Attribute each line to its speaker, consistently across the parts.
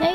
Speaker 1: 哎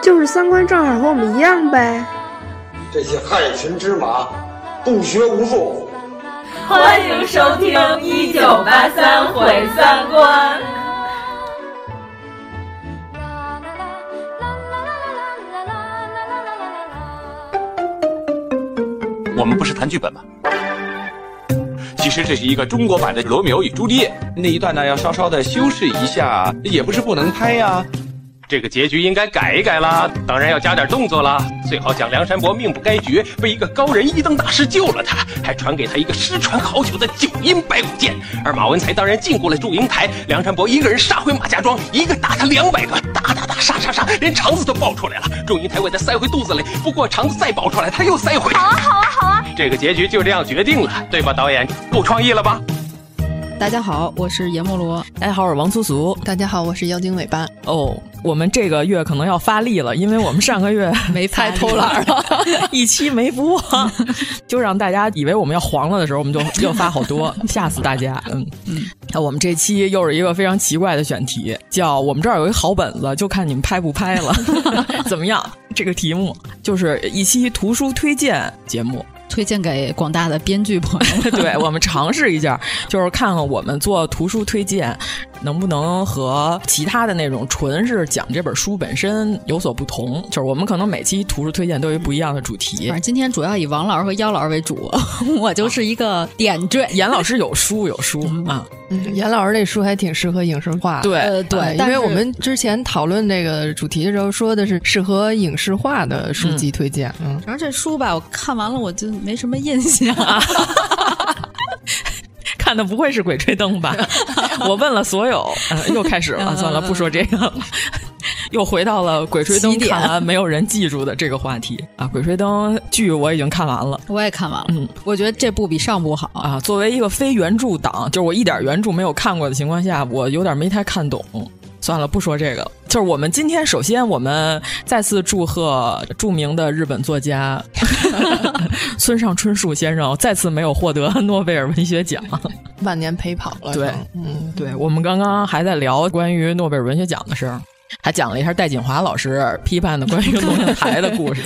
Speaker 2: 就是三观正好和我们一样呗。
Speaker 3: 这些害群之马，不学无术。
Speaker 4: 欢迎收听《一九八三毁三观》。
Speaker 5: 我们不是谈剧本吗？其实这是一个中国版的《罗密欧与朱丽叶》，那一段呢要稍稍的修饰一下，也不是不能拍呀、啊。
Speaker 6: 这个结局应该改一改啦，当然要加点动作啦，最好讲梁山伯命不该绝，被一个高人一灯大师救了他，还传给他一个失传好久的九阴白骨剑。而马文才当然进过了祝英台，梁山伯一个人杀回马家庄，一个打他两百个，打打打杀杀杀，连肠子都爆出来了。祝英台给他塞回肚子里，不过肠子再爆出来，他又塞回。
Speaker 7: 好啊好啊好啊，
Speaker 6: 这个结局就这样决定了，对吧？导演够创意了吧？
Speaker 8: 大家好，我是阎摩罗。
Speaker 9: 大家好，我是王苏苏。
Speaker 10: 大家好，我是妖精尾巴。
Speaker 9: 哦，我们这个月可能要发力了，因为我们上个 月
Speaker 8: 没
Speaker 9: 太偷懒了， 一期没播， 就让大家以为我们要黄了的时候，我们就又发好 多，吓死大家。嗯嗯，那我们这期又是一个非常奇怪的选题，叫“我们这儿有一好本子，就看你们拍不拍了”， 怎么样？这个题目就是一期图书推荐节目。
Speaker 8: 推荐给广大的编剧朋友
Speaker 9: 对， 对我们尝试一下，就是看看我们做图书推荐能不能和其他的那种纯是讲这本书本身有所不同。就是我们可能每期图书推荐都有不一样的主题。
Speaker 8: 反正今天主要以王老师和妖老师为主，我就是一个点缀。
Speaker 9: 严老师有书有书啊，
Speaker 10: 嗯，严老师这书还挺适合影视化。
Speaker 9: 对、啊
Speaker 10: 呃、
Speaker 8: 对，
Speaker 10: 因为我们之前讨论这个主题的时候说的是适合影视化的书籍推荐。嗯，
Speaker 8: 然后这书吧，我看完了我就。没什么印象、啊，
Speaker 9: 看的不会是《鬼吹灯》 吧？我问了所有，呃、又开始了。
Speaker 10: 嗯
Speaker 9: 算了，不说这个了， 又回到了《鬼吹灯》看完没有人记住的这个话题啊！《鬼吹灯》剧我已经看完了，
Speaker 8: 我也看完了。嗯，我觉得这部比上部好
Speaker 9: 啊。作为一个非原著党，就是我一点原著没有看过的情况下，我有点没太看懂。算了，不说这个了。就是我们今天，首先我们再次祝贺著名的日本作家 村上春树先生再次没有获得诺贝尔文学奖，
Speaker 10: 万年陪跑了。
Speaker 9: 对，嗯，对，我们刚刚还在聊关于诺贝尔文学奖的事儿。还讲了一下戴锦华老师批判的关于龙应台的故事，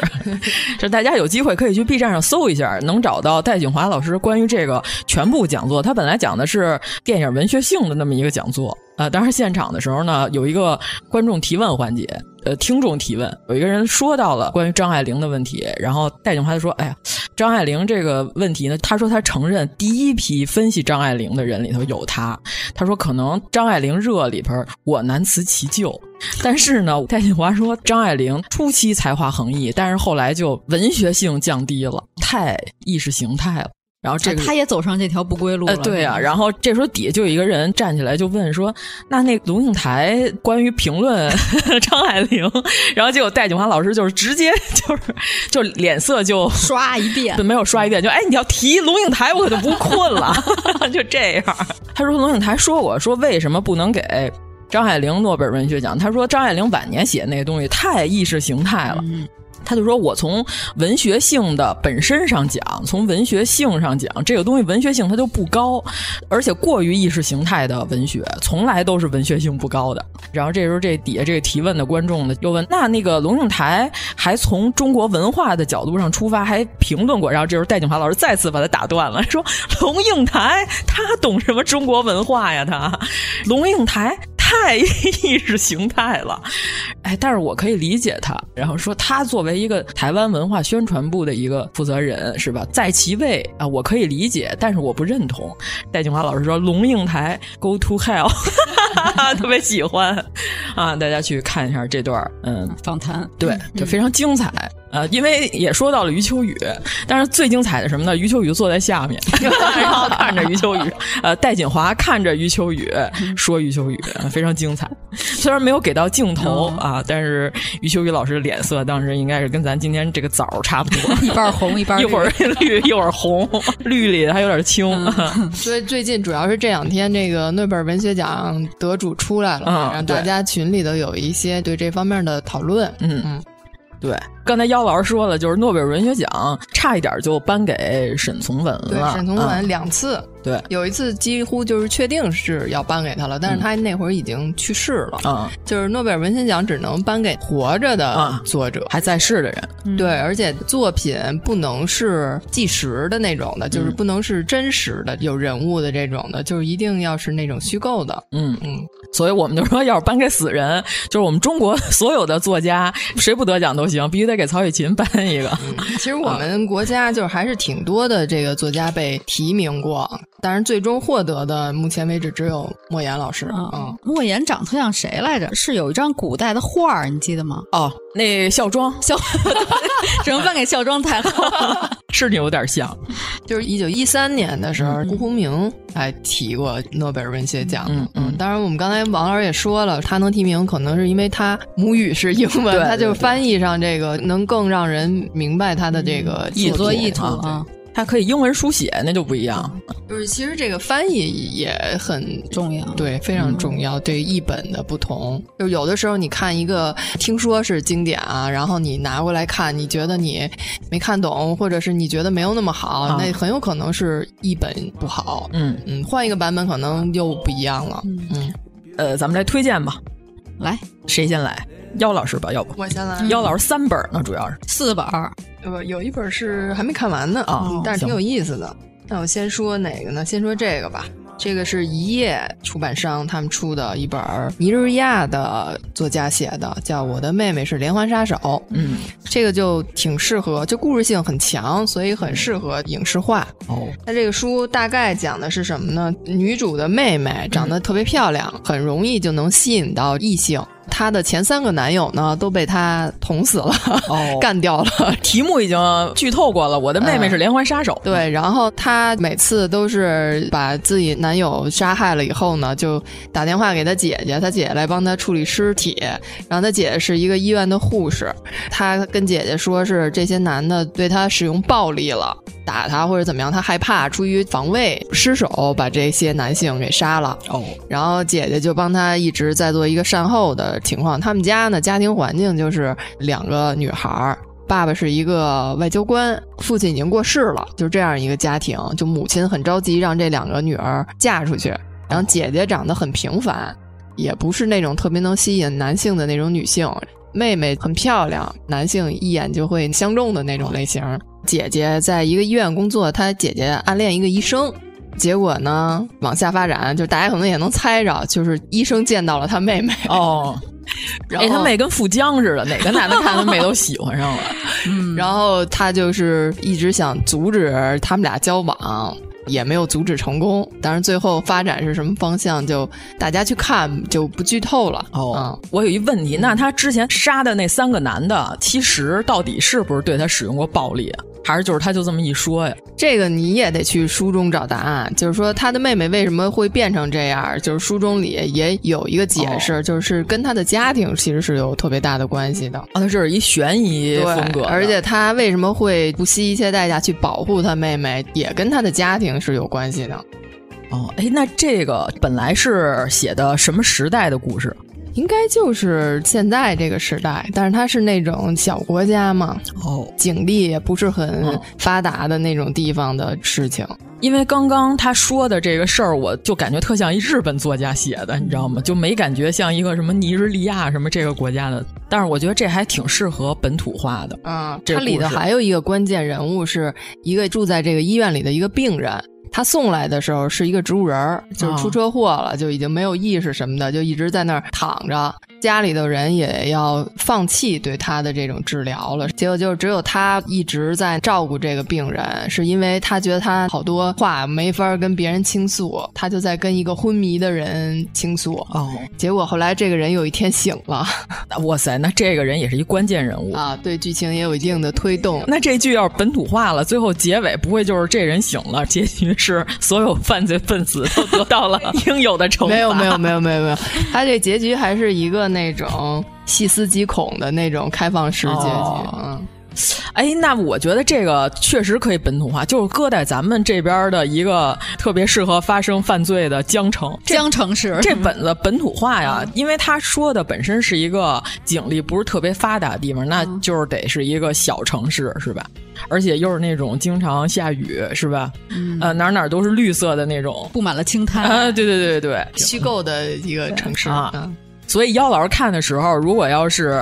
Speaker 9: 这大家有机会可以去 B 站上搜一下，能找到戴锦华老师关于这个全部讲座。他本来讲的是电影文学性的那么一个讲座啊、呃，当时现场的时候呢，有一个观众提问环节，呃，听众提问，有一个人说到了关于张爱玲的问题，然后戴锦华就说：“哎呀，张爱玲这个问题呢，他说他承认第一批分析张爱玲的人里头有他，他说可能张爱玲热里边我难辞其咎。”但是呢，戴锦华说张爱玲初期才华横溢，但是后来就文学性降低了，太意识形态了。然后这个、
Speaker 8: 啊、他也走上这条不归路了。
Speaker 9: 呃、对啊，然后这时候底下就有一个人站起来就问说：“那那龙应台关于评论 张爱玲？” 然后结果戴锦华老师就是直接 就是就脸色就
Speaker 8: 刷一遍，
Speaker 9: 没有刷一遍就哎，你要提龙应台我可就不困了，就这样。他说龙应台说我说为什么不能给？张爱玲诺贝尔文学奖，他说张爱玲晚年写那东西太意识形态了。嗯他就说：“我从文学性的本身上讲，从文学性上讲，这个东西文学性它就不高，而且过于意识形态的文学从来都是文学性不高的。”然后这时候这底下这个提问的观众呢，又问：“那那个龙应台还从中国文化的角度上出发，还评论过？”然后这时候戴锦华老师再次把他打断了，说：“龙应台他懂什么中国文化呀？他龙应台太意识形态了。”哎，但是我可以理解他。然后说他作为。为一个台湾文化宣传部的一个负责人是吧，在其位啊，我可以理解，但是我不认同。戴锦华老师说：“龙应台 Go to Hell，特别喜欢啊！”大家去看一下这段嗯
Speaker 8: 访谈，
Speaker 9: 对，就非常精彩。嗯呃，因为也说到了余秋雨，但是最精彩的什么呢？余秋雨坐在下面， 然后看着余秋雨，呃，戴锦华看着余秋雨说余秋雨，非常精彩。虽然没有给到镜头、啊，但是余秋雨老师的脸色当时应该是跟咱今天这个枣儿差不多，
Speaker 11: 一半红一半
Speaker 9: 一会儿绿，一会儿红，绿里还有点青。
Speaker 8: 所以最近主要是这两天这个诺贝尔文学奖得主出来了，
Speaker 9: 嗯
Speaker 8: 然后大
Speaker 9: 对
Speaker 8: 家群里头有一些对这方面的讨论。
Speaker 9: 嗯
Speaker 8: 嗯，
Speaker 9: 对，刚才妖老师说了，就是诺贝尔文学奖差一点就颁给沈从文
Speaker 8: 对
Speaker 9: 了，，
Speaker 8: 沈从
Speaker 9: 嗯
Speaker 8: 文两次，
Speaker 9: 对，
Speaker 8: 有一次几乎就是确定是要颁给他了，但是他那会儿已经去世了。
Speaker 9: 嗯，
Speaker 8: 就是诺贝尔文学奖只能颁给活着的
Speaker 9: 啊
Speaker 8: 作者，
Speaker 9: 还在世的人，
Speaker 8: 对，而且作品不能是纪实的那种的，
Speaker 9: 嗯
Speaker 8: 就是不能是真实的、有人物的这种的，就是一定要是那种虚构 的。
Speaker 9: 嗯
Speaker 8: 嗯，
Speaker 9: 所以我们就说，要是颁给死人，就是我们中国所有的作家， 谁不得奖都行，必须得给曹雪芹颁一个。
Speaker 8: 其实我们国家就是还是挺多的这个作家被提名过，但是最终获得的，目前为止只有莫言老师。
Speaker 12: 啊
Speaker 8: 嗯，，
Speaker 12: 莫言长特像谁来着？是有一张古代的画儿，你记得吗？
Speaker 9: 哦，那孝庄
Speaker 12: 孝 只能颁给孝庄太后。
Speaker 9: 是有点像，
Speaker 8: 就是一九一三年的时候，辜鸿铭还提过诺贝尔文学奖。
Speaker 9: 嗯嗯
Speaker 8: 嗯，当然我们刚才王老师也说了，他能提名可能是因为他母语是英文，他就翻译上这个能更让人明白他的这个
Speaker 12: 以作
Speaker 8: 品
Speaker 12: 意图
Speaker 8: 啊。
Speaker 12: 啊，
Speaker 9: 他可以英文书写，那就不一样。
Speaker 8: 就是其实这个翻译也很
Speaker 12: 重要。
Speaker 8: 对，非常重要。对译本的不同，就有的时候你看一个听说是经典啊，然后你拿过来看，你觉得你没看懂，或者是你觉得没有那么好，
Speaker 9: 啊
Speaker 8: 那很有可能是译本不好。
Speaker 9: 嗯，
Speaker 8: 嗯，换一个版本可能又不一样了。
Speaker 12: 嗯
Speaker 8: 嗯，
Speaker 9: 呃，咱们来推荐吧，
Speaker 12: 来
Speaker 9: 谁先来？妖老师吧，要不？
Speaker 8: 我先来
Speaker 9: 妖老师三本呢，主要是
Speaker 12: 四本儿，
Speaker 8: 呃，有一本是还没看完呢
Speaker 9: 啊
Speaker 8: 嗯但是
Speaker 9: 行
Speaker 8: 挺有意思的。那我先说哪个呢？先说这个吧。这个是一页出版商他们出的一本儿尼日利亚的作家写的，叫《我的妹妹是连环杀手》。
Speaker 9: 嗯，
Speaker 8: 这个就挺适合，就故事性很强，所以很适合影视化。
Speaker 9: 哦，
Speaker 8: 那这个书大概讲的是什么呢？女主的妹妹长得特别漂亮，很容易就能吸引到异性。她的前三个男友呢都被她捅死了，
Speaker 9: 哦
Speaker 8: 干掉了。
Speaker 9: 题目已经剧透过了，我的妹妹是连环杀手。
Speaker 8: 对，然后她每次都是把自己男友杀害了以后呢，就打电话给她姐姐，她姐姐来帮她处理尸体。然后她姐姐是一个医院的护士，她跟姐姐说是这些男的对她使用暴力了，打她或者怎么样，她害怕，出于防卫失手把这些男性给杀了。
Speaker 9: 哦，
Speaker 8: 然后姐姐就帮她一直在做一个善后的情况。他们家呢，家庭环境就是两个女孩儿。爸爸是一个外交官，父亲已经过世了，就这样一个家庭，就母亲很着急让这两个女儿嫁出去，然后姐姐长得很平凡，也不是那种特别能吸引男性的那种女性，妹妹很漂亮，男性一眼就会相中的那种类型。姐姐在一个医院工作，她姐姐暗恋一个医生，结果呢往下发展，就大家可能也能猜着，就是医生见到了她妹妹，
Speaker 9: 哦，
Speaker 8: 然
Speaker 9: 哎，
Speaker 8: 后
Speaker 9: 他妹跟富江似的，哪个男的看他妹都喜欢上了。
Speaker 12: 嗯，
Speaker 8: 然后他就是一直想阻止他们俩交往，也没有阻止成功。但是最后发展是什么方向，就大家去看就不剧透了。 嗯
Speaker 9: 哦，我有一问题，那他之前杀的那三个男的，其实到底是不是对他使用过暴力啊，还是就是他就这么一说呀？
Speaker 8: 嗯，这个你也得去书中找答案。就是说，他的妹妹为什么会变成这样？就是书中里也有一个解释，就是跟他的家庭其实是有特别大的关系的。
Speaker 9: 啊，他这是一悬疑
Speaker 8: 对，
Speaker 9: 风格的，
Speaker 8: 而且他为什么会不惜一切代价去保护他妹妹，也跟他的家庭是有关系的。
Speaker 9: 哦，哎，那这个本来是写的什么时代的故事？
Speaker 8: 应该就是现在这个时代，但是它是那种小国家嘛，
Speaker 9: 哦，
Speaker 8: 警力也不是很
Speaker 9: 嗯
Speaker 8: 发达的那种地方的事情。
Speaker 9: 因为刚刚他说的这个事儿，我就感觉特像一日本作家写的，你知道吗？就没感觉像一个什么尼日利亚什么这个国家的，但是我觉得这还挺适合本土化的。
Speaker 8: 嗯，
Speaker 9: 这
Speaker 8: 它
Speaker 9: 个
Speaker 8: 里头
Speaker 9: 故事
Speaker 8: 还有一个关键人物是一个住在这个医院里的一个病人。他送来的时
Speaker 9: 哦
Speaker 8: 候是一个植物人儿，就是出车祸了，就已经没有意识什么的，就一直在那儿躺着。家里的人也要放弃对他的这种治疗了。结果就是只有他一直在照顾这个病人，是因为他觉得他好多话没法跟别人倾诉，他就在跟一个昏迷的人倾诉。
Speaker 9: 哦，
Speaker 8: 结果后来这个人有一天醒了。
Speaker 9: 哇塞，那这个人也是一关键人物
Speaker 8: 啊，对剧情也有一定的推动。
Speaker 9: 那这剧要是本土化了，最后结尾不会就是这人醒了，结局是所有犯罪分子都得到了应有的 惩罚？
Speaker 8: 没有，没有，没有，没有，没有，他这结局还是一个那种细思极恐的那种开放式结局。哦嗯
Speaker 9: 哎，那我觉得这个确实可以本土化，就是搁在咱们这边的一个特别适合发生犯罪的江城。
Speaker 12: 江城市
Speaker 9: 这本子本土化呀，因为他说的本身是一个警力不是特别发达的地方，那
Speaker 12: 嗯
Speaker 9: 就是得是一个小城市，是吧？而且又是那种经常下雨，是吧？嗯、呃，哪哪都是绿色的那种，
Speaker 12: 布满了青苔。
Speaker 9: 啊，对对对对，
Speaker 8: 虚构的一个城市
Speaker 9: 啊。嗯、所以妖老师看的时候，如果要是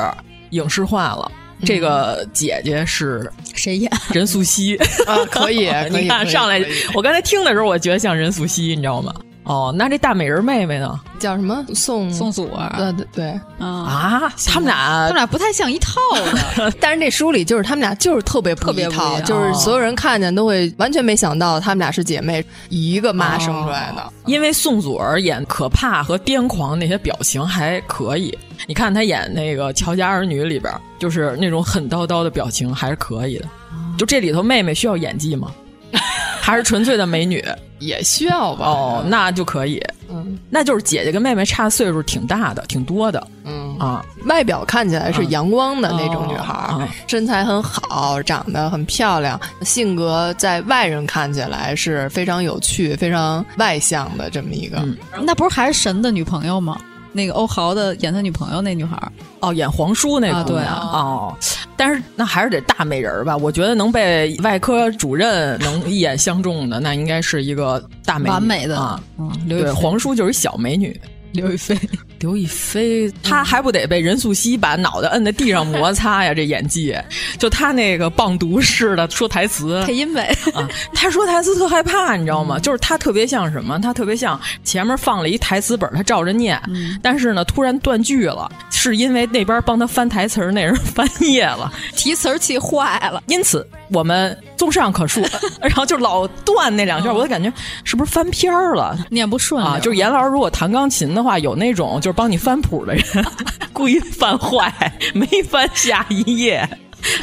Speaker 9: 影视化了。
Speaker 8: 嗯
Speaker 9: 这个姐姐是
Speaker 12: 谁演？
Speaker 9: 任素汐
Speaker 8: 啊，可 以，可以
Speaker 9: 你看上来，我刚才听的时候，我觉得像任素汐，你知道吗？哦，那这大美人妹妹呢？
Speaker 8: 叫什么？宋
Speaker 12: 宋祖儿、啊？
Speaker 8: 对对对
Speaker 9: 啊啊！他们俩，他
Speaker 12: 们俩不太像一套的。
Speaker 8: 但是这书里就是他们俩就是特别
Speaker 12: 特别
Speaker 8: 套，就是所有人看见都会完全没想到他们俩是姐妹，一个妈生出来的。哦、
Speaker 9: 因为宋祖儿演可怕和癫狂那些表情还可以，你看她演那个《乔家儿女》里边，就是那种狠叨叨的表情还是可以的。
Speaker 8: 啊
Speaker 9: 就这里头妹妹需要演 技吗？还是纯粹的美女
Speaker 8: 也需要吧？
Speaker 9: 哦，那就可以。
Speaker 8: 嗯，
Speaker 9: 那就是姐姐跟妹妹差岁数挺大的，挺多的。
Speaker 8: 嗯
Speaker 9: 啊，
Speaker 8: 外表看起来是阳光的那种女孩，嗯哦、身材很好，长得很漂亮，性格在外人看起来是非常有趣、非常外向的这么一个。
Speaker 9: 嗯、
Speaker 12: 那不是还是神的女朋友吗？那个欧豪的演他女朋友那女孩
Speaker 9: 哦，演皇叔那
Speaker 12: 姑
Speaker 9: 娘、
Speaker 12: 啊、
Speaker 9: 哦，但是那还是得大美人儿吧？我觉得能被外科主任能一眼相中的，那应该是一个大美
Speaker 12: 完美的
Speaker 9: 啊。
Speaker 12: 嗯、
Speaker 9: 对，皇叔就是小美女。
Speaker 12: 刘亦菲，
Speaker 9: 刘亦菲，她还不得被任素汐把脑袋摁在地上摩擦呀？这演技，就她那个棒读式的说 台词，
Speaker 12: 配音呗。
Speaker 9: 啊，她说台词特害怕，你知道吗？嗯、就是她特别像什么？她特别像前面放了一台词本，她照着念，
Speaker 12: 嗯、
Speaker 9: 但是呢，突然断句了，是因为那边帮她翻台词儿那人 翻页了，
Speaker 12: 提词儿气坏了。
Speaker 9: 因此，我们综上 可述，然后就老断那两下，嗯、我就感觉是不是翻篇儿了，
Speaker 12: 念不顺
Speaker 9: 啊？就是严老师如果弹钢琴的。的话，有那种就是帮你翻谱的人， 故意翻坏，没翻下一页，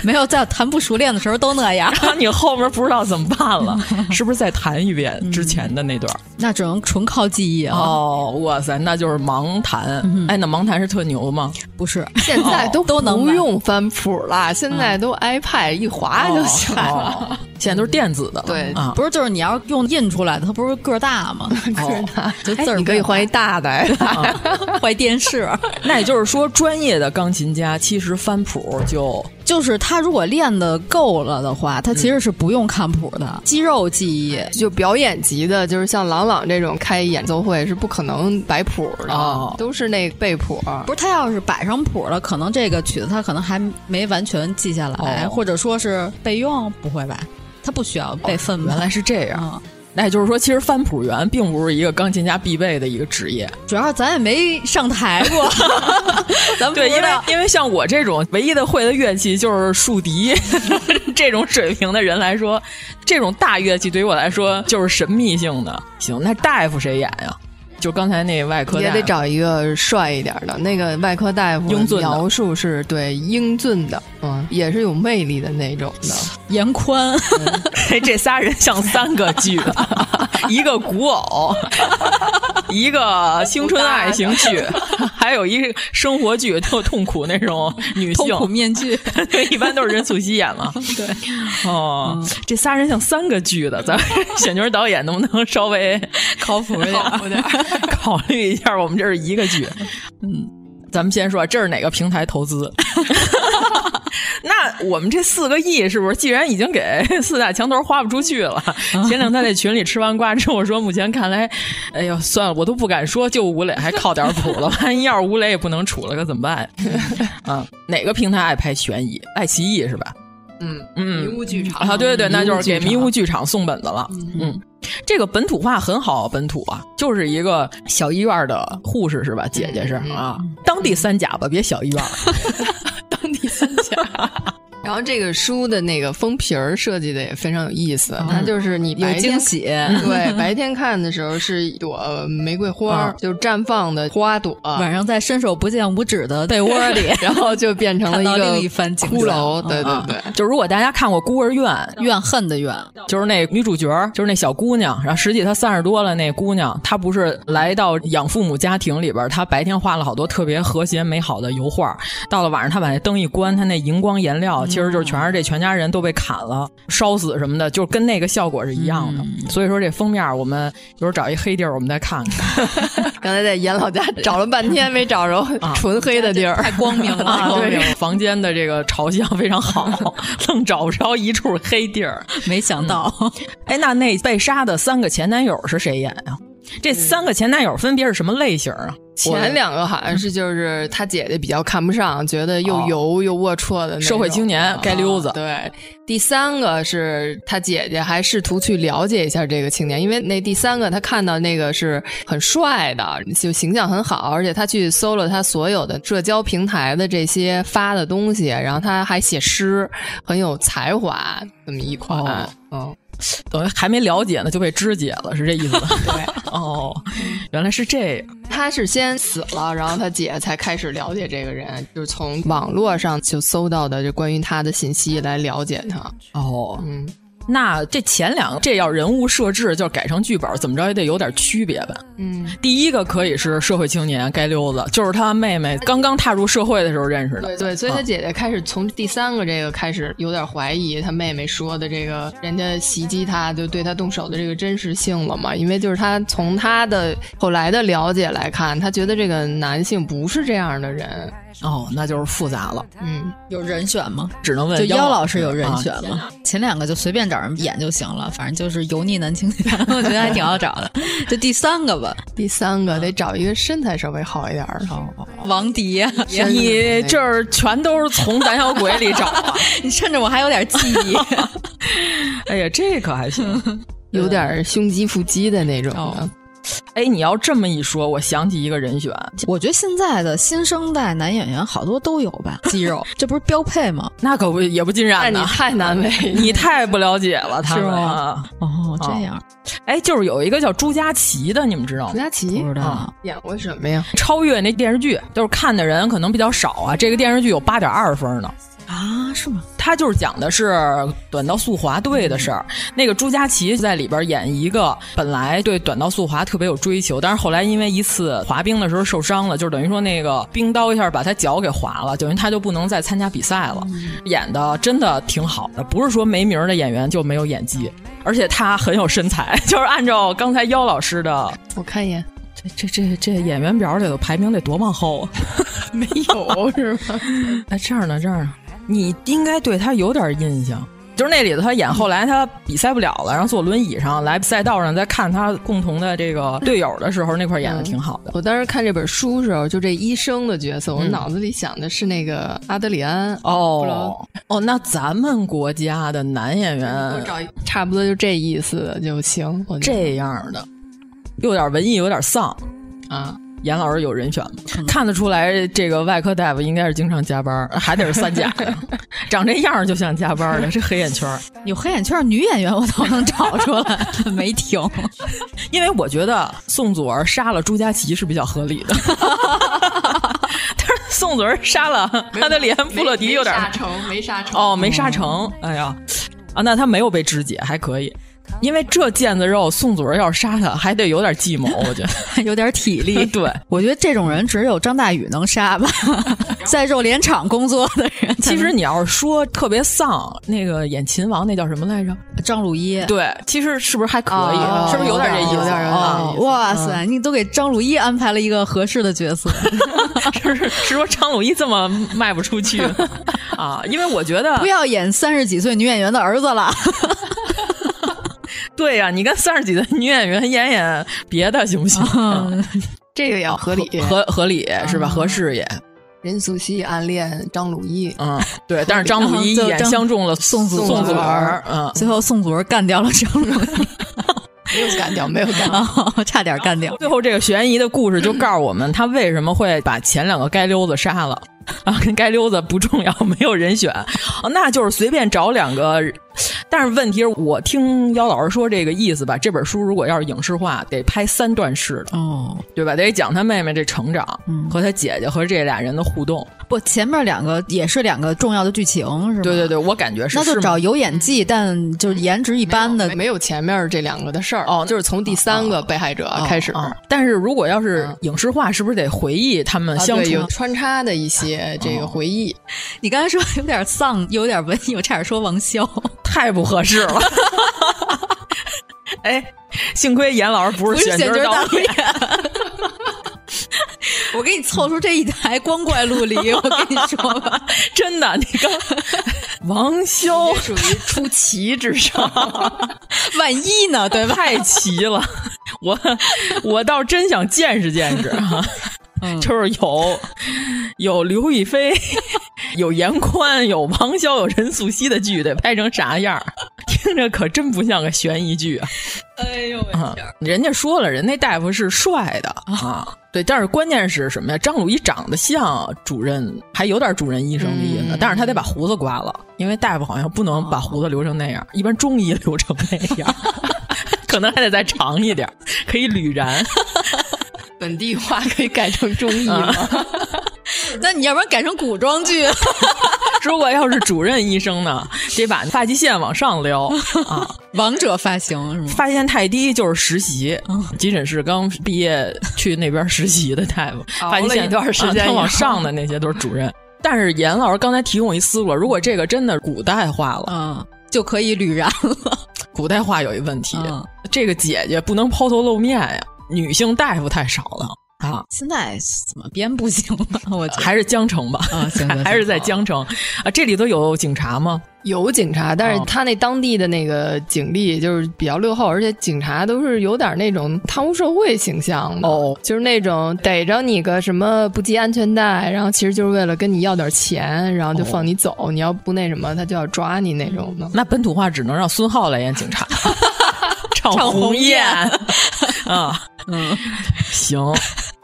Speaker 12: 没有在弹不熟练的时候都那样，
Speaker 9: 然后你后面不知道怎么办 了，是不是再弹一遍之前的 那段？嗯、
Speaker 12: 那只能纯靠记忆啊！
Speaker 9: 哦，哇塞，那就是盲弹。嗯、哎，那盲弹是特牛吗？
Speaker 12: 不是，
Speaker 8: 现在哎都
Speaker 12: 哦都能嗯
Speaker 8: 不用翻谱了，现在都 iPad 一划哎就行了。
Speaker 9: 哦哦现在都是电子的了，
Speaker 8: 对，
Speaker 9: 啊、
Speaker 12: 不是就是你要用印出来的，它不是个大吗？
Speaker 8: 个大，
Speaker 12: 就字儿
Speaker 8: 你可以换一大的，
Speaker 12: 换电视。
Speaker 9: 那也就是说，专业的钢琴家其实翻谱就
Speaker 12: 就是他如果练的够了的话，他其实是不用看谱的，嗯、肌肉记忆
Speaker 8: 就表演级的，就是像朗朗这种开演奏会是不可能摆谱的，
Speaker 9: 哦、
Speaker 8: 都是那背谱。
Speaker 9: 嗯
Speaker 12: 不是他要是摆上谱了，可能这个曲子他可能还没完全记下来，
Speaker 9: 哦、
Speaker 12: 或者说是备用，不会吧？他不需要备份、哦，
Speaker 9: 原来是这样。嗯、那也就是说，其实翻谱员并不是一个钢琴家必备的一个职业。
Speaker 12: 主要咱也没上台 过，咱们
Speaker 9: 对，因为因为像我这种唯一的会的乐器就是竖笛， 这种水平的人来说，这种大乐器对于我来说就是神秘性的。行，那大夫谁演呀、啊？就刚才那外科
Speaker 8: 也得找一个帅一点的，那个外科大夫描述是对英俊的，嗯，也是有魅力的那种的。
Speaker 12: 严宽，
Speaker 9: 嗯、 这仨人像三个剧，一个古偶，一个青春爱情剧，还有一个生活剧，特痛苦那种女性
Speaker 12: 痛苦面具，
Speaker 9: 一般都是任素汐演嘛。
Speaker 12: 对，
Speaker 9: 哦，嗯、这仨人像三个剧的， 咱选角导演能不能稍微
Speaker 12: 靠谱一点？
Speaker 9: 靠谱点。 考虑一下，我们这是一个剧，
Speaker 12: 嗯，
Speaker 9: 咱们先说这是哪个平台投资？ 那我们这四个亿是不是既然已经给四大墙头花不出去了？前两天在群里吃完瓜之后说，目前看来，哎呦算了，我都不敢说，就吴磊还靠点谱 了，万一要是吴磊也不能处了，可怎么 办？啊，哪个平台爱拍悬疑？爱奇艺是吧？
Speaker 8: 嗯
Speaker 9: 嗯，
Speaker 8: 迷雾剧场
Speaker 9: 啊啊，对对对，那就是给迷雾剧场送本子了，
Speaker 8: 嗯。
Speaker 9: 嗯这个本土化很好，本土啊，就是一个小医院的护士是吧？姐姐是啊，
Speaker 12: 嗯
Speaker 9: 当地三甲吧，别小医院，
Speaker 8: 当地三甲。然后这个书的那个封皮儿设计的也非常有意思，它就是你
Speaker 12: 嗯有
Speaker 8: 白天
Speaker 12: 惊喜，
Speaker 8: 对， 白天看的时候是一朵玫瑰花，
Speaker 12: 嗯
Speaker 8: 就绽放的花朵，
Speaker 9: 啊
Speaker 12: 晚上在伸手不见五指的被窝里，
Speaker 8: 然后就变成了
Speaker 12: 看到
Speaker 8: 一个
Speaker 12: 另一番景
Speaker 8: 骷
Speaker 12: 象嗯
Speaker 8: 髅，对对对。
Speaker 9: 嗯就如果大家看过《孤儿院》，
Speaker 12: 怨恨的怨，
Speaker 9: 就是那女主角，就是那小姑娘，然后实际她三十多了，那姑娘她不是来到养父母家庭里边，她白天画了好多特别和谐美好的油画，到了晚上她把那灯一关，她那荧光颜
Speaker 8: 嗯
Speaker 9: 料其实就是全是这全家人都被砍了、烧死什么的，就是跟那个效果是一样的。
Speaker 8: 嗯
Speaker 9: 所以说这封面我们有时候找一黑地儿我们再看看，
Speaker 8: 刚才在严老家找了半天没找着
Speaker 9: 啊
Speaker 8: 纯黑的地儿，
Speaker 12: 太光明 了，
Speaker 9: 啊
Speaker 12: 嗯太光
Speaker 9: 对
Speaker 12: 明了，
Speaker 9: 房间的这个朝向非常好， 愣找不着一处黑地儿。
Speaker 12: 没想到。
Speaker 9: 哎，那那被杀的三个前男友是谁演呀、这三个前男友分别是什么类型啊？
Speaker 8: 前两个好像是就是他姐姐比较看不上，觉得又油又龌龊的那种
Speaker 9: 哦社会青年街溜子
Speaker 8: 啊对，第三个是他姐姐还试图去了解一下这个青年，因为那第三个他看到那个是很帅的，就形象很好，而且他去搜了他所有的社交平台的这些发的东西，然后他还写诗，很有才华，这么一款。
Speaker 9: 哦
Speaker 8: 嗯，
Speaker 9: 等于还没了解呢就被肢解了，是这意思吧？ 对，哦，原来是这样。
Speaker 8: 他是先死了，然后他姐才开始了解这个人，就是从网络上就搜到的这关于他的信息来了解他。
Speaker 9: 哦，
Speaker 8: 嗯，
Speaker 9: 那这前两个这要人物设置就改成剧本，怎么着也得有点区别吧？
Speaker 8: 嗯，
Speaker 9: 第一个可以是社会青年街溜子，就是他妹妹刚刚踏入社会的时候认识的。
Speaker 8: 对对，所以他姐姐开始从第三个这个开始有点怀疑他妹妹说的这个人家袭击他就对他动手的这个真实性了嘛？因为就是他从他的后来的了解来看，他觉得这个男性不是这样的人。
Speaker 9: 哦，那就是复杂了，
Speaker 8: 嗯，
Speaker 12: 有人选吗？
Speaker 9: 只能问
Speaker 12: 就
Speaker 9: 妖
Speaker 12: 妖老师有人
Speaker 9: 啊
Speaker 12: 选吗？前两个就随便找人演就行了，反正就是油腻男青年， 我觉得还挺好找 的。就第三个吧，
Speaker 8: 第三个得找一个身材稍微好一点儿的。
Speaker 12: 王迪，啊
Speaker 9: 你这儿全都是从胆小鬼里找啊！
Speaker 12: 你趁着我还有点记忆，
Speaker 9: 哎呀，这可还行。
Speaker 8: 有点胸肌腹肌的那种的，
Speaker 9: 哦哎，你要这么一说，我想起一个人选，
Speaker 12: 我觉得现在的新生代男演员好多都有吧，肌肉，这不是标配吗？
Speaker 9: 那可不也不尽
Speaker 8: 那
Speaker 9: 然
Speaker 8: 你
Speaker 9: 呢。
Speaker 8: 太难为
Speaker 9: 你太不了解了，他
Speaker 12: 是
Speaker 9: 们
Speaker 12: 吗
Speaker 9: 啊。
Speaker 12: 哦，这样
Speaker 9: 哎，就是有一个叫朱佳琪的，你们知道
Speaker 8: 涂
Speaker 9: 吗？
Speaker 8: 佳琪
Speaker 12: 不知道。
Speaker 8: 演过什么呀？
Speaker 9: 超越那电视剧，就是看的人可能比较少啊。这个电视剧有八点二分呢。
Speaker 12: 啊？是吗？
Speaker 9: 他就是讲的是短道速滑队的事儿。那个朱佳琪在里边演一个本来对短道速滑特别有追求，但是后来因为一次滑冰的时候受伤了，就是等于说那个冰刀一下把他脚给划了，等于他就不能再参加比赛了。演的真的挺好的，不是说没名儿的演员就没有演技，而且他很有身材， 就是按照刚才妖老师的
Speaker 8: 我看一眼，
Speaker 9: 这这这这演员表里头排名得多往后啊！
Speaker 8: 没 有是吗？
Speaker 9: 哎，这儿呢，这儿呢，你应该对他有点印象。就是那里头，他演后来他比赛不了了，然后坐轮椅上来赛道上，再看他共同的这个队友的时候，那块儿演的挺好的。
Speaker 8: 我当时看这本书时候，就这医生的角色，我脑子里想的是那个阿德里安。不知
Speaker 9: 哦
Speaker 8: 道
Speaker 9: 哦，那咱们国家的男演
Speaker 8: 我
Speaker 9: 员
Speaker 8: 找一差不多就这意思的就行。我觉得
Speaker 9: 这样的，有点文艺，有点丧。
Speaker 8: 啊，
Speaker 9: 严老师有人选吗？
Speaker 12: 嗯
Speaker 9: 看得出来，这个外科大夫应该是经常加班儿，还得是 三甲的，长这样儿就像加班儿的，这黑眼圈儿。
Speaker 12: 有黑眼圈女演员我倒能找出 来，没停。
Speaker 9: 因为我觉得宋祖儿杀了朱佳琪是比较合理 的，但是宋祖儿杀了阿德里安·布洛迪有点
Speaker 8: 没杀成，没杀成。
Speaker 9: 哦，没杀成。哎呀，啊，那他没有被肢解，还可以。因为这腱子肉，宋祖儿要是杀他，还得有点 计谋，我觉得
Speaker 12: 有点体力
Speaker 9: 对，
Speaker 12: 我觉得这种人只有张大宇能杀 吧，在肉联厂工作的人才
Speaker 9: 其
Speaker 12: 能。
Speaker 9: 实你要是说特别丧，那个演秦王那叫什么来着？
Speaker 12: 张鲁一，
Speaker 9: 对，其实是不是还可以？
Speaker 8: 哦
Speaker 9: 是不是有点这意思？
Speaker 8: 有点有点嗯
Speaker 9: 哦
Speaker 12: 哦，哇塞，你都给张鲁一安排了一个合适的角 色，
Speaker 9: 是是是说张鲁一这么卖不 出去啊？因为我觉得
Speaker 12: 不要演三十几岁女演员的儿子了。
Speaker 9: 对呀、你跟三十几的女演员演演别的行不行？
Speaker 12: 嗯
Speaker 8: 这个也合理。
Speaker 9: 合合理是吧？合适也，
Speaker 8: 任素汐暗恋张鲁一，
Speaker 9: 嗯，对。但是张鲁一
Speaker 12: 然后就
Speaker 9: 一眼
Speaker 12: 张
Speaker 9: 相中了
Speaker 12: 宋祖
Speaker 9: 宋祖
Speaker 12: 儿
Speaker 9: 儿，嗯，
Speaker 12: 最后宋祖儿干掉了张鲁一，
Speaker 10: 没有干掉，没有干
Speaker 8: 掉，差点干掉。
Speaker 9: 最后这个悬疑的故事就告诉我们，他为什么会把前两个街溜子杀了。啊，街溜子不重要，没有人选，哦，那就是随便找两个。但是问题是我听姚老师说这个意思吧，这本书如果要是影视化，得拍三段式的，
Speaker 8: 哦，
Speaker 9: 对吧？得讲他妹妹这成长，嗯，和他姐姐和这俩人的互动。
Speaker 8: 不，前面两个也是两个重要的剧情，是吧？
Speaker 9: 对对对，我感觉是。
Speaker 8: 那就找有演技，但就是颜值一般 的，
Speaker 10: 没有前面这两个的事儿哦，就是从第三个被害者
Speaker 8: 哦
Speaker 10: 开始。
Speaker 9: 但是如果要是影视化，是不是得回忆他们相处
Speaker 10: 穿插的一些这个回忆？
Speaker 8: 哦 你刚才说有点丧，有点文艺，我差点说王骁，
Speaker 9: 太不合适了。 哎，幸亏严老师不
Speaker 8: 是
Speaker 9: 选角
Speaker 8: 导
Speaker 9: 演。
Speaker 8: 我给你凑出这一台，光怪陆离。我跟你 说吧，
Speaker 9: 真的，你 刚王骁
Speaker 10: 属于出奇制 胜，
Speaker 8: 万一呢？对吧？
Speaker 9: 太奇了，我我倒真想见识见识啊！嗯、就是有有刘亦菲， 有严宽，有王骁，有任素汐的剧，得拍成啥样？听着可真不像个悬疑剧啊！
Speaker 8: 哎呦我天、啊！
Speaker 9: 人家说了，人那大夫是帅的啊，对，但是关键是什么呀？张鲁一长得像主任，还有点主任医生的意思，嗯、但是他得把胡子刮了，因为大夫好像不能把胡子留成那样，哦、一般中医留成那样， 可能还得再长一点，可以捋然。
Speaker 10: 本地话可以改成中医吗？啊、
Speaker 8: 那你要不然改成古装剧？
Speaker 9: 如果要是主任医生呢，得把发际线往上撩啊！
Speaker 8: 王者发型是吗？
Speaker 9: 发际线太低就是实习，嗯、急诊室刚毕业去那边实习的 大夫，发际线
Speaker 10: 一段时间、
Speaker 9: 啊、往上的那些都是主任。但是严老师刚才提供一思路，如果这个真的古代化了，
Speaker 8: 嗯，就可以捋然了。
Speaker 9: 古代化有一问题，嗯、这个姐姐不能抛头露面呀。女性大夫太少了啊！
Speaker 8: 现在怎么编不行了？我
Speaker 9: 还是江城吧
Speaker 8: 啊，行，
Speaker 9: 还是在江城啊。这里头有警察吗？
Speaker 10: 有警察，但是他那当地的那个警力就是比较落后，而且警察都是有点那种贪污受贿形象的
Speaker 9: 哦，
Speaker 10: 就是那种逮着你个什么不系安全带，然后其实就是为了跟你要点钱，然后就放你走，哦、你要不那什么，他就要抓你那种的。
Speaker 9: 那本土化只能让孙浩来演警察。
Speaker 8: 唱
Speaker 9: 鸿雁啊，嗯，行。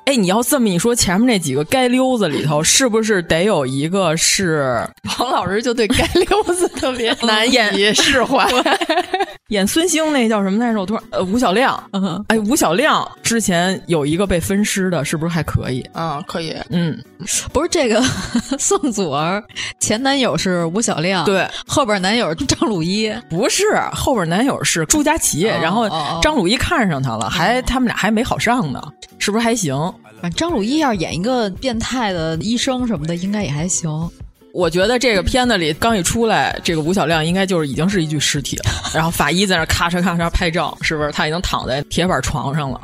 Speaker 9: 哎，你要这么一说，前面那几个街溜子里头，是不是得有一个是
Speaker 10: 王老师就对街溜子特别难以释 怀？
Speaker 9: 演孙兴那叫什么来着？我突然呃，吴小亮，嗯、哎，吴小亮之前有一个被分尸的，是不是还可以？
Speaker 10: 啊，可以，
Speaker 9: 嗯，
Speaker 8: 不是这个 宋祖儿前男友是吴小亮，
Speaker 9: 对，
Speaker 8: 后边男友张鲁一，
Speaker 9: 不是后边男友是朱佳琪，哦、然后张鲁一看上他了，哦、还他们俩还没好上呢，是不是还行？
Speaker 8: 反正张鲁一要演一个变态的医生什么的，应该也还行。
Speaker 9: 我觉得这个片子里刚一出来，这个吴小亮应该就是已经是一具尸体了。然后法医在那咔嚓咔嚓拍照，是不是他已经躺在铁板床上了？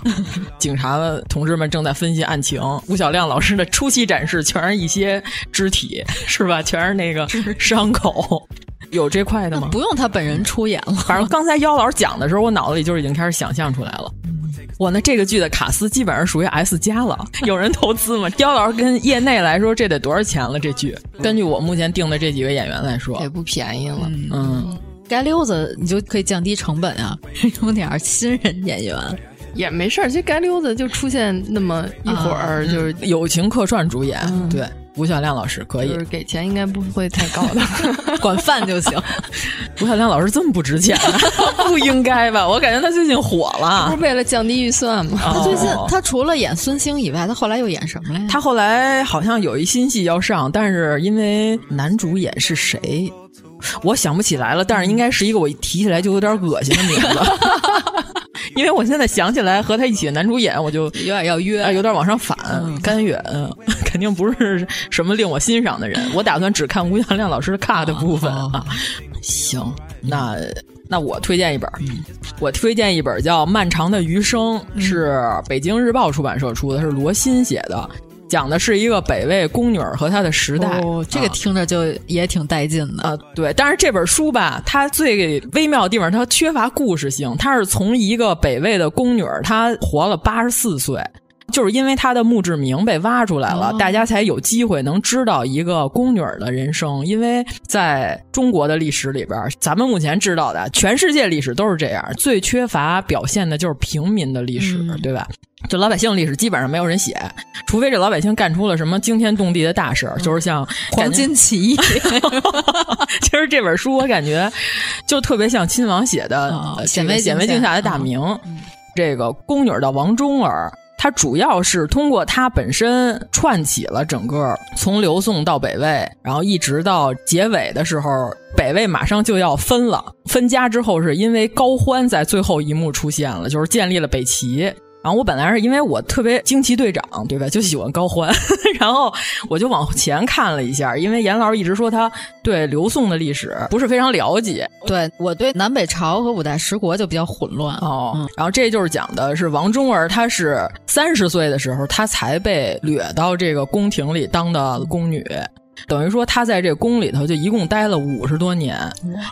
Speaker 9: 警察同志们正在分析案情。吴小亮老师的初期展示全是一些肢体，是吧？全是那个伤口。有这块的吗？
Speaker 8: 不用他本人出演了。
Speaker 9: 反正刚才妖老师讲的时候，我脑子里就已经开始想象出来了。我呢，这个剧的卡司基本上属于 S 加了。有人投资 吗？刁老师跟业内来说，这得多少钱了？这剧，根据我目前定的这几个演员来说，
Speaker 10: 也不便宜了。
Speaker 9: 嗯，嗯
Speaker 8: 街溜子你就可以降低成本啊， 用点新人演员
Speaker 10: 也没事儿。这街溜子就出现那么一会儿，就是、啊
Speaker 9: 嗯、友情客串主演，
Speaker 10: 嗯、
Speaker 9: 对。吴小亮老师可以，
Speaker 8: 嗯
Speaker 10: 就是给钱应该不会太高的，
Speaker 9: 管饭就行。 吴小亮老师这么不值钱、啊， 不应该吧？我感觉他最近火了，
Speaker 8: 啊
Speaker 9: 哦
Speaker 10: 不 是为了降低预算吗？
Speaker 8: 他最近他除了演孙兴以外，他后来又演什么来着？
Speaker 9: 他后来好像有一新戏要上，但是因为男主演是谁，我想不起来了。但是应该是一个我提起来就有点恶心的名 字。因为我现在想起来和他一起男主演，我就
Speaker 8: 有点要约，
Speaker 9: 有点往上反。甘远肯定不是什么令我欣赏的人，我打算只看吴小亮老师卡的部分
Speaker 8: 哦
Speaker 9: 啊。行，那那我推荐一本，
Speaker 8: 嗯
Speaker 9: 我推荐一本叫《漫长的余生》，是北京日报出版社出的，是罗新写的，讲的是一个北魏宫女和她的时代。
Speaker 8: 哦，这个听着就 也挺带劲的
Speaker 9: 啊。对，但是这本书吧，它最微妙的地方，它缺乏故事性。它是从一个北魏的宫女，她活了八十四岁。就是因为他的墓志铭被挖出来了，
Speaker 8: 哦
Speaker 9: 大家才有机会能知道一个宫女儿的人生。因为在中国的历史里边，咱们目前知道的，全世界历史都是这样，最缺乏表现的就是平民的历史，
Speaker 8: 嗯
Speaker 9: 对吧？就老百姓历史基本上没有人写，除非这老百姓干出了什么惊天动地的大事儿，就是像
Speaker 8: 嗯黄金起义，
Speaker 9: 其实这本书我感觉就特别像亲王写的
Speaker 8: 哦
Speaker 9: 呃
Speaker 8: 显
Speaker 9: 这个
Speaker 8: 微镜
Speaker 9: 显微镜
Speaker 8: 下
Speaker 9: 下的大
Speaker 8: 嗯
Speaker 9: 明》这个宫女儿的王忠儿。她主要是通过她本身串起了整个从刘宋到北魏，然后一直到结尾的时候，北魏马上就要分了。分家之后，是因为高欢在最后一幕出现了，就是建立了北齐。然后我本来是因为我特别惊奇队长，对吧？就喜欢高欢， 然后我就往前看了一下，因为严老师一直说他对刘宋的历史不是非常了解
Speaker 8: 对我对南北朝和五代十国就比较混乱。
Speaker 9: 哦。然后这就是讲的是王忠儿，她是三十岁的时候，她才被掠到这个宫廷里当的宫女。等于说，她在这宫里头就一共待了五十多年，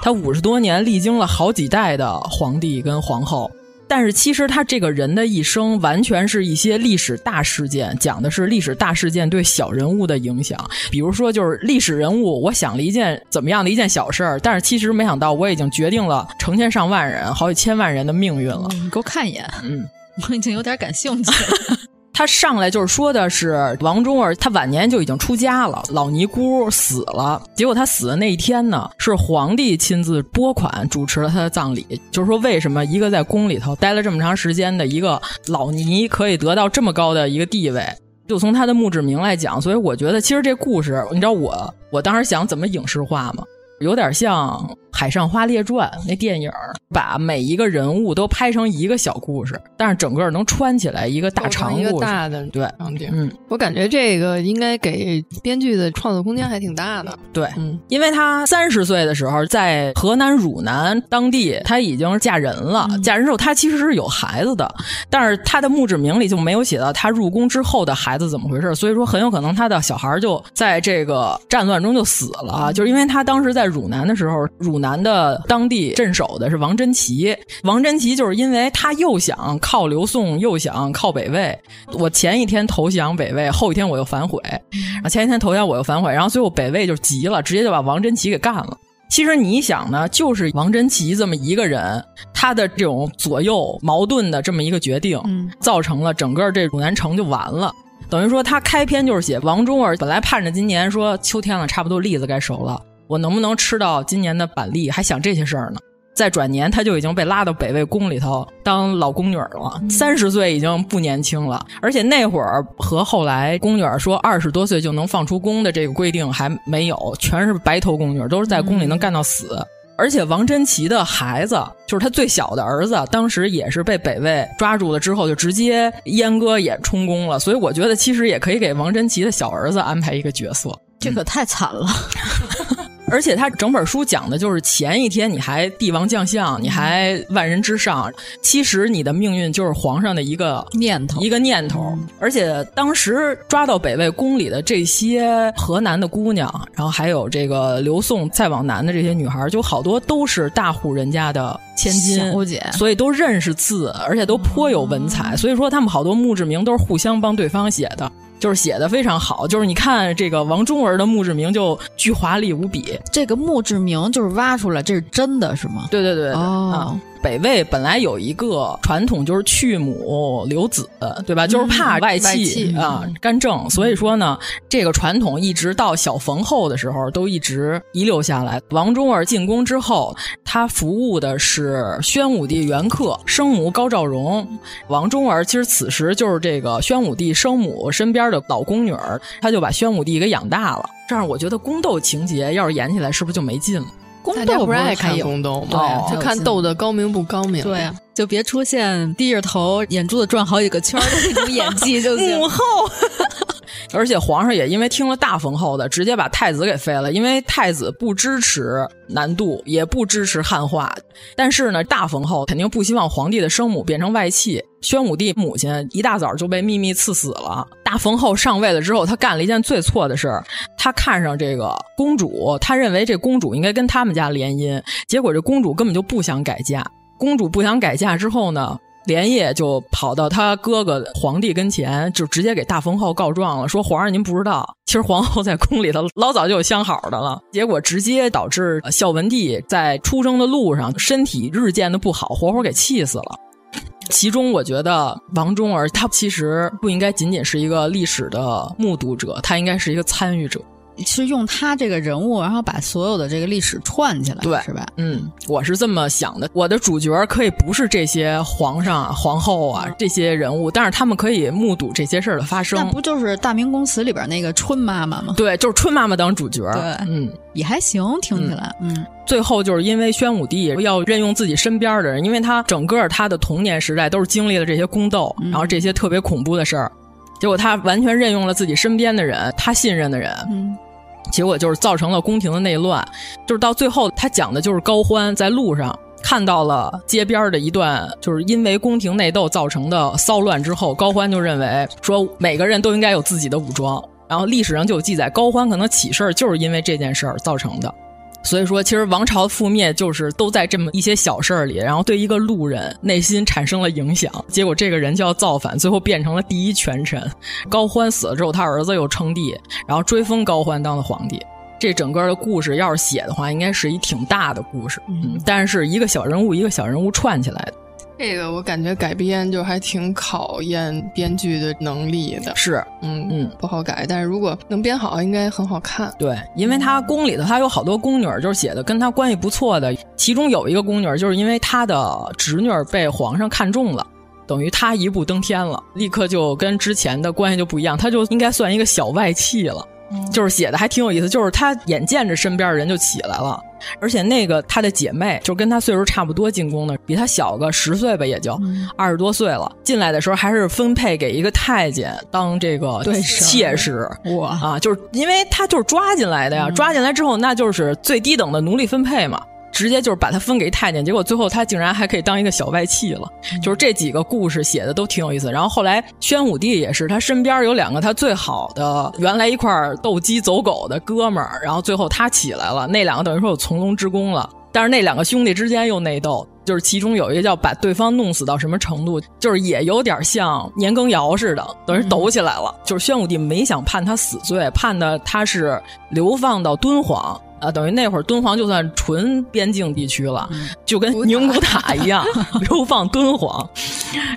Speaker 9: 她五十多年历经了好几代的皇帝跟皇后，但是其实他这个人的一生，完全是一些历史大事件，讲的是历史大事件对小人物的影响。比如说，就是历史人物，我想了一件怎么样的一件小事儿，但是其实没想到我已经决定了成千上万人、好几千万人的命运了。
Speaker 8: 你给我看一眼，
Speaker 9: 嗯，
Speaker 8: 我已经有点感兴趣了。
Speaker 9: 他上来就是说的是王忠儿，他晚年就已经出家了，老尼姑死了。结果他死的那一天呢，是皇帝亲自拨款主持了他的葬礼。就是说，为什么一个在宫里头待了这么长时间的一个老尼，可以得到这么高的一个地位？就从他的墓志铭来讲，所以我觉得其实这故事，你知道我我当时想怎么影视化吗？有点像《海上花列传》那电影儿，把每一个人物都拍成一个小故事，但是整个能穿起来一个大
Speaker 10: 构成
Speaker 9: 长
Speaker 10: 一个
Speaker 9: 故事。
Speaker 10: 大的
Speaker 9: 对，
Speaker 10: 场景。
Speaker 9: 嗯，
Speaker 10: 我感觉这个应该给编剧的创作空间还挺大的。
Speaker 9: 对，
Speaker 10: 嗯，
Speaker 9: 因为她三十岁的时候在河南汝南当地，她已经嫁人了。嫁人之后，她其实是有孩子的，但是她的墓志铭里就没有写到她入宫之后的孩子怎么回事，所以说很有可能她的小孩就在这个战乱中就死了啊，就是因为她当时在汝南的时候，汝南的当地镇守的是王珍奇，王珍奇就是因为他又想靠刘宋，又想靠北魏，我前一天投降北魏，后一天我又反悔，然后前一天投降我又反悔，然后最后北魏就急了，直接就把王珍奇给干了。其实你想呢，就是王珍奇这么一个人，他的这种左右矛盾的这么一个决定，造成了整个这汝南城就完了。等于说他开篇就是写王忠儿本来盼着今年说秋天了，差不多栗子该熟了，我能不能吃到今年的板栗，还想这些事儿呢。再转年，他就已经被拉到北魏宫里头当老宫女儿了，三十岁已经不年轻了。而且那会儿和后来宫女儿说二十多岁就能放出宫的这个规定还没有，全是白头宫女儿，都是在宫里能干到死。而且王珍奇的孩子，就是他最小的儿子，当时也是被北魏抓住了之后，就直接阉割也充公了。所以我觉得其实也可以给王珍奇的小儿子安排一个角色。
Speaker 8: 这可太惨 了，
Speaker 9: 而且他整本书讲的就是前一天你还帝王将相，你还万人之上，其实你的命运就是皇上的一个
Speaker 8: 念头
Speaker 9: 一个念头。而且当时抓到北魏宫里的这些河南的姑娘，然后还有这个刘宋再往南的这些女孩，就好多都是大户人家的千金
Speaker 8: 小姐
Speaker 9: 所以都认识字，而且都颇有文采。所以说他们好多墓志铭都是互相帮对方写的。就是写的非常好，就是你看这个王忠儿的墓志铭就巨华丽无比，
Speaker 8: 这个墓志铭就是挖出来，这是真的是吗？
Speaker 9: 对对对，对
Speaker 8: 哦
Speaker 9: 啊，北魏本来有一个传统，就是去母留子，对吧？就是怕嗯
Speaker 8: 外
Speaker 9: 外戚
Speaker 8: 戚
Speaker 9: 啊干政，所以说呢，这个传统一直到小冯后的时候都一直遗留下来。王忠儿进宫之后，他服务的是宣武帝元恪生母高兆荣。王忠儿其实此时就是这个宣武帝生母身边的老宫女儿，他就把宣武帝给养大了。这样我觉得宫斗情节要是演起来，是不是就没劲了？哦
Speaker 8: 宫
Speaker 10: 大家
Speaker 8: 斗
Speaker 10: 不是爱
Speaker 8: 还
Speaker 10: 看
Speaker 8: 有
Speaker 10: 宫斗
Speaker 8: 对
Speaker 10: 吗
Speaker 8: 啊？
Speaker 10: 就看斗的高明不高明。
Speaker 8: 对啊，就别出现低着头，眼珠子转好几个圈儿的那种演技就行。
Speaker 9: 后。 而且皇上也因为听了大冯后的，直接把太子给废了，因为太子不支持南渡，也不支持汉化。但是呢，大冯后肯定不希望皇帝的生母变成外戚。宣武帝母亲一大早就被秘密赐死了。大冯后上位了之后，他干了一件最错的事儿，他看上这个公主，他认为这公主应该跟他们家联姻，结果这公主根本就不想改嫁。公主不想改嫁之后呢，连夜就跑到他哥哥皇帝跟前，就直接给大封后告状了，说皇上您不知道，其实皇后在宫里头老早就有相好的了。结果直接导致呃孝文帝在出征的路上身体日渐的不好，活活给气死了。其中，我觉得王忠儿他其实不应该仅仅是一个历史的目睹者，他应该是一个参与者。
Speaker 8: 是用他这个人物，然后把所有的这个历史串起来，
Speaker 9: 对，
Speaker 8: 是吧？
Speaker 9: 嗯，我是这么想的。我的主角可以不是这些皇上、皇后啊这些人物，但是他们可以目睹这些事儿的发生。
Speaker 8: 那不就是《大明宫词》里边那个春妈妈吗？
Speaker 9: 对，就是春妈妈当主角。
Speaker 8: 对，
Speaker 9: 嗯，
Speaker 8: 也还行，听起来，嗯。嗯
Speaker 9: 最后就是因为宣武帝要任用自己身边的人，因为他整个他的童年时代都是经历了这些宫斗，
Speaker 8: 嗯、
Speaker 9: 然后这些特别恐怖的事儿，结果他完全任用了自己身边的人，他信任的人。
Speaker 8: 嗯。
Speaker 9: 结果就是造成了宫廷的内乱，就是到最后他讲的就是高欢在路上看到了街边的一段，就是因为宫廷内斗造成的骚乱之后，高欢就认为说每个人都应该有自己的武装，然后历史上就有记载，高欢可能起事儿就是因为这件事儿造成的。所以说，其实王朝覆灭就是都在这么一些小事儿里，然后对一个路人内心产生了影响，结果这个人就要造反，最后变成了第一权臣。高欢死了之后，他儿子又称帝，然后追封高欢当了皇帝。这整个的故事要是写的话，应该是一挺大的故事，嗯，但是一个小人物一个小人物串起来的。
Speaker 10: 这个我感觉改编就还挺考验编剧的能力的，
Speaker 9: 是，
Speaker 10: 嗯
Speaker 9: 嗯，
Speaker 10: 不好改，但是如果能编好，应该很好看。
Speaker 9: 对，因为他宫里头他有好多宫女，就是写的跟他关系不错的，其中有一个宫女，就是因为她的侄女被皇上看中了。等于她一步登天了，立刻就跟之前的关系就不一样，她就应该算一个小外戚了。就是写的还挺有意思，就是他眼见着身边的人就起来了，而且那个他的姐妹就跟他岁数差不多进宫的，比他小个十岁吧，也就二十多岁了。进来的时候还是分配给一个太监当这个妾室，
Speaker 8: 嗯哇
Speaker 9: 啊，就是因为他就是抓进来的呀，抓进来之后那就是最低等的奴隶分配嘛。直接就是把他分给太监，结果最后他竟然还可以当一个小外戚了。就是这几个故事写的都挺有意思。然后后来宣武帝也是，他身边有两个他最好的，原来一块斗鸡走狗的哥们儿，然后最后他起来了，那两个等于说有从龙之功了。但是那两个兄弟之间又内斗，就是其中有一个叫把对方弄死到什么程度，就是也有点像年羹尧似的，等于抖起来了。就是宣武帝没想判他死罪，判的他是流放到敦煌。啊，等于那会儿敦煌就算纯边境地区了，
Speaker 8: 嗯、
Speaker 9: 就跟宁古塔一样流放敦煌。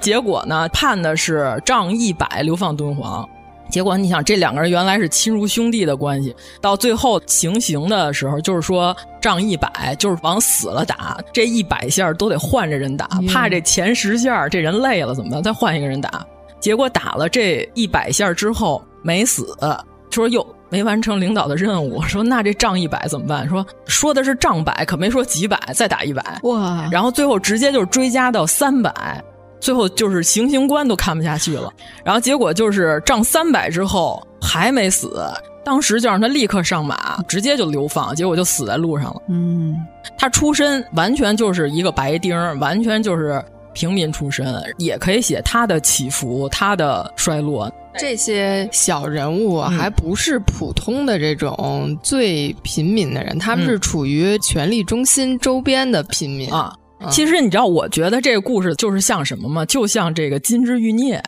Speaker 9: 结果呢，判的是杖一百，流放敦煌。结果你想，这两个人原来是亲如兄弟的关系，到最后行刑的时候，就是说杖一百，就是往死了打，这一百下都得换着人打，
Speaker 8: 嗯、
Speaker 9: 怕这前十下这人累了怎么办？再换一个人打。结果打了这一百下之后没死，说又没完成领导的任务，说那这仗一百怎么办？说说的是仗百，可没说几百，再打一百，
Speaker 8: 哇！
Speaker 9: 然后最后直接就是追加到三百，最后就是行刑官都看不下去了，然后结果就是仗三百之后还没死，当时就让他立刻上马，直接就流放，结果就死在路上了。
Speaker 8: 嗯，
Speaker 9: 他出身完全就是一个白丁，完全就是平民出身，也可以写他的起伏，他的衰落。
Speaker 10: 这些小人物
Speaker 9: 嗯
Speaker 10: 还不是普通的这种最贫民的人，嗯、他们是处于权力中心周边的贫民嗯
Speaker 9: 啊。其实你知道，我觉得这个故事就是像什么吗？就像这个《金枝玉 孽》。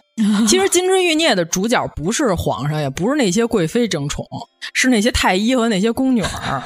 Speaker 9: 其实《金枝玉孽》的主角不是皇上，也不是那些贵妃争宠，是那些太医和那些宫女 儿，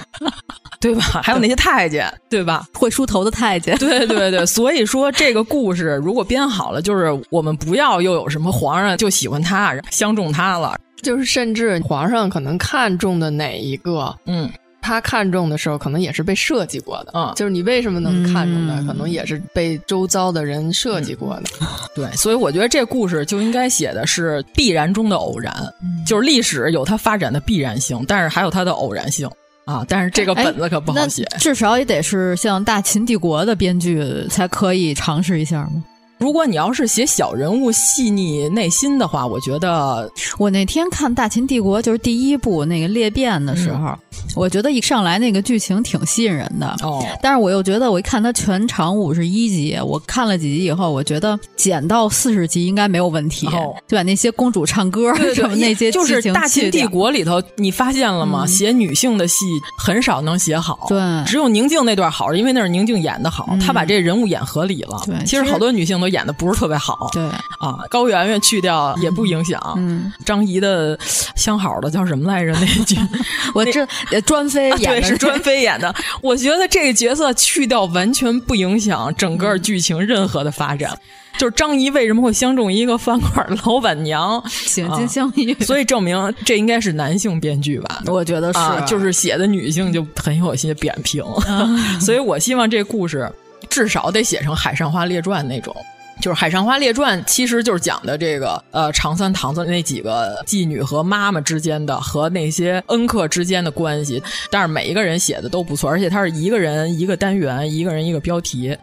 Speaker 9: 对吧？还有那些太监，对吧？
Speaker 8: 会梳头的太监。
Speaker 9: 对对对，所以说这个故事如果编好了，就是我们不要又有什么皇上就喜欢他，相中他了，
Speaker 10: 就是甚至皇上可能看中的哪一个，
Speaker 9: 嗯。
Speaker 10: 他看中的时候，可能也是被设计过的。
Speaker 9: 嗯，
Speaker 10: 就是你为什么能看中他，嗯、可能也是被周遭的人设计过的。
Speaker 9: 嗯、对，所以我觉得这故事就应该写的是必然中的偶然，嗯、就是历史有它发展的必然性，但是还有它的偶然性啊。但是这
Speaker 10: 哎
Speaker 9: 个本子可不好写，
Speaker 8: 至少也得是像《大秦帝国》的编剧才可以尝试一下嘛。
Speaker 9: 如果你要是写小人物细腻内心的话，我觉得
Speaker 8: 我那天看《大秦帝国》就是第一部那个裂变的时候，嗯、我觉得一上来那个剧情挺吸引人的。
Speaker 9: 哦，
Speaker 8: 但是我又觉得我一看它全长五十一集，我看了几集以后，我觉得减到四十集应该没有问题，
Speaker 9: 哦、
Speaker 8: 就把那些公主唱歌什么那些
Speaker 9: 就是《大秦帝国》里头，你发现了吗？
Speaker 8: 嗯、
Speaker 9: 写女性的戏很少能写好，
Speaker 8: 对，
Speaker 9: 只有宁静那段好，因为那是宁静演的好，她、
Speaker 8: 嗯、
Speaker 9: 把这人物演合理了。
Speaker 8: 对，
Speaker 9: 其实好多女性都。演的不是特别好。
Speaker 8: 对
Speaker 9: 啊，高圆圆去掉也不影响。
Speaker 8: 嗯，
Speaker 9: 张怡的相好的叫什么来着？那剧
Speaker 8: 我这呃啊专飞演的、
Speaker 9: 对是专飞演的。 我觉得这个角色去掉完全不影响整个剧情任何的发展。就是张仪为什么会相中一个饭馆老板娘，
Speaker 8: 请君相遇、 啊，
Speaker 9: 所以证明这应该是男性编剧吧？
Speaker 8: 我觉得是、啊，
Speaker 9: 就是写的女性就很有一些扁平，啊、 所以我希望这故事至少得写成《海上花列传》那种。就是《海上花列传》，其实就是讲的这个呃长三堂子那几个妓女和妈妈之间的和那些恩客之间的关系，但是每一个人写的都不错，而且他是一个人一个单元，一个人一个标题，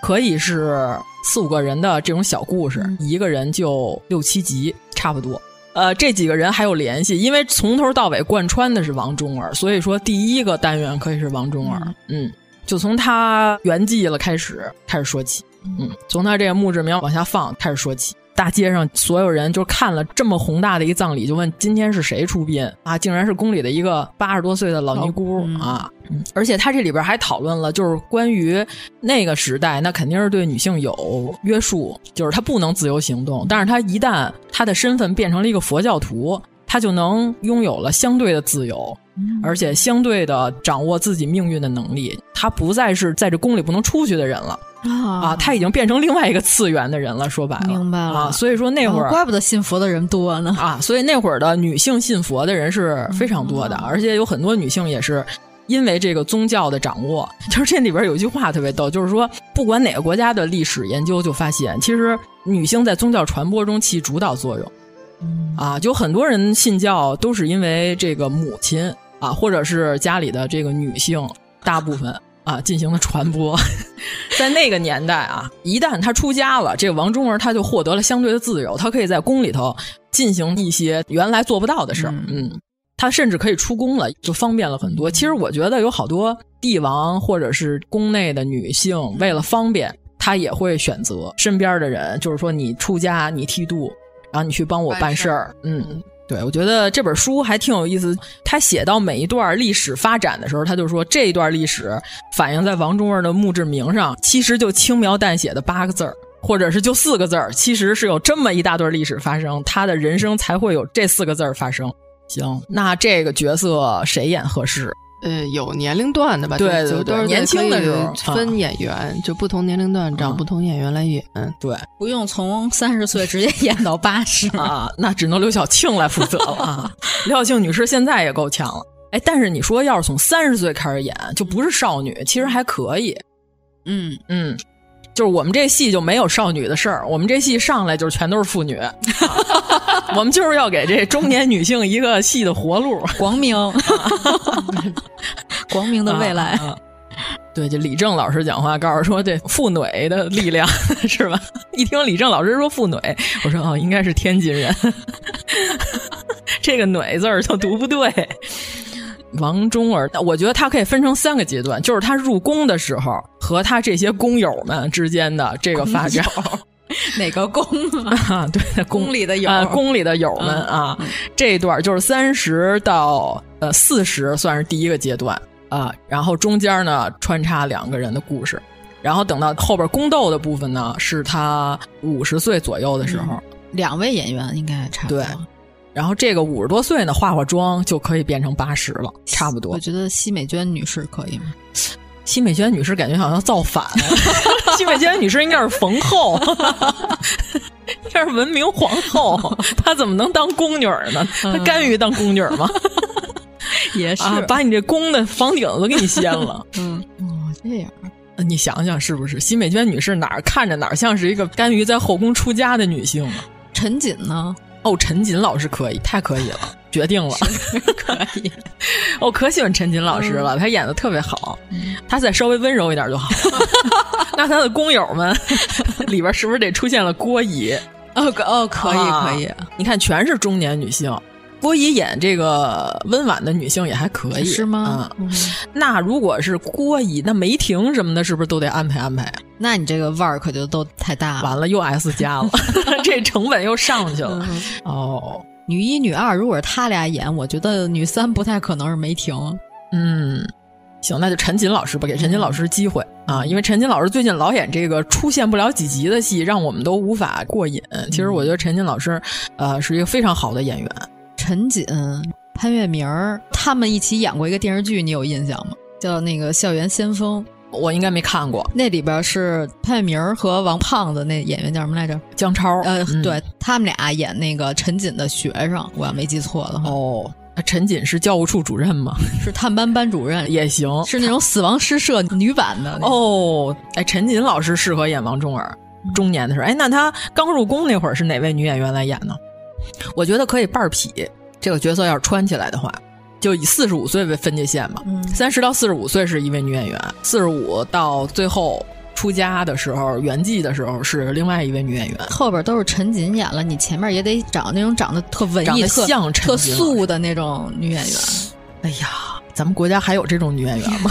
Speaker 9: 可以是四五个人的这种小故事，嗯、一个人就六七集差不多。呃，这几个人还有联系，因为从头到尾贯穿的是王忠儿，所以说第一个单元可以是王忠儿，嗯,嗯，就从他圆寂了开始开始说起。嗯，从他这个墓志铭往下放开始说起，大街上所有人就看了这么宏大的一葬礼，就问今天是谁出殡啊？竟然是宫里的一个八十多岁的老尼姑、嗯、啊！而且他这里边还讨论了，就是关于那个时代，那肯定是对女性有约束，就是她不能自由行动，但是她一旦她的身份变成了一个佛教徒，她就能拥有了相对的自由。而且相对的掌握自己命运的能力，他不再是在这宫里不能出去的人了、啊、啊，他已经变成另外一个次元的人了。说白了，
Speaker 8: 明白了
Speaker 9: 啊。所以说那会儿、哦，
Speaker 8: 怪不得信佛的人多呢
Speaker 9: 啊。所以那会儿的女性信佛的人是非常多的，嗯、而且有很多女性也是因为这个宗教的掌握。 就是这里边有一句话特别逗，就是说不管哪个国家的历史研究就发现，其实女性在宗教传播中起主导作用。嗯、啊，就很多人信教都是因为这个母亲。啊，或者是家里的这个女性，大部分啊进行了传播， 在那个年代啊，一旦她出家了，这个王忠儿她就获得了相对的自由，她可以在宫里头进行一些原来做不到的事儿，嗯,嗯，她甚至可以出宫了，就方便了很多。其实我觉得有好多帝王或者是宫内的女性，为了方便，她也会选择身边的人，就是说你出家，你剃度，然后你去帮我办事儿，嗯。对，我觉得这本书还挺有意思。他写到每一段历史发展的时候，他就说这一段历史反映在王忠儿的墓志铭上，其实就轻描淡写的八个字儿，或者是就四个字儿，其实是有这么一大段历史发生，他的人生才会有这四个字儿发生。行，那这个角色谁演合适？
Speaker 10: 呃，有年龄段的吧？
Speaker 9: 对
Speaker 10: 对对，
Speaker 9: 年轻的时候
Speaker 10: 分演员，嗯、就不同年龄段找不同演员来演。嗯、
Speaker 9: 对，
Speaker 8: 不用从三十岁直接演到八十
Speaker 9: 啊，那只能刘晓庆来负责了啊。刘晓庆女士现在也够呛了，哎，但是你说要是从三十岁开始演，就不是少女，其实还可以。
Speaker 8: 嗯
Speaker 9: 嗯。嗯就是我们这戏就没有少女的事儿，我们这戏上来就是全都是妇女， 啊我们就是要给这中年女性一个戏的活路，
Speaker 8: 光明， 光明的未来。
Speaker 9: 啊啊、对，这李正老师讲话告诉说这妇女的力量 是吧？一听李正老师说妇女，我说哦，应该是天津人， 这个“女”字儿就读不对。王忠儿，我觉得他可以分成三个阶段，就是他入宫的时候和他这些宫友们之间的这个发展。
Speaker 8: 哪个宫
Speaker 9: 啊？对，
Speaker 8: 宫里的友，
Speaker 9: 啊、宫里的友们啊，嗯、这一段就是三十到呃四十，算是第一个阶段啊。然后中间呢穿插两个人的故事，然后等到后边宫斗的部分呢，是他五十岁左右的时候。嗯、
Speaker 8: 两位演员应该差不多。
Speaker 9: 对然后这个五十多岁呢，化化妆就可以变成八十了，差不多。
Speaker 8: 我觉得奚美娟女士可以吗？
Speaker 9: 奚美娟女士感觉好像造反， 奚美娟女士应该是冯后， 应该是文明皇后，她怎么能当宫女呢？她甘于当宫女吗？
Speaker 8: 也嗯是、
Speaker 9: 啊，把你这宫的房顶子都给你掀了。
Speaker 8: 嗯，哦，这样。
Speaker 9: 呃你想想是不是？奚美娟女士哪儿看着哪儿像是一个甘于在后宫出家的女性啊？
Speaker 8: 陈瑾呢？
Speaker 9: 哦，陈瑾老师可以，太可以了，决定了，
Speaker 8: 可以。
Speaker 9: 我、哦、可喜欢陈瑾老师了，嗯、他演的特别好，嗯、他再稍微温柔一点就好。 那他的工友们里边是不是得出现了郭姨？
Speaker 8: 哦哦，可以、啊、可以，
Speaker 9: 你看全是中年女性，郭姨演这个温婉的女性也还可以，
Speaker 8: 是吗？
Speaker 9: 嗯，那如果是郭姨，那梅婷什么的，是不是都得安排安排？
Speaker 8: 那你这个腕儿可就都太大了，
Speaker 9: 完了又 S 加 了，这成本又上去
Speaker 8: 嗯
Speaker 9: 了。哦，
Speaker 8: 女一、女二，如果是他俩演，我觉得女三不太可能是梅婷。
Speaker 9: 嗯，行，那就陈锦老师吧，给陈锦老师机会啊，因为陈锦老师最近老演这个出现不了几集的戏，让我们都无法过瘾。其实我觉得陈锦老师，呃，是一个非常好的演员。
Speaker 8: 陈锦、潘粤明儿他们一起演过一个电视剧，你有印象吗？叫那个《校园先锋》，
Speaker 9: 我应该没看过。
Speaker 8: 那里边是潘粤明儿和王胖子，那演员叫什么来着？
Speaker 9: 姜超。
Speaker 8: 呃，嗯、对他们俩演那个陈锦的学生，我要没记错的话。
Speaker 9: 哦。陈锦是教务处主任吗？
Speaker 8: 是探班班主任
Speaker 9: 也行，
Speaker 8: 是那种死亡诗社女版的
Speaker 9: 哦。哎，陈锦老师适合演王中儿，中年的时候。哎，那他刚入宫那会儿是哪位女演员来演呢？我觉得可以半匹这个角色要是穿起来的话，就以四十五岁为分界线嘛。三十、嗯、到四十五岁是一位女演员，四十五到最后出家的时候，圆寂的时候是另外一位女演员。
Speaker 8: 后边都是陈锦演了，你前面也得找那种长得特文艺、特
Speaker 9: 像
Speaker 8: 特素的那种女演员。
Speaker 9: 哎呀，咱们国家还有这种女演员 吗？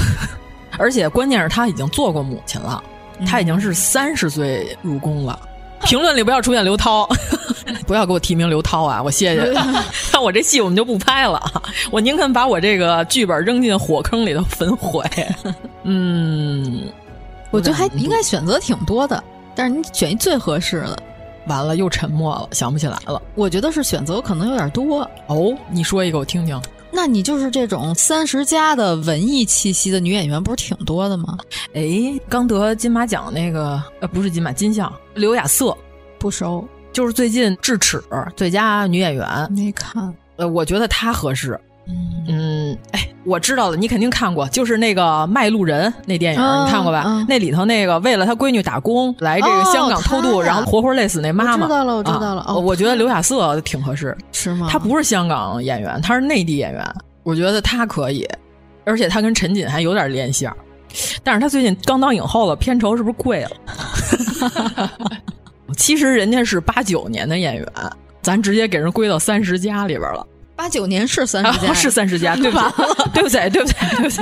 Speaker 9: 而且关键是她已经做过母亲了，嗯、她已经是三十岁入宫了。评论里不要出现刘涛， 不要给我提名刘涛啊！我 谢谢。那我这戏我们就不拍了，我宁肯把我这个剧本扔进火坑里头 焚毁。嗯，
Speaker 8: 我觉得还应该选择挺多的，但是你选一最合适的。
Speaker 9: 完了，又沉默了，想不起来了。
Speaker 8: 我觉得是选择可能有点多
Speaker 9: 哦。你说一个我听听。
Speaker 8: 那你就是这种三十加的文艺气息的女演员，不是挺多的吗？
Speaker 9: 哎，刚得金马奖那个，呃，不是金马，金像，刘亚瑟，
Speaker 8: 不熟，
Speaker 9: 就是最近《智齿》最佳女演员，
Speaker 8: 没看。
Speaker 9: 呃，我觉得她合适。嗯，哎，我知道了，你肯定看过，就是那个《卖路人》那电影，
Speaker 8: 啊
Speaker 9: 哦、你看过吧？哦、那里头那个为了他闺女打工来这个香港偷渡，
Speaker 8: 哦、
Speaker 9: 然后活活累死那妈妈。
Speaker 8: 知道了，我知道了。哦
Speaker 9: 啊、我觉得刘亚瑟挺合适，
Speaker 8: 是吗？
Speaker 9: 他不是香港演员，他是内地演员，我觉得他可以，而且他跟陈锦还有点联系，但是他最近刚当影后了， 片酬是不是贵了？其实人家是八九年的演员，咱直接给人归到三十加里边了。
Speaker 8: 八九年是三十加，
Speaker 9: 啊 是三十加，对吧？ 对不起，对不起，对不起。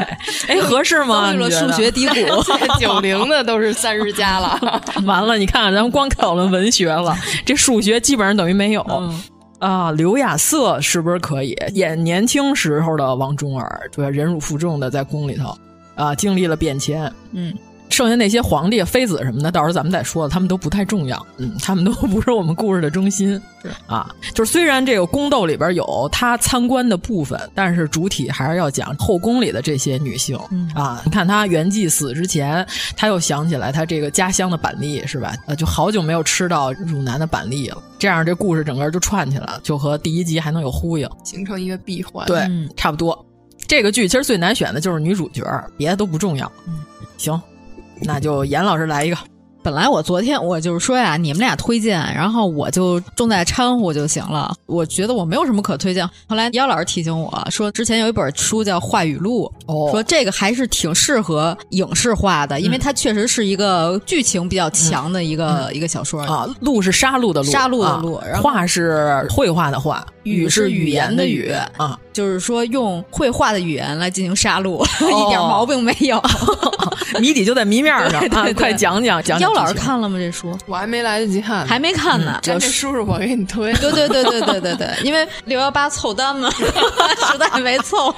Speaker 9: 哎，合适吗？
Speaker 8: 了数学 低谷，
Speaker 10: 九零的都是三十加了。
Speaker 9: 完了，你看咱们光讨论文学了，这数学基本上等于没有
Speaker 8: 嗯
Speaker 9: 啊。刘亚瑟是不是可以演年轻时候的王中儿？对，忍辱负重的在宫里头啊，经历了变迁。
Speaker 8: 嗯，
Speaker 9: 剩下那些皇帝、妃子什么的，到时候咱们再说，他们都不太重要。嗯，他们都不是我们故事的中心。啊，就是虽然这个宫斗里边有她参观的部分，但是主体还是要讲后宫里的这些女性、嗯、啊。你看她圆寂死之前，她又想起来她这个家乡的板栗是吧？呃，就好久没有吃到汝南的板栗了。这样这故事整个就串起来了，就和第一集还能有呼应，
Speaker 10: 形成一个闭环。
Speaker 9: 对，嗯、差不多。这个剧其实最难选的就是女主角，别的都不重要。嗯、行，那就严老师来一个。
Speaker 8: 本来我昨天我就是说呀、啊，你们俩推荐，然后我就重在掺和就行了。我觉得我没有什么可推荐。后来姚老师提醒我说，之前有一本书叫《话语录》，
Speaker 9: 哦、
Speaker 8: 说这个还是挺适合影视化的，因为它确实是一个剧情比较强的一个、
Speaker 9: 嗯、
Speaker 8: 一个小说、
Speaker 9: 嗯、啊。录是杀戮的录，
Speaker 8: 杀戮的录，
Speaker 9: 啊、话是绘画的画，
Speaker 8: 语
Speaker 9: 是语言的
Speaker 8: 语
Speaker 9: 啊，
Speaker 8: 就是说用绘画的语言来进行杀 戮，哦、一点毛病没
Speaker 9: 哦
Speaker 8: 有。
Speaker 9: 谜底就在谜面 上
Speaker 8: 啊，
Speaker 9: 快讲讲讲嗯
Speaker 8: 讲。老师看了吗？这书
Speaker 10: 我还没来得及看，
Speaker 8: 还没看呢。
Speaker 10: 这书是我给你推，
Speaker 8: 对对对对对对对，因为六幺八凑单嘛， 实在没 凑。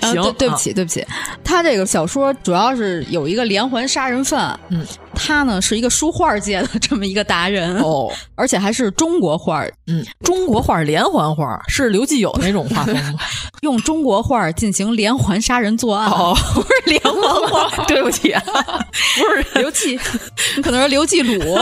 Speaker 8: 然后
Speaker 9: 行，
Speaker 8: 对不起对不起。他这个小说主要是有一个连环杀人犯，
Speaker 9: 嗯，
Speaker 8: 他呢是一个书画界的这么一个达人
Speaker 9: 哦，
Speaker 8: 而且还是中国画，
Speaker 9: 嗯，中国画连环画是刘继友那种画 风吗？
Speaker 8: 用中国画进行连环杀人作案，
Speaker 9: 哦，
Speaker 8: 不是连环画，
Speaker 9: 对不起，啊
Speaker 8: 不是 刘继。你可能说刘继 鲁，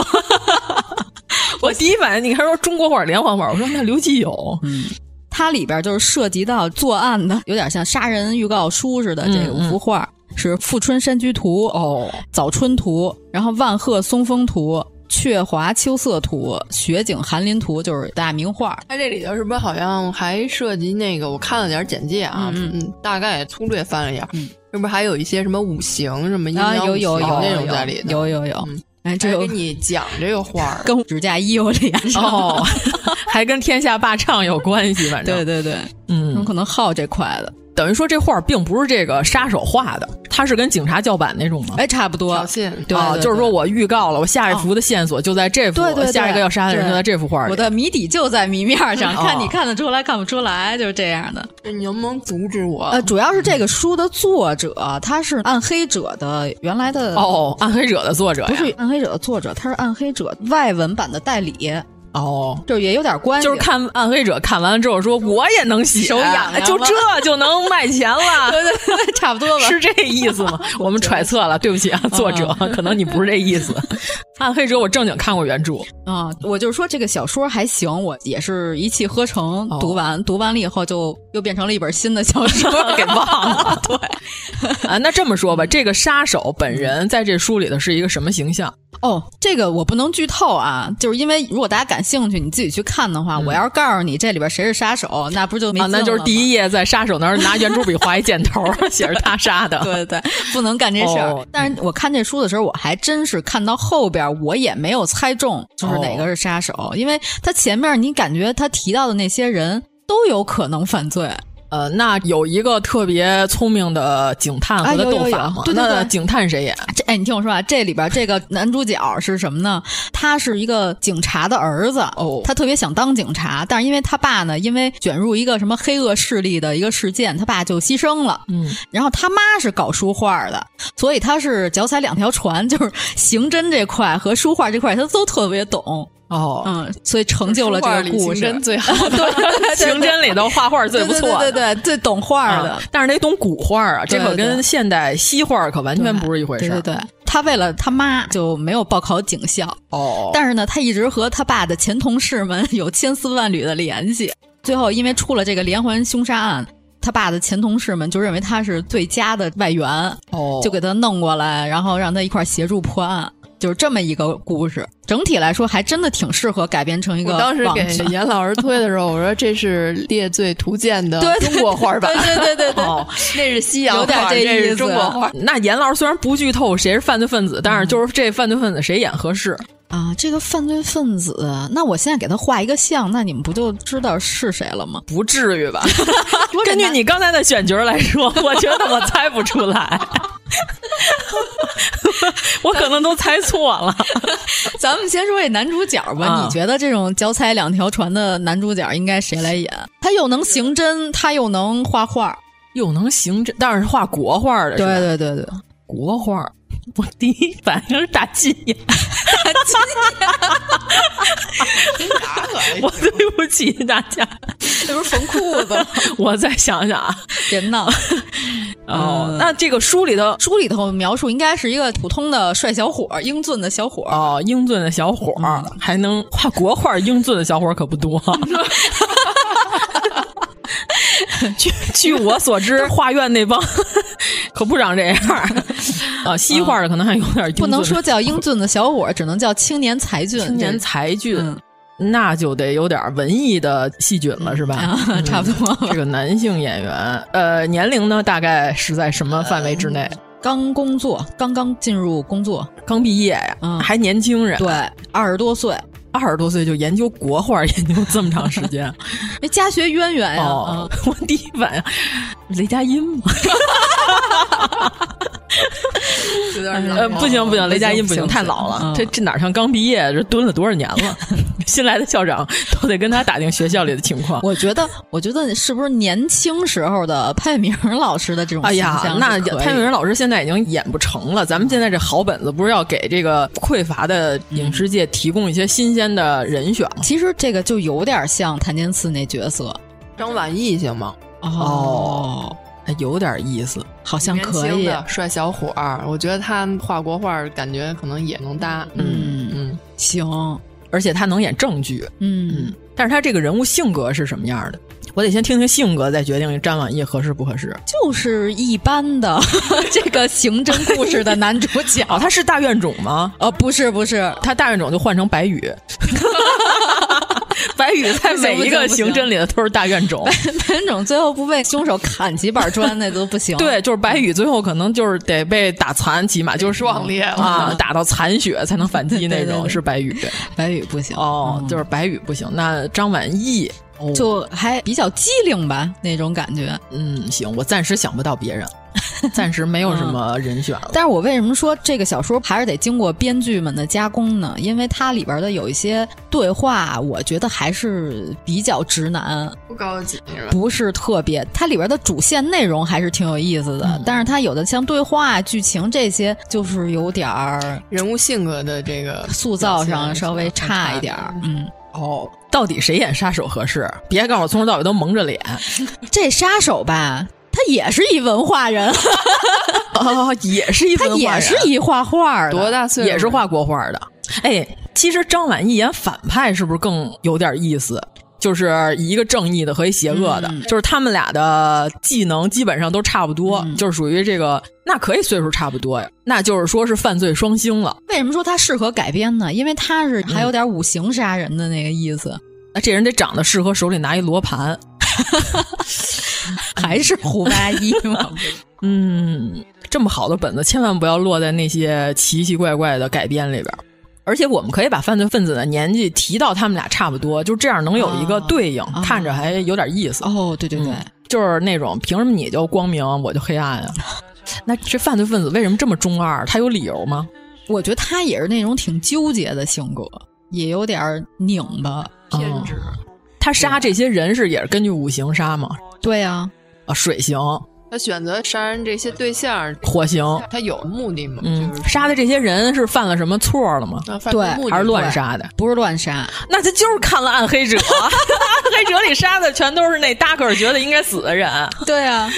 Speaker 9: 我第一反应你还说中国画连环画，我说那刘继友，
Speaker 8: 嗯，它里边就是涉及到作案的，有点像杀人预告书似的这五幅画，
Speaker 9: 嗯、
Speaker 8: 是《富春山居图》
Speaker 9: 哦，
Speaker 8: 《早春图》，然后《万壑松风图》。鹊华秋色图、雪景寒林图就是大名画。
Speaker 10: 它这里头是不是好像还涉及那个？我看了点简介啊，
Speaker 8: 嗯,
Speaker 10: 嗯，大概粗略翻了一下，
Speaker 8: 嗯、啊
Speaker 10: 是不是还有一些什么五行什么阴
Speaker 8: 阳五行
Speaker 10: 那种在里头？
Speaker 8: 哦有有有。
Speaker 10: 嗯
Speaker 8: 哎，这
Speaker 10: 跟你讲这个画儿，
Speaker 8: 跟指甲衣服连 上
Speaker 9: 哦 哦，还跟天下霸唱有关系，反
Speaker 8: 正对对对，
Speaker 9: 嗯，
Speaker 8: 可能好这块的。
Speaker 9: 等于说这画并不是这个杀手画的，它是跟警察叫板那种吗？
Speaker 8: 哎，差不多。
Speaker 10: 挑衅
Speaker 8: 对
Speaker 9: 啊，就是说我预告了，我下一幅的线索就在这幅，
Speaker 8: 对对对
Speaker 9: 下一个要杀的人
Speaker 8: 对
Speaker 9: 就在这幅画里。
Speaker 8: 我的谜底就在谜面上，
Speaker 9: 哦
Speaker 8: 看你看得出来看不出来，就是这样的。
Speaker 10: 你能不能阻止我？
Speaker 8: 呃，主要是这个书的作者他是《暗黑者》的原来的
Speaker 9: 哦，暗黑者的作者呀
Speaker 8: 不是《暗黑者》的作者，他是《暗黑者》外文版的代理，
Speaker 9: 哦，
Speaker 8: 就是也有点关系。
Speaker 9: 就是看《暗黑者》看完了之后说，我也能写，
Speaker 8: 手痒痒
Speaker 9: 啊就
Speaker 8: 了
Speaker 9: 这就能卖钱了。
Speaker 8: 啊 对对对，差不多吧。嗯
Speaker 9: 是这意思 吗？我们揣测了，对不起啊，作者，可能你不是这意思。暗黑者我正经看过原著，
Speaker 8: 啊、我就是说这个小说还行，我也是一气呵成
Speaker 9: 哦，
Speaker 8: 读完，读完了以后就又变成了一本新的小说
Speaker 9: 给忘了。对，啊，那这么说吧，这个杀手本人在这书里的是一个什么形象？
Speaker 8: 哦，这个我不能剧透啊，就是因为如果大家感兴趣，你自己去看的话，我要是告诉你这里边谁是杀手，那不是就没
Speaker 9: 嗯啊，那就是第
Speaker 8: 一。
Speaker 9: 一页在杀手那儿拿圆珠笔画一箭头， 写着他杀的。
Speaker 8: 对对，对，不能干这事儿。
Speaker 9: 哦
Speaker 8: 但是我看这书的时候，我还真是看到后边，我也没有猜中就是哪个是杀手，因为他前面你感觉他提到的那些人都有可能犯罪，
Speaker 9: 呃，那有一个特别聪明的警探和
Speaker 8: 啊
Speaker 9: 他
Speaker 8: 有有
Speaker 9: 斗法
Speaker 8: 有
Speaker 9: 嘛？
Speaker 8: 对对
Speaker 9: 那
Speaker 8: 对
Speaker 9: 警探谁演？
Speaker 8: 这哎，你听我说啊，这里边这个男主角是什么呢？他是一个警察的儿子
Speaker 9: 哦
Speaker 8: 他特别想当警察，但是因为他爸呢，因为卷入一个什么黑恶势力的一个事件，他爸就牺牲了。
Speaker 9: 嗯，
Speaker 8: 然后他妈是搞书画的，所以他是脚踩两条船，就是刑侦这块和书画这块他都特别懂。
Speaker 9: 哦，
Speaker 8: 嗯，所以成就了这个故事。
Speaker 10: 真最好
Speaker 8: 对对对，
Speaker 9: 啊 刑侦里头画画最不错的，
Speaker 8: 对对对对，最懂画的
Speaker 9: 啊。但是得懂古画啊，这
Speaker 8: 对
Speaker 9: 可
Speaker 8: 对
Speaker 9: 跟现代西画可完全不是一回事儿。
Speaker 8: 对对对，他为了他妈就没有报考警校，
Speaker 9: 哦，
Speaker 8: 但是呢，他一直和他爸的前同事们有千丝万缕的联系。最后，因为出了这个连环凶杀案，他爸的前同事们就认为他是最佳的外援，
Speaker 9: 哦，
Speaker 8: 就给他弄过来，然后让他一块儿协助破案。就是这么一个故事，整体来说还真的挺适合改编成一个
Speaker 10: 我当时
Speaker 8: 网
Speaker 10: 给
Speaker 8: 剧。
Speaker 10: 严老师推的时候，我说这是《列罪图鉴》的中国画版，
Speaker 8: 对对对对对，
Speaker 9: 哦，
Speaker 10: 那是西洋
Speaker 8: 有点
Speaker 10: 画，
Speaker 8: 这
Speaker 10: 这
Speaker 8: 意
Speaker 10: 是
Speaker 8: 思
Speaker 10: 中国画。
Speaker 9: 那严老师虽然不剧透谁是犯罪分子，但
Speaker 8: 嗯
Speaker 9: 是就是这犯罪分子谁演合适？
Speaker 8: 啊，这个犯罪分子，那我现在给他画一个像，那你们不就知道是谁了吗？
Speaker 9: 不至于吧？
Speaker 8: 我给
Speaker 9: 根据
Speaker 8: 他
Speaker 9: 你刚才的选角来说，我觉得我猜不 出来，我可能都猜错了。
Speaker 8: 咱们先说这男主角吧，
Speaker 9: 啊
Speaker 8: 你觉得这种脚踩两条船的男主角应该谁来演？他又能刑侦，他又能画画，
Speaker 9: 又能行这，但是画国画的，
Speaker 8: 对，对对对，
Speaker 9: 国画。我第一反应是大金眼， 我对不起大家，
Speaker 8: 这不是缝裤 子？
Speaker 9: 我再想想啊。
Speaker 8: 别闹！嗯
Speaker 9: 哦，那这个书里头
Speaker 8: 书里头描述应该是一个普通的帅小伙，英俊的小伙。
Speaker 9: 哦，英俊的小伙儿、
Speaker 8: 嗯
Speaker 9: 还能画国画，英俊的小伙儿可不多。 据据我 所知，画院那帮 可不长这样儿啊。西画的可能还有点英俊，
Speaker 8: 不能说叫英俊的小伙，只能叫青年才俊。
Speaker 9: 青年才俊，
Speaker 8: 嗯
Speaker 9: 那就得有点文艺的细菌了，是吧？嗯
Speaker 8: 啊， 差不多吧。
Speaker 9: 这个男性演员，呃，年龄呢大概是在什么范围之
Speaker 8: 嗯
Speaker 9: 内？
Speaker 8: 刚工作，刚刚进入工作，
Speaker 9: 刚毕业呀、
Speaker 8: 嗯
Speaker 9: 还年轻人，
Speaker 8: 对，，二十多岁，
Speaker 9: 二十多岁就研究国画， 研究这么长时间，
Speaker 8: 那哎家学渊
Speaker 10: 哎
Speaker 8: 源呀、啊
Speaker 9: 哦，
Speaker 10: 嗯
Speaker 9: 我第一反应雷佳音吗？
Speaker 8: 有
Speaker 10: 嗯
Speaker 9: 呃，不行不行，雷佳音不行，太老
Speaker 8: 嗯
Speaker 9: 了。这这哪像刚毕业，这蹲了多少年 了？新来的校长都得跟他打听学校里的情况。
Speaker 8: 我觉得，我觉得是不是年轻时候的潘粤明老师的这种
Speaker 9: 哎
Speaker 8: 形象
Speaker 9: 呀
Speaker 8: 是可以？，
Speaker 9: 那潘粤明老师现在已经演不成了。咱们现在这好本子不是要给这个匮乏的影视界提供一些新鲜的人选吗？
Speaker 8: 其实这个就有点像谭健次那角色
Speaker 10: 张晚意行吗？
Speaker 9: 哦，还哦有点意思。
Speaker 8: 好像可
Speaker 10: 年轻
Speaker 8: 以。
Speaker 10: 的帅小伙儿，我觉得他画国画，感觉可能也能搭。
Speaker 8: 嗯
Speaker 10: 嗯，
Speaker 8: 行，
Speaker 9: 而且他能演正剧，
Speaker 8: 嗯
Speaker 9: 嗯，但是他这个人物性格是什么样的？我得先听听性格，再决定张晚意合适不合适。
Speaker 8: 就是一般 的这个刑侦 故事的男主角。
Speaker 9: 哦，他是大怨种吗？
Speaker 8: 哦，不是不是，
Speaker 9: 他大怨种就换成白 宇，白宇在每一个刑侦里的都是大怨种。
Speaker 8: 潘总最后不被凶手砍几板砖，那都不行。
Speaker 9: 对，就是白宇最后可能就是得被打残，起码就是
Speaker 10: 壮烈了
Speaker 9: 啊，打到残血才能反击那
Speaker 8: 对对
Speaker 9: 种，
Speaker 8: 对
Speaker 9: 是白宇。
Speaker 8: 白宇不行。
Speaker 9: 嗯哦，就是白宇不行，那张晚意
Speaker 8: 就还比较机灵吧那种感觉。
Speaker 9: 嗯，行，我暂时想不到别人， 暂时没有什
Speaker 8: 嗯
Speaker 9: 么人选了。
Speaker 8: 但是我为什么说这个小说还是得经过编剧们的加工呢？因为它里边的有一些对话，我觉得还是比较直男，
Speaker 10: 不高级是吧？
Speaker 8: 不是特别。它里边的主线内容还是挺有意思的，
Speaker 9: 嗯
Speaker 8: 但是它有的像对话、剧情这些，就是有点儿
Speaker 10: 人物性格的这个
Speaker 8: 塑造上稍微
Speaker 10: 差
Speaker 8: 差一点儿。嗯，
Speaker 9: 哦，到底谁演杀手合适？别告诉我从头到尾都蒙着脸。
Speaker 8: 这杀手吧，他也是一文化 人，
Speaker 9: 哦，也是一
Speaker 8: 他
Speaker 9: 文化
Speaker 8: 也
Speaker 9: 人啊
Speaker 8: 是一画画的，
Speaker 10: 多大岁数
Speaker 9: 也是画国画的。哎，其实张晚意演反派是不是更有点意思？就是一个正义的和一邪恶的，
Speaker 8: 嗯
Speaker 9: 就是他们俩的技能基本上都差不多，
Speaker 8: 嗯
Speaker 9: 就是属于这个，那可以岁数差不多呀，那就是说是犯罪双星了。
Speaker 8: 为什么说它适合改编呢？因为它是还有点五行杀人的那个意思，
Speaker 10: 嗯
Speaker 9: 那这人得长得适合手里拿一罗盘，
Speaker 8: 还是胡八一 嘛？
Speaker 9: 嗯，这么好的本子，千万不要落在那些奇奇怪怪的改编里边儿。而且我们可以把犯罪分子的年纪提到他们俩差不多，就这样能有一个对应，
Speaker 8: 啊
Speaker 9: 看着还有点意思。
Speaker 8: 哦，对对对，
Speaker 9: 嗯就是那种凭什么你就光明，我就黑 暗呀、那这犯罪分子为什么这么中二？他有理由吗？
Speaker 8: 我觉得他也是那种挺纠结的性格，也有点儿拧巴。嗯
Speaker 9: 偏执。他杀这些人是也是根据五行杀吗？
Speaker 8: 对呀、
Speaker 9: 啊，水刑、
Speaker 10: 他选择杀人这些对象，
Speaker 9: 火刑，
Speaker 10: 他有目的吗？
Speaker 9: 嗯
Speaker 10: 就，是啊
Speaker 9: 杀的这些人是犯了什么错了吗？
Speaker 10: 那犯罪
Speaker 8: 对
Speaker 10: 目的
Speaker 9: 还是乱杀的？
Speaker 8: 不是乱杀，
Speaker 10: 哦
Speaker 9: 那他就是看了《 暗黑者》，《暗黑者》里杀的全都是那达克尔觉得应该死的人，
Speaker 8: 对
Speaker 9: 啊
Speaker 8: 呀、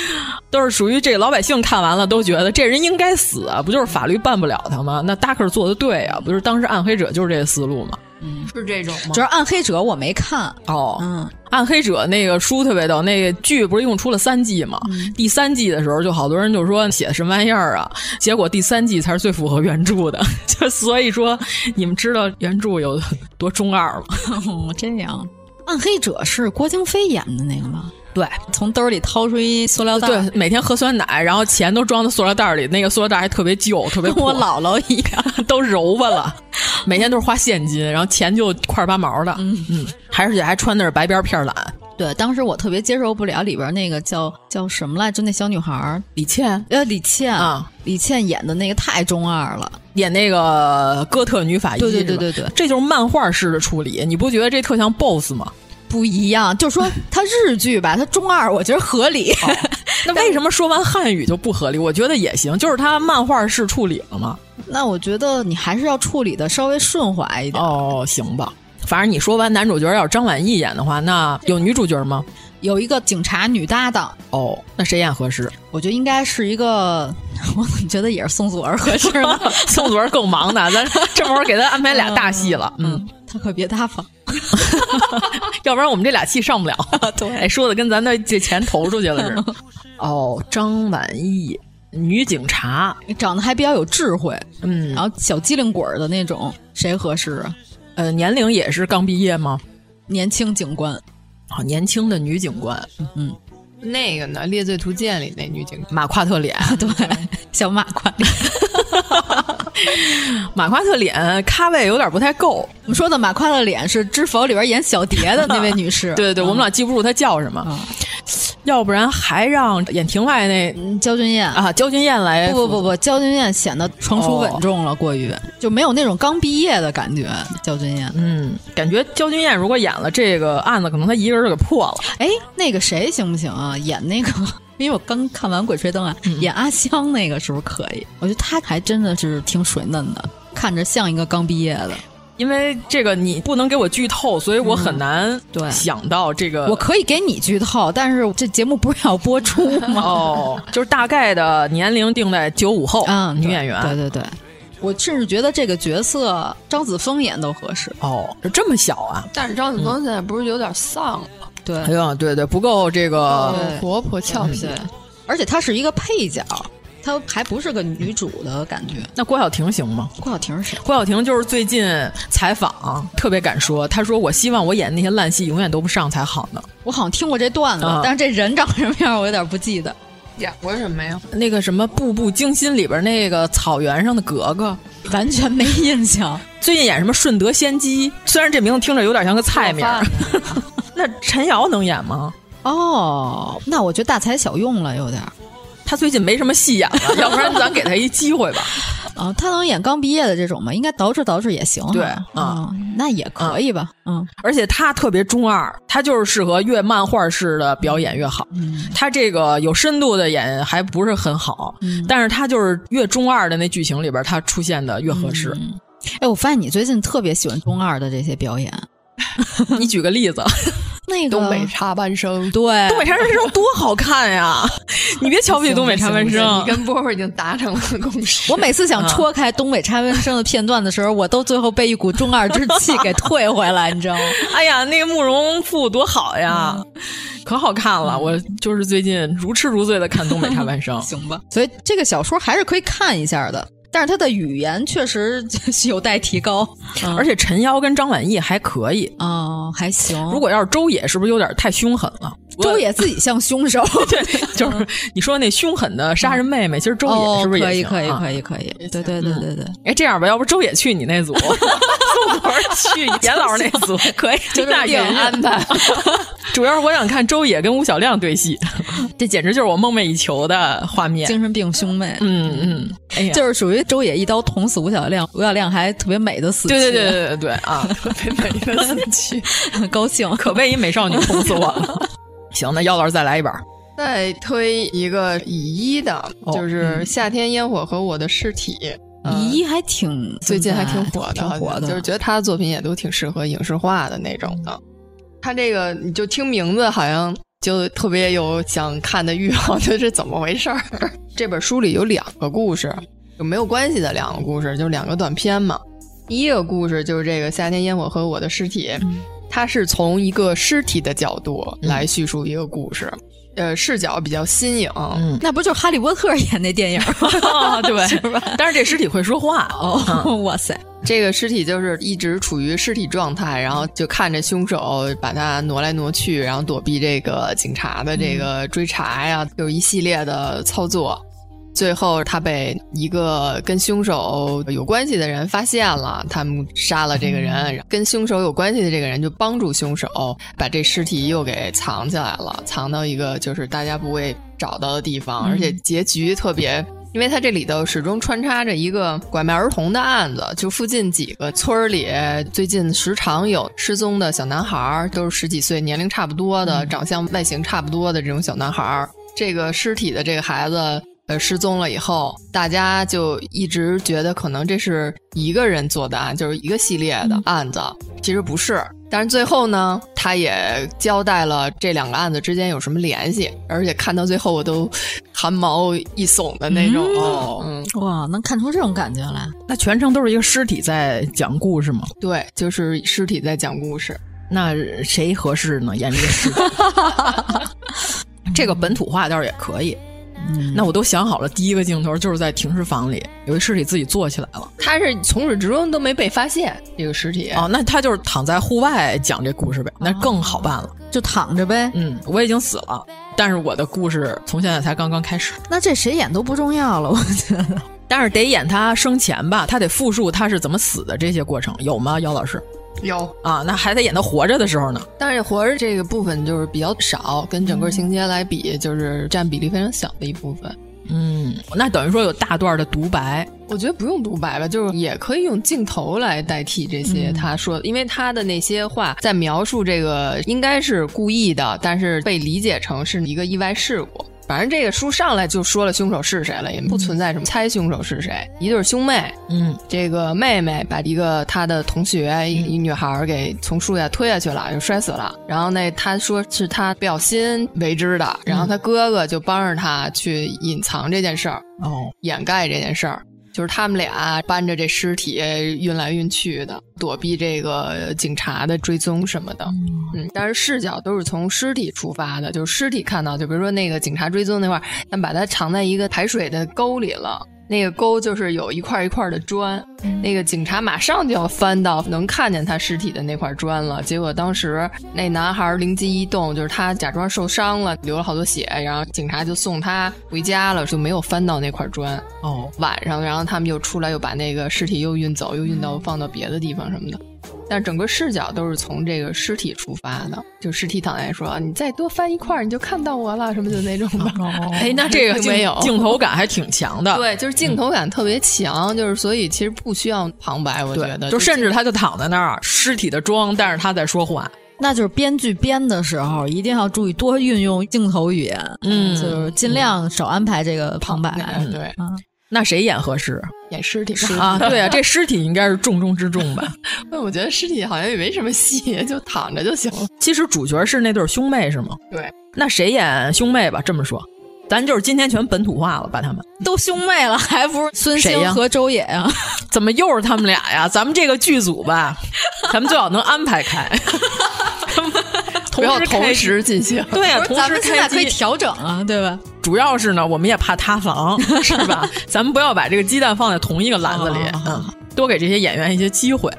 Speaker 9: 都是属于这老百姓看完了都觉得这人应该死啊，不就是法律办不了他吗？那达克尔做的对啊，不就是当时《暗黑者》就是这个思路吗？
Speaker 10: 嗯是这种吗
Speaker 8: 主？要《暗黑者》我没看，
Speaker 9: 哦，
Speaker 8: 嗯，
Speaker 9: 暗黑者》那个书特别逗，那个剧不是一共出了三季吗？第三季的时候，就好多人就说写的什么玩意儿啊，结果第三季才是最符合原著的， 就所以说你们知道原著有多中二吗？
Speaker 8: 哦这样。《暗黑者》是郭京飞演的那个吗？
Speaker 9: 对，
Speaker 8: 从兜里掏出一塑料袋，
Speaker 9: 对，每天喝酸奶，然后钱都装在塑料袋里，那个塑料袋还特别旧，特别
Speaker 8: 跟我
Speaker 9: 破
Speaker 8: 姥姥一样。
Speaker 9: 都揉巴了，每天都是花现金，然后钱就块八毛的，嗯嗯，还是还穿的是白边片儿懒，
Speaker 8: 对，当时我特别接受不了里边那个叫叫什么来，就那小女孩儿，
Speaker 9: 李倩
Speaker 8: 呃，李倩
Speaker 9: 啊，
Speaker 8: 李倩演的那个太中二了。
Speaker 9: 演那个哥特女法医，
Speaker 8: 对对对
Speaker 9: 是吧
Speaker 8: 对对
Speaker 9: 这就是漫画式的处理，你不觉得这特像 BOSS 吗？
Speaker 8: 不一样，就说他日剧吧，他中二，我觉得合理。
Speaker 9: 那为什么说完汉语就不合理？我觉得也行，就是它漫画式处理了嘛。
Speaker 8: 那我觉得你还是要处理的稍微顺滑一点。
Speaker 9: 哦，行吧，反正你说完男主角要是张晚意演的话，那有女主角吗？
Speaker 8: 有一个警察女搭档，
Speaker 9: 哦，那谁演合适？
Speaker 8: 我觉得应该是一个，我怎么觉得也是宋祖儿合适呢？
Speaker 9: 宋祖儿更忙呢， 咱这会儿给他安排俩大戏了，嗯，
Speaker 8: 嗯，他可别塌房。
Speaker 9: 要不然我们这俩戏上不了。
Speaker 8: 啊
Speaker 9: 对，说的跟咱的这钱投出去了似 的。哦，张晚意，女警察，
Speaker 8: 长得还比较有智慧，
Speaker 9: 嗯
Speaker 8: 然后小机灵鬼儿的那种，谁合适啊？
Speaker 9: 呃，年龄也是刚毕业吗？
Speaker 8: 年轻警官，嗯
Speaker 9: 啊，年轻的女警官，
Speaker 10: 那个呢，《猎罪图鉴》里那女警官，
Speaker 9: 马夸 特脸，
Speaker 8: 对，小马快。
Speaker 9: 马夸特脸咖位有点不太够。
Speaker 8: 我们说的马夸的脸是《知否》里边演小蝶的那位女士，
Speaker 9: 对对对，我们俩记不住她叫什么，要不然还让演庭外那
Speaker 8: 嗯 焦俊艳。
Speaker 9: 啊焦俊艳来。
Speaker 8: 不 不不，不，焦俊艳显得成熟稳重了，过于就没有那种刚毕业的感觉。焦俊艳，
Speaker 9: 嗯，感觉焦俊艳如果演了这个案子，可能她一个人就给破了。
Speaker 8: 哎，那个谁行不行啊？演那个，因为我刚看完《鬼吹灯》啊，演阿香那个是不是可以？我觉得她还真的是挺水嫩的，看着像一个刚毕业的。
Speaker 9: 因为这个你不能给我剧透，所以我很难
Speaker 8: 嗯对
Speaker 9: 想到这个。
Speaker 8: 我可以给你剧透，但是这节目不是要播出吗？
Speaker 9: 哦， 就是大概的年龄定在九五后，
Speaker 8: 啊，
Speaker 9: 女
Speaker 8: 对
Speaker 9: 演员。
Speaker 8: 对对对，我甚至觉得这个角色张子枫演都合适。
Speaker 9: 哦，就这么小啊？
Speaker 10: 但是张子枫现在不是有点丧了，
Speaker 8: 对
Speaker 9: 哎，呦，对对，不够这个。
Speaker 8: 对
Speaker 10: 活泼俏皮
Speaker 8: 对，，而且她是一个配角，她还不是个女主的感觉。
Speaker 9: 那郭晓婷行吗？
Speaker 8: 郭晓婷是谁？
Speaker 9: 郭晓婷就是最近采访特别敢说，她说我希望我演那些烂戏永远都不上才好呢。
Speaker 8: 我好像听过这段子，
Speaker 9: 啊
Speaker 8: 但是这人长什么样我有点不记得。
Speaker 10: 演过什么呀？
Speaker 9: 那个什么《步步惊心》里边那个草原上的格格，
Speaker 8: 完全没印象。
Speaker 9: 最近演什么《顺德仙姬》，虽然这名字听着有点像个菜名儿，
Speaker 12: 那陈瑶能演吗？
Speaker 8: 哦，那我觉得大材小用了，有点。
Speaker 12: 他最近没什么戏演 了，要不然咱给他一机会吧。
Speaker 8: 啊、哦，他能演刚毕业的这种吗？应该捯饬捯饬也行。
Speaker 12: 对，
Speaker 8: 啊、嗯，那也可以吧。嗯，
Speaker 12: 而且他特别中二，他就是适合越漫画式的表演越好。
Speaker 8: 嗯、
Speaker 12: 他这个有深度的演还不是很好，
Speaker 8: 嗯、
Speaker 12: 但是他就是越中二的那剧情里边，他出现的越合适。
Speaker 10: 嗯
Speaker 8: 哎，我发现你最近特别喜欢中二的这些表演，
Speaker 12: 你举个例子。
Speaker 8: 那个
Speaker 9: 东北插 班生，
Speaker 8: 对，
Speaker 12: 东北插班生多好看呀！你别瞧不起东北插班生，
Speaker 9: 你跟波波已经达成了共识。
Speaker 8: 我每次
Speaker 12: 嗯
Speaker 8: 想戳开东北插班生的片段的时候，我都最后被一股中二之气给退回来，你知道吗？
Speaker 12: 哎呀，那个慕容复多好呀，嗯、可好看了！我就是最近如痴如醉的看东北插班生，
Speaker 8: 嗯 行吧？所以这个小说还是可以看一下的。但是他的语言确实有待提 高，
Speaker 12: 嗯、而且陈瑶跟张晚意还可以
Speaker 8: 啊、哦，还行。
Speaker 12: 如果要是周也，是不是有点太凶狠了？
Speaker 8: 周也自己像凶手，
Speaker 12: 对， 就是你说那凶狠的杀人妹妹，嗯、其实周也是不是也、
Speaker 8: 哦、可以？可以，可以，可以，对，对，对，对，对。
Speaker 12: 哎，这样吧，要不周也去你 那组，宋博去严老师那组，
Speaker 8: 可以，
Speaker 12: 就
Speaker 8: 那
Speaker 12: 也
Speaker 9: 安排。
Speaker 12: 主要是我想看周也跟吴小亮对戏， 这简直就是我梦寐以求的画面。
Speaker 8: 精神病兄妹，
Speaker 12: 嗯嗯，哎呀，
Speaker 8: 就是属于。周也一刀捅死吴小亮，吴小亮还特别美的死去。
Speaker 12: 对对对对对 对啊，
Speaker 9: 特别美的死去，
Speaker 8: 很 高兴，
Speaker 12: 可被一美少女捅死我了。 行，那姚老师再来一本，
Speaker 9: 再推一个乙一的，
Speaker 12: 嗯
Speaker 9: 哦、就是《夏天烟火和我的尸体》嗯。
Speaker 8: 乙一还挺
Speaker 9: 最近还挺
Speaker 12: 嗯
Speaker 9: 火的，
Speaker 8: 挺火的，
Speaker 9: 就是觉得他的作品也都挺适合影视化的那种的。他这个你就听名字好像。就特别有想看的欲望， 这是怎么回事儿？这本书里有两个故事，就没有关系的两个故事，就两个短片嘛。第一个故事就是这个夏天烟火和我的尸体，
Speaker 8: 嗯、
Speaker 9: 它是从一个尸体的角度
Speaker 12: 嗯
Speaker 9: 来叙述一个故事，嗯、呃，视角比较新颖。
Speaker 12: 嗯、
Speaker 8: 那不就是哈利波特演那电影吗
Speaker 12: 哦？对，
Speaker 8: 是吧？
Speaker 12: 但是这尸体会说话
Speaker 8: 哦！ 哇塞！
Speaker 9: 这个尸体就是一直处于尸体状态，然后就看着凶手把它挪来挪去，然后躲避这个警察的这个追查呀、啊，有一系列的操作。最后，他被一个跟凶手有关系的人发现了，他们杀了这个人。跟凶手有关系的这个人就帮助凶手把这尸体又给藏起来了，藏到一个就是大家不会找到的地方，而且结局特别。因为它这里头始终穿插着一个拐卖儿童的案子，就附近几个村里最近时常有失踪的小男孩，都是十几岁、年龄差不多的、长相外形差不多的这种小男孩。这个尸体的这个孩子呃失踪了以后，大家就一直觉得可能这是一个人做的案，就是一个系列的案子，其实不是。但是最后呢，他也交代了这两个案子之间有什么联系，而且看到最后我都汗毛一耸的那种。
Speaker 8: 嗯、
Speaker 9: 哦，嗯、
Speaker 8: 哇，能看出这种感觉来？
Speaker 12: 那全程都是一个尸体在讲故事吗？
Speaker 9: 对，就是尸体在讲故事。
Speaker 12: 那谁合适呢？演这个 尸体？这个本土化倒是也可以。
Speaker 8: 嗯、
Speaker 12: 那我都想好了，第一个镜头就是在停尸房里，有一尸体自己坐起来了。
Speaker 9: 他是从始至终都没被发现这个尸体
Speaker 12: 哦，那他就是躺在户外讲这故事呗，那更好办了，
Speaker 8: 哦就躺着呗。
Speaker 12: 嗯，我已经死了，但是我的故事从现在才刚刚开始。
Speaker 8: 那这谁演都不重要了，我觉得。
Speaker 12: 但是得演他生前吧，他得复述他是怎么死的这些过程，有吗？姚老师？
Speaker 9: 有
Speaker 12: 啊，那还得演到活着的时候呢。
Speaker 9: 但是活着这个部分就是比较少，跟整个情节来比，就是占比例非常小的一部分。
Speaker 12: 嗯，那等于说有大段的独白，
Speaker 9: 我觉得不用独白吧，就是也可以用镜头来代替这些他说的，嗯、因为他的那些话在描述这个应该是故意的，但是被理解成是一个意外事故。反正这个书上来就说了凶手是谁了，也不存在什么猜凶手是谁。一对兄妹，
Speaker 12: 嗯，
Speaker 9: 这个妹妹把一个她的同学、嗯、一女孩给从树下推下去了，就摔死了。然后那她说是她不小心为之的，然后她哥哥就帮着她去隐藏这件事儿，
Speaker 12: 哦、嗯，
Speaker 9: 掩盖这件事儿。就是他们俩搬着这尸体运来运去的，躲避这个警察的追踪什么的。嗯，但是视角都是从尸体出发的，就是尸体看到，就比如说那个警察追踪那块儿，但把它藏在一个排水的沟里了。那个沟就是有一块一块的砖，
Speaker 12: 嗯
Speaker 9: 那个警察马上就要翻到能看见他尸体的那块砖了。结果当时那男孩灵机一动，就是他假装受伤了，流了好多血，然后警察就送他回家了，就没有翻到那块砖。
Speaker 12: 哦，
Speaker 9: 晚上，然后他们又出来，又把那个尸体又运走，又运到放到别的地方什么的。
Speaker 10: 但整个视角都是从这个尸体出发的，就尸体躺在
Speaker 9: 啊
Speaker 10: 说，你再多翻一块儿你就看到我了，什么就那种吧。
Speaker 9: 哎，那这个
Speaker 10: 哦并
Speaker 9: 镜
Speaker 10: 没有
Speaker 9: 镜头感还挺强的，
Speaker 10: 对，就是镜头感特别强，就是所以其实不需要旁白，我觉得
Speaker 9: 就甚至
Speaker 10: 他
Speaker 9: 他就躺在那儿，尸体的妆，但是他在说话。
Speaker 8: 那就是编剧编的时候一定要注意多运用镜头语言，
Speaker 9: 嗯
Speaker 8: 就是尽量少安排这个旁白。
Speaker 10: 对
Speaker 8: 嗯
Speaker 9: 那谁演合适
Speaker 10: 演尸体吧
Speaker 9: 啊？对啊，这尸体应该是重中之重吧？
Speaker 10: 那我觉得尸体好像也没什么戏，就躺着就行了。
Speaker 9: 其实主角是那对兄妹是吗？
Speaker 10: 对，
Speaker 9: 那谁演兄妹吧？这么说，咱就是今天全本土化了，把他们
Speaker 8: 都兄妹了，还不是孙
Speaker 9: 谁呀
Speaker 8: 兴和周也呀？
Speaker 9: 怎么又是他们俩呀？咱们这个剧 组吧，咱们最好能安排开，
Speaker 10: 不
Speaker 9: 同
Speaker 10: 要
Speaker 9: 时
Speaker 10: 同
Speaker 9: 开机
Speaker 10: 时进行。
Speaker 9: 对呀、
Speaker 8: 不是
Speaker 9: 同
Speaker 8: 咱
Speaker 9: 时
Speaker 8: 们现在
Speaker 9: 开
Speaker 8: 可以
Speaker 9: 机。
Speaker 8: 调整啊，对吧？
Speaker 9: 主要是呢，我们也怕 塌房，是吧？咱们不要把这个鸡蛋放在同一个篮子里，
Speaker 8: 好好好
Speaker 9: 嗯，多给这些演员一些 机会。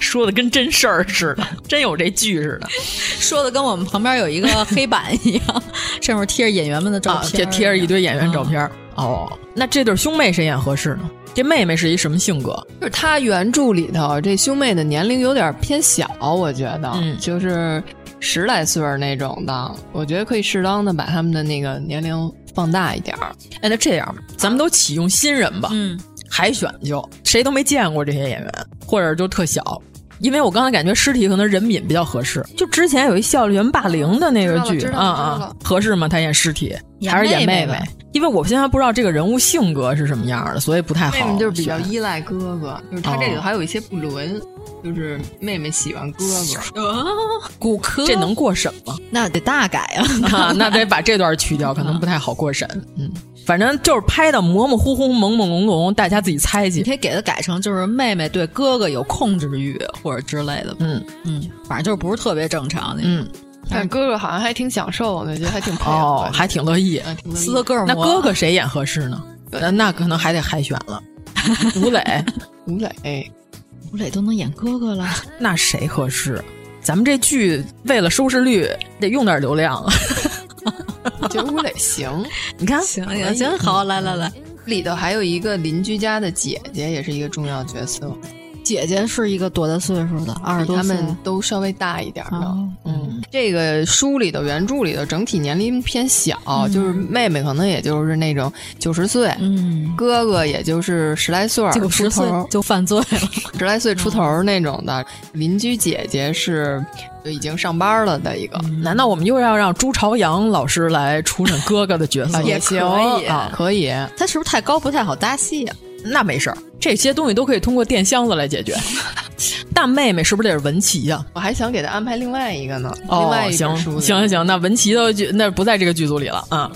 Speaker 9: 说的跟真事儿似的，真有这剧似的
Speaker 8: 说的跟我们旁边有一个黑板一样，上面贴着演员们的照
Speaker 9: 啊，
Speaker 8: 片，
Speaker 9: 贴贴着一堆演
Speaker 10: 啊
Speaker 9: 员照片儿。哦，那这对兄妹谁演合适呢？这妹妹是一什么性格？
Speaker 10: 就是他原著里头这兄妹的年龄有点偏小，我觉得，
Speaker 9: 嗯
Speaker 10: 就是十来岁儿那种的，我觉得可以适当的把他们的那个年龄放大一点儿。
Speaker 9: 哎，那这样吧，咱们都启用新人吧，
Speaker 8: 嗯，
Speaker 9: 海选就谁都没见过这些演员，或者就特小。因为我刚才感觉尸体可能人品比较合适，就之前有一校园霸凌的那个剧
Speaker 10: 知道了知道
Speaker 9: 啊
Speaker 10: 了知道
Speaker 9: 啊
Speaker 10: 了，
Speaker 9: 合适吗？他演尸体
Speaker 8: 演
Speaker 9: 还是演
Speaker 8: 妹
Speaker 9: 妹
Speaker 8: 妹吧
Speaker 9: 因为我现在不知道这个人物性格是什么样的，所以不太
Speaker 10: 妹
Speaker 9: 好。
Speaker 10: 妹就是比较依赖哥哥，就是他
Speaker 9: 哦
Speaker 10: 这里头还有一些不伦，就是妹妹喜欢哥哥，
Speaker 8: 骨科，
Speaker 9: 这能过审吗？
Speaker 8: 那得大改啊。
Speaker 9: 啊，那得把这段去掉，可能不太好过审。嗯，反正就是拍的模模糊糊、朦朦胧胧，大家自己猜
Speaker 8: 你
Speaker 9: 忌。
Speaker 8: 可以给他改成就是妹妹对哥哥有控制欲或者之类的，
Speaker 9: 嗯
Speaker 8: 嗯，反正就是不是特别正常那种。
Speaker 9: 嗯，
Speaker 10: 但是哥哥好像还挺享受的，觉得还挺配合
Speaker 9: 哦，还挺乐意。
Speaker 8: 嗯
Speaker 10: 啊挺乐意
Speaker 8: 斯德哥尔
Speaker 9: 那
Speaker 8: 摩，
Speaker 9: 哥哥谁演合适呢？那那可能还得海选 了。吴磊，
Speaker 10: 吴磊，
Speaker 8: 吴磊都能演哥哥了，
Speaker 9: 那谁合适？咱们这剧为了收视率得用点流量啊！
Speaker 10: 我觉得吴磊行。
Speaker 9: 你看，
Speaker 8: 行行哎行，好，来来来，
Speaker 10: 里头还有一个邻居家的姐姐，也是一个重要角色，
Speaker 8: 姐姐是一个多大岁数的？二十
Speaker 10: 比
Speaker 8: 多
Speaker 10: 他
Speaker 8: 岁，
Speaker 10: 们都稍微大一点儿的。
Speaker 8: 哦
Speaker 10: 嗯，这个书里头、原著里头整体年龄偏小，就是妹妹可能也就是那种九十岁，
Speaker 8: 嗯，
Speaker 10: 哥哥也就是十来岁儿，
Speaker 8: 九十
Speaker 10: 出
Speaker 8: 岁
Speaker 10: 头
Speaker 8: 就犯罪了，
Speaker 10: 十来岁出头儿那种的。
Speaker 8: 嗯
Speaker 10: 邻居姐姐是就已经上班了的一个，
Speaker 8: 嗯
Speaker 9: 难 道我们又要让朱朝阳老师来出任哥哥的角 色？
Speaker 10: 啊也行
Speaker 8: 可以
Speaker 10: 啊，可以。
Speaker 8: 他是不是太高不太好搭戏啊呀？
Speaker 9: 那没事儿，这些东西都可以通过电箱子 来解决。大妹妹是不是得是文琪呀、
Speaker 10: 我还想给他安排另外一个呢，另外
Speaker 9: 哦，
Speaker 10: 一
Speaker 9: 行
Speaker 10: 本书
Speaker 9: 行
Speaker 10: 里
Speaker 9: 行行，那文琪的剧那不在这个剧组里了啊。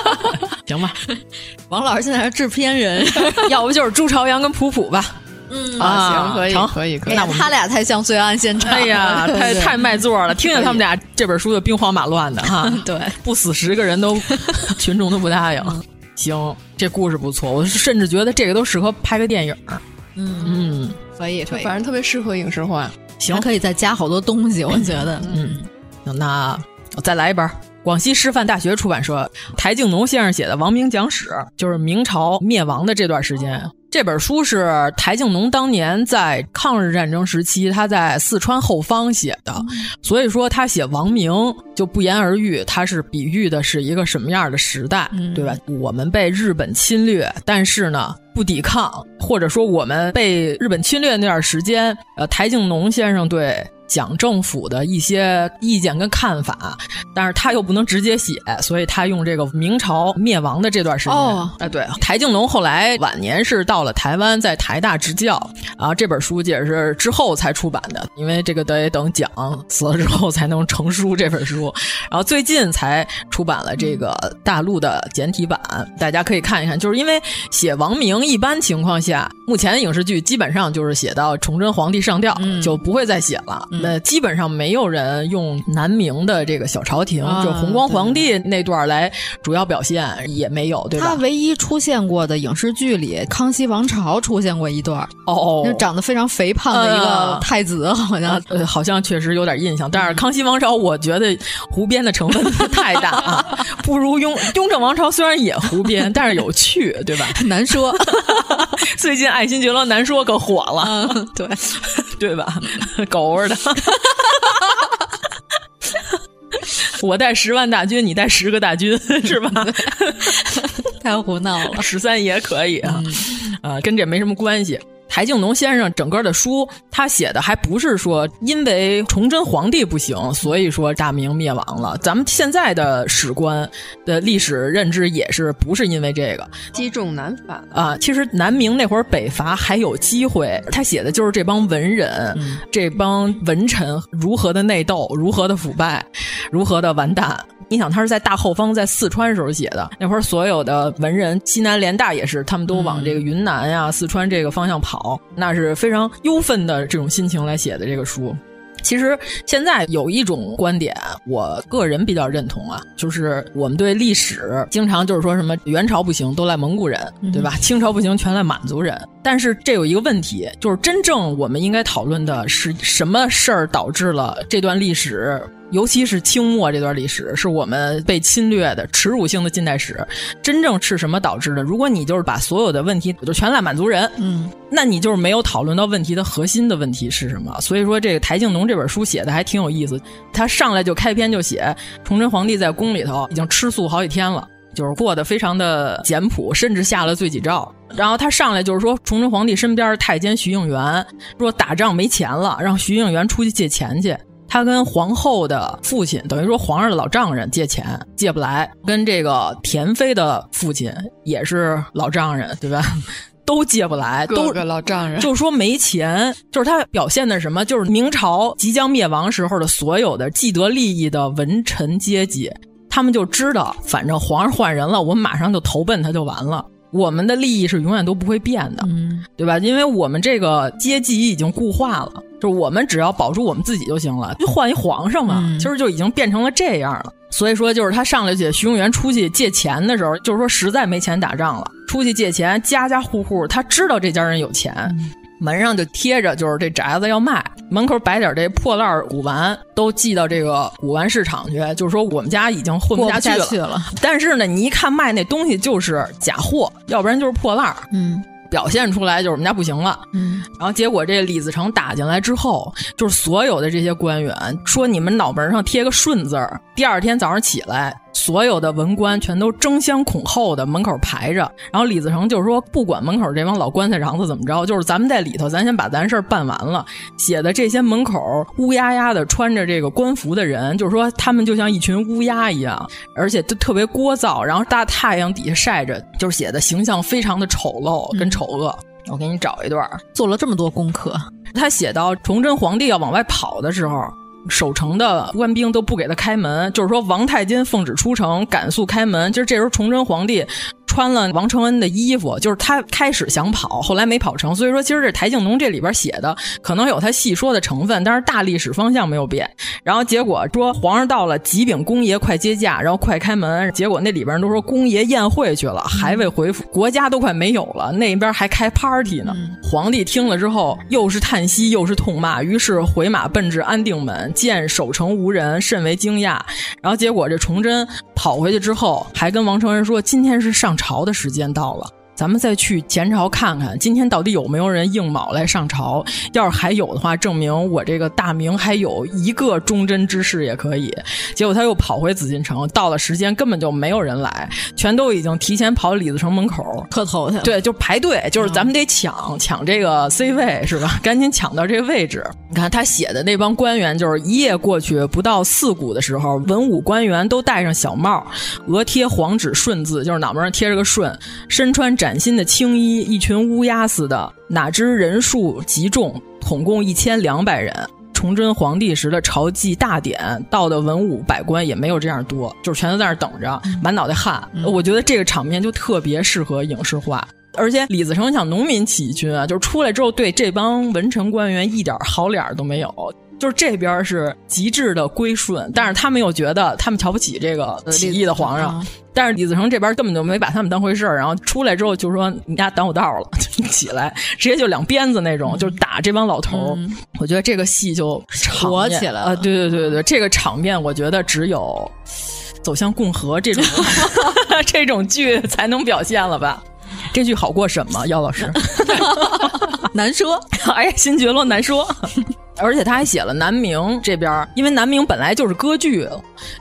Speaker 9: 行吧，
Speaker 8: 王老师现在是制片 人，
Speaker 9: 要不就是朱朝阳跟普普吧。嗯
Speaker 10: 啊，行，可以，
Speaker 9: 成
Speaker 10: 可以，可以。
Speaker 8: 哎呀他俩太像罪案现场了。
Speaker 9: 哎呀，太太卖座了！听见他们俩这本书就兵荒马乱的哈，
Speaker 8: 对，
Speaker 9: 不死十个人都群众都不答应。行，这故事不错，我甚至觉得这个都适合拍个电影。
Speaker 8: 嗯，
Speaker 9: 嗯，
Speaker 8: 可以可以
Speaker 10: 反，正特别适合影视化，
Speaker 8: 还可以再加好多东西，我觉得，嗯，
Speaker 9: 行，那我再来一本儿。广西师范大学出版社台静农先生写的《王明讲史》，就是明朝灭亡的这段时间。这本书是台静农当年在抗日战争时期，他在四川后方写的，所以说他写王明就不言而喻，他是比喻的是一个什么样的时代，
Speaker 8: 嗯
Speaker 9: 对吧？我们被日本侵略，但是呢不抵抗，或者说我们被日本侵略那段时间，呃，台静农先生对蒋政府的一些意见跟看法，但是他又不能直接写，所以他用这个明朝灭亡的这段时间，
Speaker 8: 哦
Speaker 9: 啊，对，台静农后来晚年是到了台湾，在台大执教啊，这本书也是之后才出版的，因为这个得等蒋死了之后才能成书这本书，然后最近才出版了这个大陆的简体版，大家可以看一看。就是因为写王明，一般
Speaker 8: 嗯
Speaker 9: 情况下，目前影视剧基本上就是写到崇祯皇帝上吊，就不会再写了。呃，基本上没有人用南明的这个小朝廷，
Speaker 8: 啊
Speaker 9: 就弘光皇帝那段来主要表现，也没有，对
Speaker 8: 他
Speaker 9: 吧？
Speaker 8: 唯一出现过的影视剧里，《康熙王朝》出现过一段儿，
Speaker 9: 哦
Speaker 8: 那长得非常肥胖的一个
Speaker 9: 嗯
Speaker 8: 太子，好像
Speaker 9: 啊，呃，好像确实有点印象，但是康熙王朝，我觉得胡编的成分太大啊，不如雍雍正王朝虽然也胡编，但是有趣，对吧？
Speaker 8: 难说。
Speaker 9: 最近《爱新觉罗·难说》可火了，
Speaker 8: 对，
Speaker 9: 对吧？ 狗味儿的。 我带十万大军，你带十个大军，是吧？
Speaker 8: 太 胡闹了。
Speaker 9: 十三爷可以啊，啊，跟这没什么关系。台静农先生整个的书，他写的还不是说因为崇祯皇帝不行，所以说大明灭亡了。咱们现在的史观的历史认知也是不是因为这个
Speaker 10: 积重难返。
Speaker 9: 啊？其实南明那会儿北伐还有机会，他写的就是这帮文人、这帮文臣如何的内斗，如何的腐败，如何的完蛋。你想，他是在大后方，在四川时候写的，那会儿所有的文人，西南联大也是，他们都往这个云南呀、四川这个方向跑，那是非常忧愤的这种心情来写的这个书。其实现在有一种观点，我个人比较认同啊，就是我们对历史经常就是说什么元朝不行，都赖蒙古人，对吧？ 清朝不行，全赖满族人。但是这有一个问题，就是真正我们应该讨论的是什么事儿导致了这段历史。尤其是清末这段历史，是我们被侵略的耻辱性的近代史，真正是什么导致的？如果你就是把所有的问题就全赖满族人，
Speaker 8: 嗯，
Speaker 9: 那你就是没有讨论到问题的核心的问题是什么。所以说，这个台静农这本书写的还挺有意思，他上来就开篇就写崇祯皇帝在宫里头已经吃素好几天了。就是过得非常的简朴，甚至下了罪己诏。然后他上来就是说，崇祯皇帝身边的太监徐应元说打仗没钱了，让徐应元出去借钱去。他跟皇后的父亲，等于说皇上的老丈人借钱借不来，跟这个田妃的父亲也是老丈人，对吧？ 都借不来，
Speaker 10: 各
Speaker 9: 都
Speaker 10: 个老丈人，
Speaker 9: 就是说没钱，就是他表现的是什么？就是明朝即将灭亡时候的所有的既得利益的文臣阶级，他们就知道，反正皇上换人了，我们马上就投奔他就完了。我们的利益是永远都不会变的，
Speaker 8: 嗯，
Speaker 9: 对吧？因为我们这个阶级已经固化了，就是我们只要保住我们自己就行了，就换一皇上嘛，
Speaker 8: 嗯
Speaker 9: 其实就已经变成了这样了。所以说，就是他上来写徐永元出去借钱的时候，就是说实在没钱打仗了，出去借钱，家家户户他知道这家人有钱，
Speaker 8: 嗯
Speaker 9: 门上就贴着就是这宅子要卖，门口摆点这破烂儿古玩，都寄到这个古玩市场去，就是说我们家已经混
Speaker 8: 过
Speaker 9: 下
Speaker 8: 不
Speaker 9: 去
Speaker 8: 下
Speaker 9: 了。
Speaker 8: 去了。
Speaker 9: 但是呢，你一看卖那东西就是假货，要不然就是破烂儿，
Speaker 8: 嗯
Speaker 9: 表现出来就是我们家不行了。
Speaker 8: 嗯，
Speaker 9: 然后结果这李自成打进来之后，就是所有的这些官员说你们脑门上贴个顺字儿，第二天早上起来，所有的文官全都争相恐后的门口排着。然后李自成就说，不管门口这帮老棺材瓤子怎么着，就是咱们在里头，咱先把咱事儿办完了。写的这些门口乌压压的穿着这个官服的人，就是说他们就像一群乌鸦一样，而且都特别聒噪，然后大太阳底下晒着，就是写的形象非常的丑陋跟丑恶。我给你找一段儿，
Speaker 8: 做了这么多功课，
Speaker 9: 他写到崇祯皇帝要往外跑的时候，守城的官兵都不给他开门，就是说王太监奉旨出城，赶速开门。就是这时候崇祯皇帝穿了王承恩的衣服，就是他开始想跑，后来没跑成。所以说，其实这台静农这里边写的可能有他细说的成分，但是大历史方向没有变。然后结果说皇上到了，吉禀公爷快接驾，然后快开门。结果那里边人都说公爷宴会去了，还未回府，国家都快没有了，那边还开 party 呢。皇帝听了之后，又是叹息又是痛骂，于是回马奔至安定门，见守城无人，甚为惊讶。然后结果这崇祯跑回去之后，还跟王承恩说：“今天是上朝的时间到了。”咱们再去前朝看看，今天到底有没有人应卯来上朝？要是还有的话，证明我这个大明还有一个忠贞之士也可以。结果他又跑回紫禁城，到了时间根本就没有人来，全都已经提前跑李自成门口，
Speaker 8: 磕头去了。
Speaker 9: 对，就排队，就是咱们得抢、抢这个 C 位是吧？ 赶紧抢到这个位置。你看他写的那帮官员，就是一夜过去不到四鼓的时候，文武官员都戴上小帽，额贴黄纸顺字，就是脑门上贴着个顺，身穿崭新的青衣，一群乌鸦似的。哪知人数极众，统共一千两百人。崇祯皇帝时的朝祭大典，到的文武百官也没有这样多，就是全都在那儿等着，满脑袋汗。我觉得这个场面就特别适合影视化。而且李自成想农民起义军啊，就是出来之后对这帮文臣官员一点好脸儿都没有。就是这边是极致的归顺，但是他们又觉得他们瞧不起这个起义的皇上，但是李自成这边根本就没把他们当回事儿，然后出来之后就说你丫挡我道了， 就起来直接就两鞭子那种，就是打这帮老头儿。我觉得这个戏就场
Speaker 8: 嗯火
Speaker 9: 面
Speaker 8: 起来了
Speaker 9: 啊、对对对对，这个场面我觉得只有走向共和这种 这种剧才能表现了吧。这剧好过什么？姚 老师难说， 哎呀，新觉罗难说。 而且他还写了南明这边儿，因为南明本来就是割据，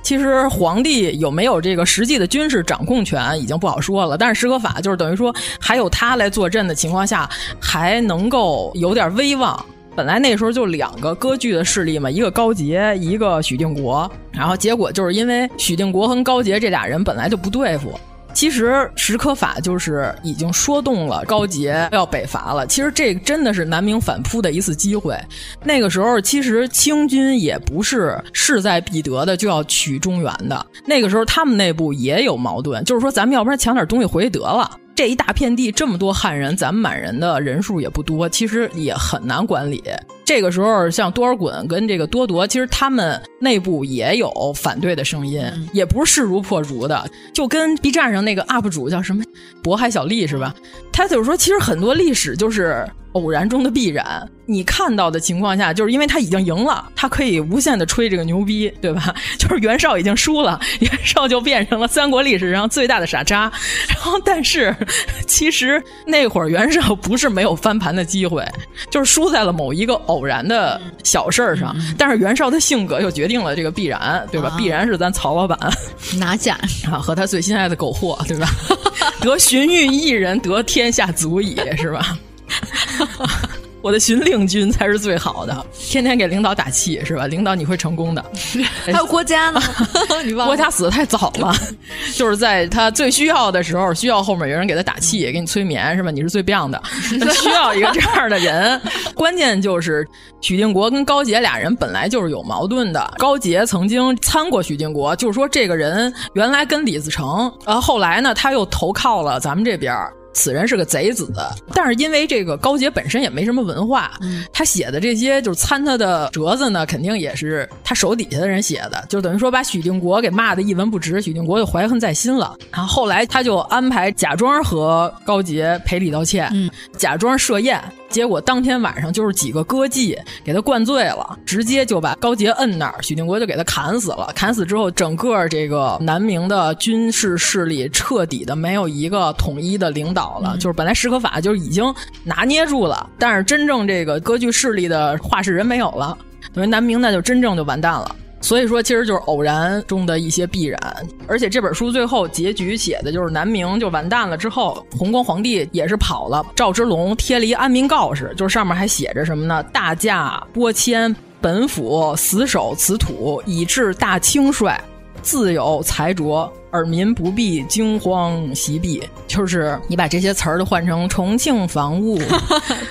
Speaker 9: 其实皇帝有没有这个实际的军事掌控权已经不好说了。但是石可法就是等于说，还有他来坐镇的情况下，还能够有点威望。本来那时候就两个割据的势力嘛，一个高杰，一个许定国。然后结果就是因为许定国和高杰这俩人本来就不对付，其实史可法就是已经说动了高杰要北伐了。其实这真的是南明反扑的一次机会。那个时候，其实清军也不是势在必得的就要取中原的。那个时候，他们内部也有矛盾，就是说咱们要不然抢点东西回去得了。这一大片地这么多汉人，咱们满人的人数也不多，其实也很难管理。这个时候，像多尔衮跟这个多铎，其实他们内部也有反对的声音，也不是势如破竹的。就跟 B 站上那个 UP 主叫什么渤海小丽是吧？他就是说，其实很多历史就是偶然中的必然。你看到的情况下，就是因为他已经赢了，他可以无限的吹这个牛逼，对吧？ 就是袁绍已经输了，袁绍就变成了三国历史上最大的傻叉。然后，但是其实那会儿袁绍不是没有翻盘的机会， 就是输在了某一个偶然的小事儿上。但是袁绍的性格又决定了这个必然，对吧？必然是咱曹老板拿下啊，和他最心爱的狗货，对吧？ 得荀彧一人，得天下足矣，是吧？ 我的荀令君才是最好的，天天给领导打气是吧？领导你会成功的。
Speaker 8: 还有郭嘉呢，你忘了
Speaker 9: 郭嘉死的太早了， 就是在他最需要的时候，需要后面有人给他打气，给你催眠是吧？你是最棒 的，他需要一个这样的人。关键就是许定国跟高杰俩人本来就是有矛盾的，高杰曾经参过许定国，就是说这个人原来跟李自成，呃，后来呢他又投靠了咱们这边儿。此人是个贼子，但是因为这个高杰本身也没什么文化，他写的这些就是参他的折子呢，肯定也是他手底下的人写的，就等于说把许定国给骂的一文不值，许定国就怀恨在心了。然后后来他就安排假装和高杰赔礼道歉，假装设宴，结果当天晚上就是几个歌妓给他灌醉了，直接就把高杰摁那儿，许定国就给他砍死了。砍死之后，整个这个南明的军事势力彻底的没有一个统一的领导了。就是本来史可法就已经拿捏住了，但是真正这个割据势力的话事人没有了，等于南明那就真正就完蛋了。所以说，其实就是偶然中的一些必然。而且这本书最后结局写的就是南明就完蛋了之后，弘光皇帝也是跑了，赵之龙贴了一安民告示，就是上面还写着什么呢？大驾播迁本府，死守此土，以致大清帅。自有裁着，尔民不必惊慌习避。就是你把这些词儿都换成重庆防务，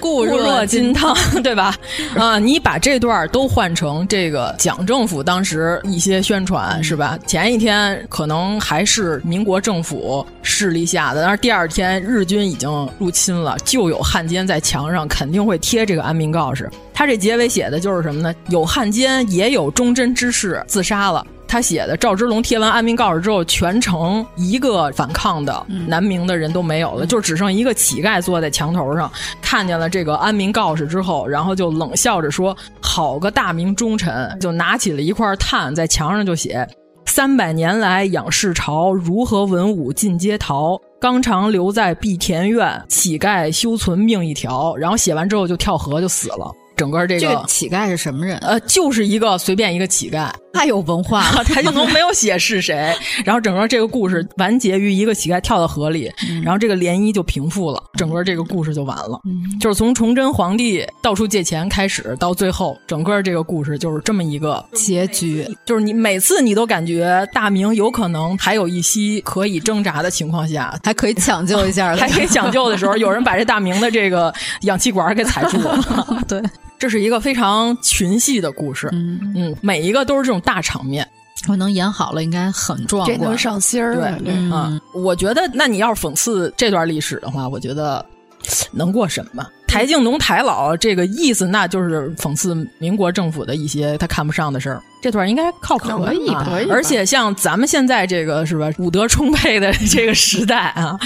Speaker 8: 固
Speaker 9: 若
Speaker 8: 若
Speaker 9: 金
Speaker 8: 金
Speaker 9: 汤， 对吧？ 啊、你把这段儿都换成这个蒋政府当时一些宣传，是吧？前一天可能还是民国政府势力下的，但是第二天日军已经入侵了，就有汉奸在墙上，肯定会贴这个安民告示。他这结尾写的就是什么呢？有汉奸，也有忠贞之士自杀了。他写的赵之龙贴完安民告示之后，全城一个反抗的南明的人都没有了，就只剩一个乞丐坐在墙头上，看见了这个安民告示之后，然后就冷笑着说：“好个大明忠臣！”就拿起了一块炭，在墙上就写：“三百年来仰视朝，如何文武尽皆逃。”纲常留在碧田院，乞丐休存命一条。然后写完之后就跳河就死了。整个 这
Speaker 8: 这
Speaker 9: 个
Speaker 8: 个乞丐是什么人？
Speaker 9: 呃，就是一个随便一个乞丐，
Speaker 8: 太有文化
Speaker 9: 啊，
Speaker 8: 了，
Speaker 9: 他就能没有写是谁。然后整个这个故事完结于一个乞丐跳到河里，然后这个涟漪就平复了，整个这个故事就完了。就是从崇祯皇帝到处借钱开始，到最后，整个这个故事就是这么一个
Speaker 8: 结局。
Speaker 9: 就是你每次你都感觉大明有可能还有一息可以挣扎的情况下，
Speaker 8: 还 可以抢救一 下
Speaker 9: 还可以抢救的时候，有人把这大明的这个氧气管儿给踩住了。对，这是一个非常群戏的故事。
Speaker 8: 嗯，
Speaker 9: 嗯，每一个都是这种大场面。
Speaker 8: 我能演好了，应该很壮
Speaker 10: 这能
Speaker 8: 观。嗯
Speaker 10: 上心儿啊，
Speaker 9: 对，啊，我觉得那你要是讽刺这段历史的话，我觉得能过审吗？台静农台老这个意思，那就是讽刺民国政府的一些他看不上的事儿。这段应该靠谱
Speaker 10: 可以
Speaker 9: 吧啊
Speaker 10: 可以吧
Speaker 9: 而且像咱们现在这个是吧，武德充 沛的这个时代啊，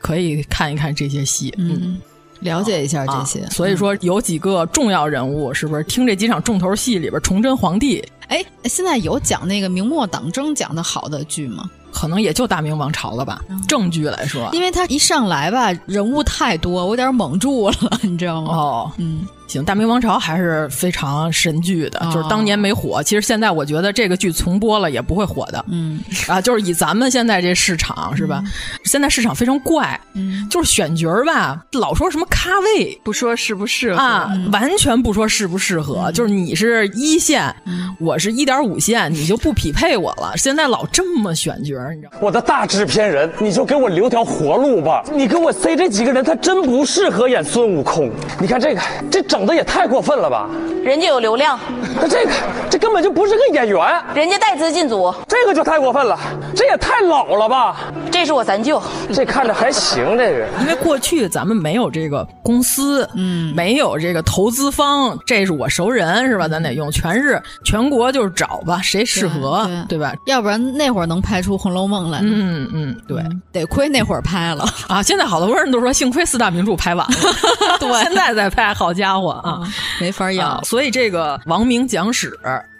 Speaker 9: 可以看一看这些戏。嗯，啊
Speaker 8: 了解一下这些。
Speaker 9: 所
Speaker 10: 嗯
Speaker 9: 以说有几个重要人物，是不是听这几场重头戏里边，崇祯皇帝
Speaker 8: 哎，现在有讲那个明末党争讲的好的剧吗？
Speaker 9: 可能也就《大明王朝》了吧？
Speaker 10: 嗯
Speaker 9: 正剧来说，
Speaker 8: 因为他一上来吧，人物太多，我有点蒙住了，你知道吗？
Speaker 9: 哦，
Speaker 8: 嗯，
Speaker 9: 行，《大明王朝》还是非常神剧的，就是当年没火，其实现在我觉得这个剧重播了也不会火的。
Speaker 8: 嗯，
Speaker 9: 啊，就是以咱们现在这市场是
Speaker 10: 嗯
Speaker 9: 吧？现在市场非常怪，
Speaker 8: 嗯，
Speaker 9: 就是选角儿吧，老说什么咖位
Speaker 10: 不说适不适合嗯
Speaker 9: 啊，完全不说适不适合，就是你是一线，
Speaker 10: 嗯
Speaker 9: 我是一点五线，你就不匹配我了。现在老这么选角儿，你知道吗？
Speaker 7: 我的大制片人，你就给我留条活路吧！你给我塞这几个人，他真不适合演孙悟空。你看这个，这整的也太过分了吧！
Speaker 13: 人家有流量，
Speaker 7: 那这个，这根本就不是个演员，
Speaker 13: 人家带资进组，
Speaker 7: 这个就太过分了，这也太老了吧！
Speaker 13: 这是我三舅，
Speaker 7: 这看着还行，这个。
Speaker 9: 因为过去咱们没有这个公司，嗯，没有这个投资方，这是我熟人是吧？咱得用，全是全国就是找吧，谁适合对吧？
Speaker 8: 要不然那会儿能拍出《红楼梦》来。
Speaker 9: 嗯嗯，对，
Speaker 8: 得亏那会儿拍了
Speaker 9: 啊！现在好多人都说，幸亏四大名著拍完了， 对，现在再拍，好家伙啊，
Speaker 8: 没法要。
Speaker 9: 啊所以这个王明讲史，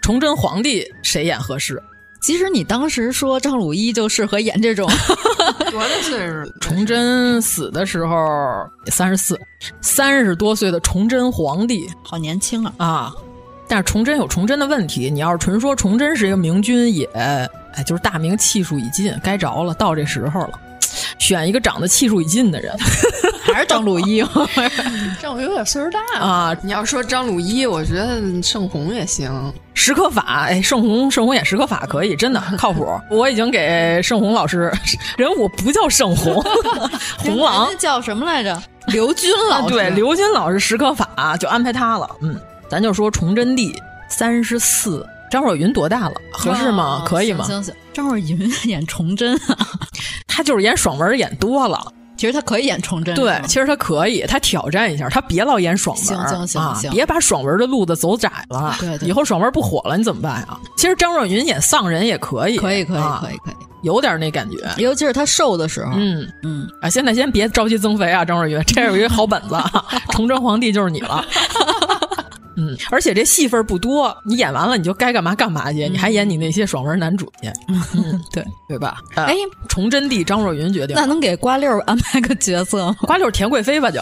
Speaker 9: 崇祯皇帝谁演合适？
Speaker 8: 其实你当时说张鲁一就适合演这 种，
Speaker 10: 多大岁数？
Speaker 9: 崇祯死的时候三十四，三十多岁的崇祯皇帝，
Speaker 8: 好年轻啊！
Speaker 9: 啊，但是崇祯有崇祯的问题，你要是纯说崇祯是一个明君也，哎，就是大明气数已尽，该着了，到这时候了，选一个长得气数已尽 的人，
Speaker 8: 还是张鲁一
Speaker 10: 张鲁一有点岁数大了
Speaker 9: 啊！
Speaker 10: 你要说张鲁一，我觉得盛虹也行。
Speaker 9: 史可法，哎，盛虹，盛虹演史可法可以，真的靠谱。我已经给盛虹老师， 人我不叫盛 虹， 红狼
Speaker 8: 人家叫什么来着？啊刘军老师。
Speaker 9: 啊对，刘军老师史可法就安排他了。嗯，咱就说崇祯帝三十四，张若昀多大了？ 合适吗？
Speaker 8: 啊
Speaker 9: 可以吗？
Speaker 8: 行行行，张若昀 演崇祯啊，
Speaker 9: 他就是演爽文演多了。
Speaker 8: 其实他可以演崇祯。
Speaker 9: 对
Speaker 8: 是，吗
Speaker 9: 其实他可以，他挑战一下，他别老演爽文，
Speaker 8: 行行行
Speaker 9: 啊
Speaker 8: 行
Speaker 9: 别把爽文的路子走窄了。
Speaker 8: 对对
Speaker 9: 以后爽文不火了，你怎么办啊？其实张若昀演丧人也可以，
Speaker 8: 可以可以
Speaker 9: 啊
Speaker 8: 可以可以，
Speaker 9: 有点那感觉。
Speaker 8: 尤其是他瘦的时候，
Speaker 9: 嗯
Speaker 8: 嗯
Speaker 9: 啊，现在先别着急增肥啊，张若昀，这有一个好本子，啊， 崇祯皇帝就是你了。 嗯，而且这戏份不多，你演完了你就该干嘛干嘛去，你还演你那些爽文男主去，嗯，对对吧？啊
Speaker 8: 哎，
Speaker 9: 崇祯帝张若昀决定
Speaker 8: 那能给瓜六安排个角色吗？
Speaker 9: 瓜六田贵妃吧就，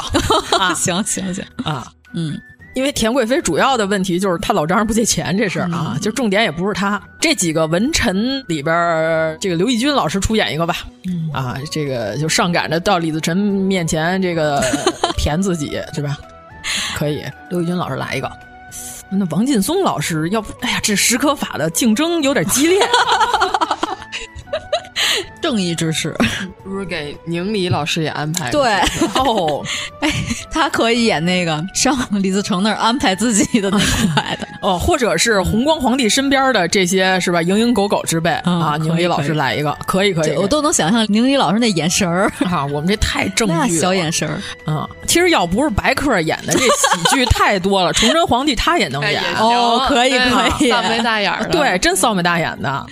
Speaker 9: 啊
Speaker 8: 行行行，
Speaker 9: 啊，
Speaker 8: 嗯，
Speaker 9: 因为田贵妃主要的问题就是她老丈人不借钱这事儿
Speaker 10: 嗯
Speaker 9: 啊，就重点也不是她。这几个文臣里边儿，这个刘奕君老师出演一个吧，
Speaker 10: 嗯
Speaker 9: 啊，这个就上赶着到李自成面前 这个骈自己，对吧？可以，刘奕君老师来一个。那王劲松老师，要不，哎呀，这史可法的竞争有点激烈。
Speaker 8: 正义之士，
Speaker 9: 哎
Speaker 10: 是不是 给宁理老师也安排？
Speaker 8: 对，
Speaker 9: 哦，
Speaker 8: 他可以演那个上李自成那儿安排自己的那块的，
Speaker 9: 哦，或者是弘光皇帝身边的这些是吧？蝇营狗苟之辈、
Speaker 8: 嗯
Speaker 9: 啊，
Speaker 8: 可以
Speaker 9: 宁理老师
Speaker 8: 可以
Speaker 9: 来一个，可以可以，
Speaker 8: 就我都能想象宁一老师那眼神儿，
Speaker 9: 啊，我们这太正
Speaker 8: 那
Speaker 9: 剧了
Speaker 8: 小眼神儿，
Speaker 9: 啊、其实要不是白客演的，这喜剧太多了。崇祯皇帝他也能 演，
Speaker 8: 哦
Speaker 10: 行
Speaker 8: 可以
Speaker 10: 对
Speaker 8: 可以
Speaker 10: 大眉大眼儿的，
Speaker 9: 对，真骚眉大眼的。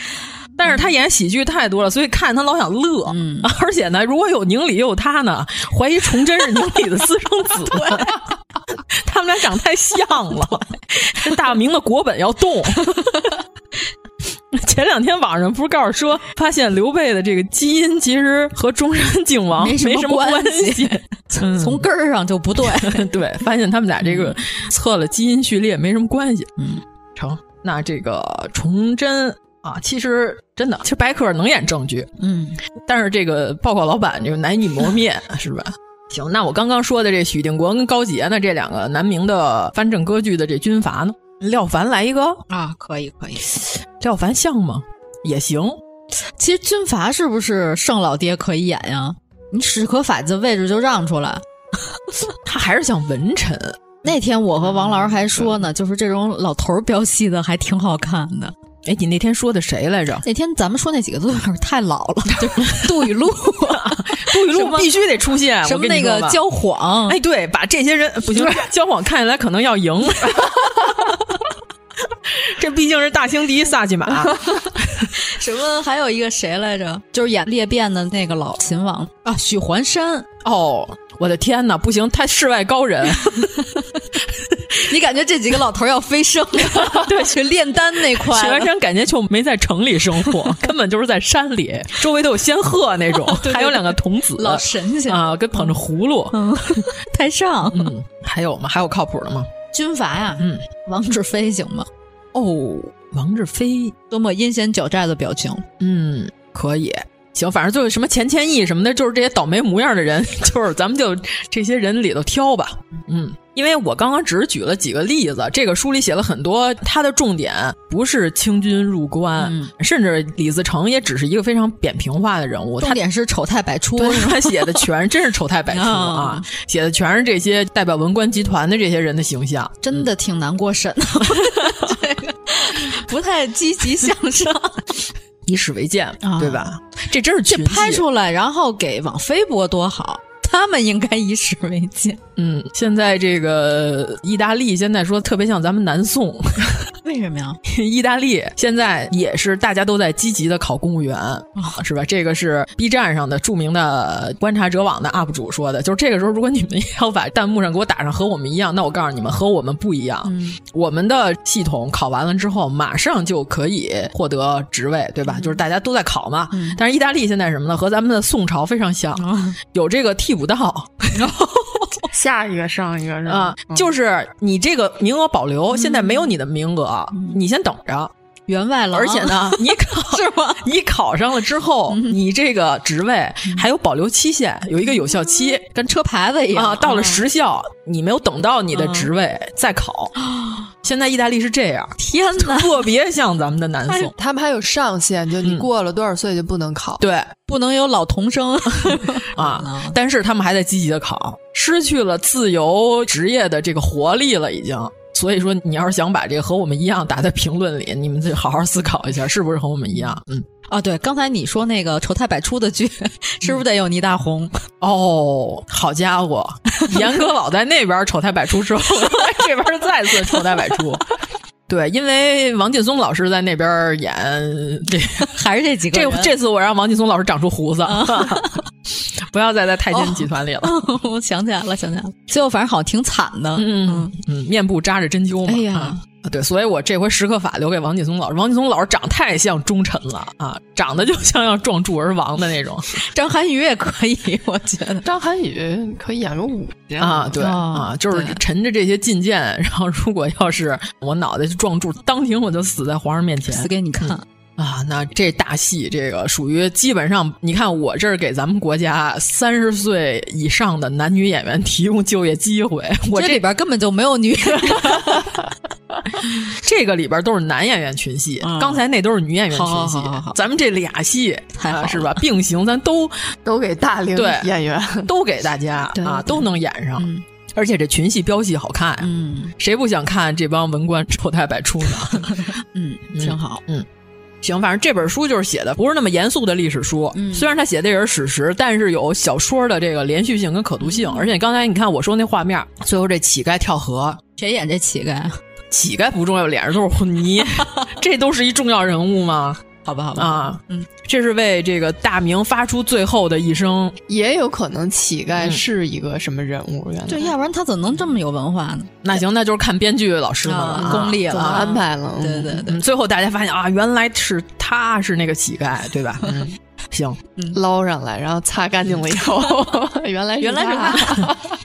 Speaker 9: 但是他演喜剧太多了，所以看他老想乐。
Speaker 8: 嗯，
Speaker 9: 而且呢，如果有宁理又有他呢，怀疑崇祯是宁理的私 生子。 他们俩长太像了，这大明的国本要动。 前两天网上不是告诉说，发现刘备的这个基因其实和中山靖王
Speaker 8: 没
Speaker 9: 没
Speaker 8: 什么
Speaker 9: 什么关
Speaker 8: 关 系
Speaker 9: 嗯
Speaker 8: 从根儿上就不对。
Speaker 9: 对，发现他们俩这个测了基因序列没什么关系。
Speaker 8: 嗯，
Speaker 9: 成。那这个崇祯啊，其实真的，其实白客能演正剧，
Speaker 8: 嗯，
Speaker 9: 但是这个报告老板就难以磨灭， 是吧？行，那我刚刚说的这许定国跟高杰呢，这两个南明的藩镇割据的这军阀呢，廖凡来一个，
Speaker 8: 啊，可以可以。
Speaker 9: 廖凡像吗？也行，
Speaker 8: 其实军阀是不是盛老爹可以演呀？你史可法的位置就让出来。
Speaker 9: 他还是像文臣。嗯
Speaker 8: 那天我和王老师还说呢，就是这种老头儿飙戏的还挺好看的。
Speaker 9: 哎，你那天说的谁来着？
Speaker 8: 那天咱们说那几个都有点太老 了，就是杜雨露、
Speaker 9: 杜雨露必须得出现，
Speaker 8: 什么那个焦晃，
Speaker 9: 哎，对，把这些人不行，焦晃看起来可能要赢， 这毕竟是大兴第一萨其马。
Speaker 8: 什么还有一个谁来着？就是演裂变的那个老秦王啊，许环山。
Speaker 9: 哦，我的天哪，不行，他世外高 人。
Speaker 8: 你感觉这几个老头要飞升 了，
Speaker 9: 对，
Speaker 8: 去炼丹那块。
Speaker 9: 许环山感觉就没在城里生 活，根本就是在山里，周围都有仙鹤那种，
Speaker 8: 对对对
Speaker 9: 还有两个童子，
Speaker 8: 老神仙
Speaker 9: 啊，跟捧着葫芦。
Speaker 8: 嗯，太上。
Speaker 9: 嗯，还有吗？还有靠谱的吗？
Speaker 8: 军阀呀、
Speaker 9: 嗯，
Speaker 8: 王志飞行吗？
Speaker 9: 哦，王志飞，
Speaker 8: 多么阴险狡诈的表情。
Speaker 9: 嗯，可以。行，反正就是什么钱谦益什么的，就是这些倒霉模样的人， 就是咱们就这些人里头挑吧。嗯，因为我刚刚只是举了几个例子，这个书里写了很多，它的重点不是清军入关，
Speaker 8: 嗯
Speaker 9: 甚至李自成也只是一个非常扁平化的人物，
Speaker 8: 重
Speaker 9: 他
Speaker 8: 点是丑态百出，啊
Speaker 9: 对
Speaker 8: 是吧
Speaker 9: 他写的全是真是丑态百出 啊，写的全是这些代表文官集团的这些人的形象。
Speaker 8: 真的挺难过审 的，这个不太积极向 上。
Speaker 9: 以史为鉴，
Speaker 8: 啊
Speaker 9: 对吧？这真是
Speaker 8: 这
Speaker 9: 群
Speaker 8: 拍
Speaker 9: 戏
Speaker 8: 出来，然后给网飞播多好，他们应该以史为鉴。
Speaker 9: 嗯，现在这个意大利现在说特别像咱们南宋，
Speaker 8: 为什么呀？
Speaker 9: 意大利现在也是大家都在积极的考公务员，是吧？这个是 B 站上的著名的观察者网的 UP 主说的，就是这个时候，如果你们要把弹幕上给我打上和我们一样，那我告诉你们和我们不一样，我们的系统考完了之后，马上就可以获得职位，对吧？就是大家都在考嘛。但是意大利现在什么呢？和咱们的宋朝非常像，有这个替补道。
Speaker 10: 下一个上一个是吧
Speaker 9: 啊，就是你这个名额保留，现在没有你的名额，你先等着。
Speaker 8: 员外郎，
Speaker 9: 而且 呢，你考嗯啊是吗？嗯你考上了之后，你这个职位还有保留期限，有一个有效期
Speaker 8: 跟车牌子一样
Speaker 9: 嗯啊。嗯到了时效，你没有等到你的职位再 考。现在意大利是这样，
Speaker 8: 天哪，
Speaker 9: 特别像咱们的南宋。嗯
Speaker 10: 他们还有上限，就你过了多少岁就不能考。
Speaker 9: 对
Speaker 8: 不能有老童生
Speaker 9: 啊，但是他们还在积极的考，失去了自由职业的这个活力了，已经。所以说，你要是想把这个和我们一样打在评论里，你们就好好思考一下，是不是和我们一样？嗯，
Speaker 8: 啊！对，刚才你说那个丑态百出的剧，是不是得有倪大红？
Speaker 9: 哦，好家伙， 严哥老在那边丑态百出之后， 这边再次丑态百出。对，因为王劲松老师在那边演这
Speaker 8: 还是这几个
Speaker 9: 这
Speaker 8: 人？
Speaker 9: 这次我让王劲松老师长出 胡子，不要再在太
Speaker 8: 哦
Speaker 9: 监集团里了。
Speaker 8: 我想起来了，想起来了，最后反正好像挺惨的。
Speaker 9: 嗯嗯，面部扎着针灸
Speaker 8: 啊
Speaker 9: 嘛。
Speaker 8: 哎呀
Speaker 9: 啊对，所以我这回时刻法留给王劲松老师。王劲松老师长太像忠臣了啊，长得就像要撞柱而亡的那种
Speaker 8: 张涵予也可以，我觉得。
Speaker 10: 张涵予可以演个武将
Speaker 9: 啊，对、
Speaker 8: 哦
Speaker 9: 啊，就是沉着这些进谏，然后如果要是我脑袋就撞柱，当庭我就死在皇上面前
Speaker 8: 死给你看，
Speaker 9: 啊。那这大戏，这个属于基本上，你看我这儿给咱们国家三十岁以上的男女演员提供就业机会，我
Speaker 8: 这里边根本就没有女人。
Speaker 9: 这个里边都是男演员群戏，
Speaker 8: 嗯
Speaker 9: 刚才那都是女演员群戏，
Speaker 8: 好好好好好
Speaker 9: 咱们这俩戏
Speaker 8: 太好
Speaker 9: 啊
Speaker 8: 了
Speaker 9: 是吧？并行，咱 都
Speaker 10: 都给大龄
Speaker 9: 对
Speaker 10: 演员。
Speaker 9: 都给大家
Speaker 8: 对
Speaker 9: 啊，
Speaker 8: 对
Speaker 9: 都能演上。而且这群戏标戏好看，
Speaker 8: 嗯
Speaker 9: 谁不想看这帮文官丑态百出 呢？
Speaker 8: 嗯，挺好。
Speaker 9: 嗯，行，反正这本书就是写的不是那么严肃的历史书，
Speaker 8: 嗯
Speaker 9: 虽然它写的也是史实，但是有小说的这个连续性跟可读性。而且刚才你看我说那画面，最后这乞丐跳河，
Speaker 8: 谁演这乞丐？
Speaker 9: 乞丐不重要，脸上都是 混泥，这都是一重要人物吗？
Speaker 8: 好吧，好吧，
Speaker 9: 啊，
Speaker 8: 嗯，
Speaker 9: 这是为这个大明发出最后的一声。
Speaker 10: 也有可能乞丐是一个什么人物？原来
Speaker 8: 对，要不然他怎么能这么有文化呢？
Speaker 9: 那行，那就是看编剧老师们了啊、
Speaker 8: 啊功力
Speaker 10: 怎
Speaker 8: 了，
Speaker 10: 么安排了？
Speaker 8: 对对对，
Speaker 9: 嗯，最后大家发现啊，原来是他是那个乞丐，对吧？嗯，行，
Speaker 10: 捞上来，然后擦干净了以后， 原来
Speaker 9: 原来是
Speaker 10: 他。
Speaker 9: 他。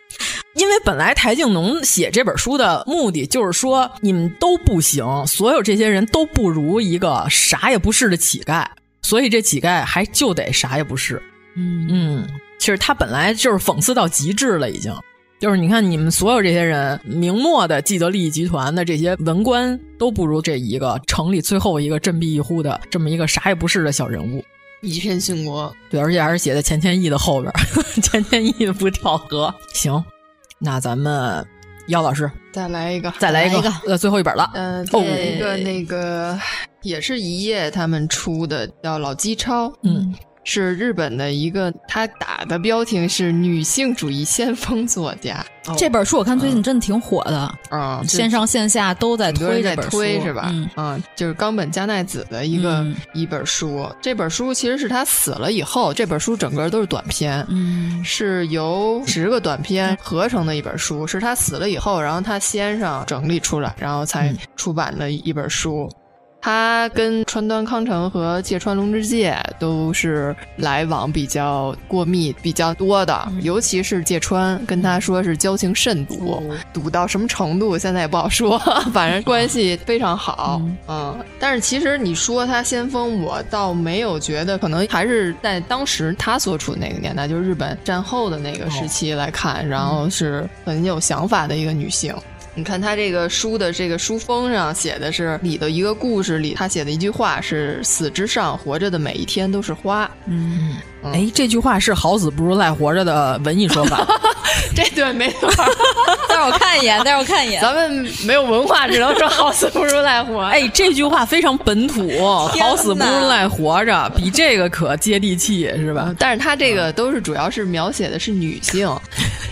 Speaker 9: 因为本来台静农写这本书的目的就是说，你们都不行，所有这些人都不如一个啥也不是的乞丐，所以这乞丐还就得啥也不是。
Speaker 8: 嗯，
Speaker 9: 嗯，其实他本来就是讽刺到极致了，已经。就是你看，你们所有这些人，明末的既得利益集团的这些文官，都不如这一个城里最后一个振臂一呼的这么一个啥也不是的小人物。
Speaker 10: 以身殉国，
Speaker 9: 对，而且还是写在钱谦益的后边儿， 钱谦益不跳河。行，那咱们姚老师
Speaker 10: 再来一个，
Speaker 9: 再来一个，
Speaker 8: 来 一个
Speaker 9: 呃，最后一本了。
Speaker 10: 嗯，再
Speaker 9: 哦
Speaker 10: 来一个那个也是一夜他们出的，叫《老基超》，
Speaker 9: 嗯，
Speaker 10: 是日本的一个，他打的标题是“女性主义先锋作家”哦。
Speaker 8: 这本书我看最近真的挺火的，
Speaker 10: 啊、嗯，
Speaker 8: 线上线下都在推
Speaker 10: 在推是吧？
Speaker 8: 嗯，
Speaker 10: 嗯就是冈本加奈子的一个、嗯、一本书。这本书其实是他死了以后，这本书整个都是短篇，
Speaker 8: 嗯，
Speaker 10: 是由十个短篇合成的一本书，是他死了以后，然后他先生整理出来，然后才出版的一本书。他跟川端康成和芥川龙之介都是来往比较过密、比较多的，嗯、尤其是芥川，跟他说是交情甚笃，笃、嗯、到什么程度现在也不好说， 反正关系非常好。嗯,嗯，但是其实你说他先锋，我倒没有觉得，可能还是在当时他所处的那个年代，就是日本战后的那个时期来看，哦、然后是很有想法的一个女性。你看他这个书的这个书封上写的是里头一个故事里，他写的一句话是“死之上，活着的每一天都是花”。
Speaker 9: 嗯，哎、嗯，这句话是“好死不如赖活着”的文艺 说法。
Speaker 10: 这对没 错。
Speaker 8: 待会儿我看一眼，待会儿我看一眼。
Speaker 10: 咱们没有文化，只能说“好死不如赖活”。
Speaker 9: 哎，这句话非常本土，“好死不如赖活着”比这个可接地气，是吧？
Speaker 10: 但是他这个都是主要是描写的是女性。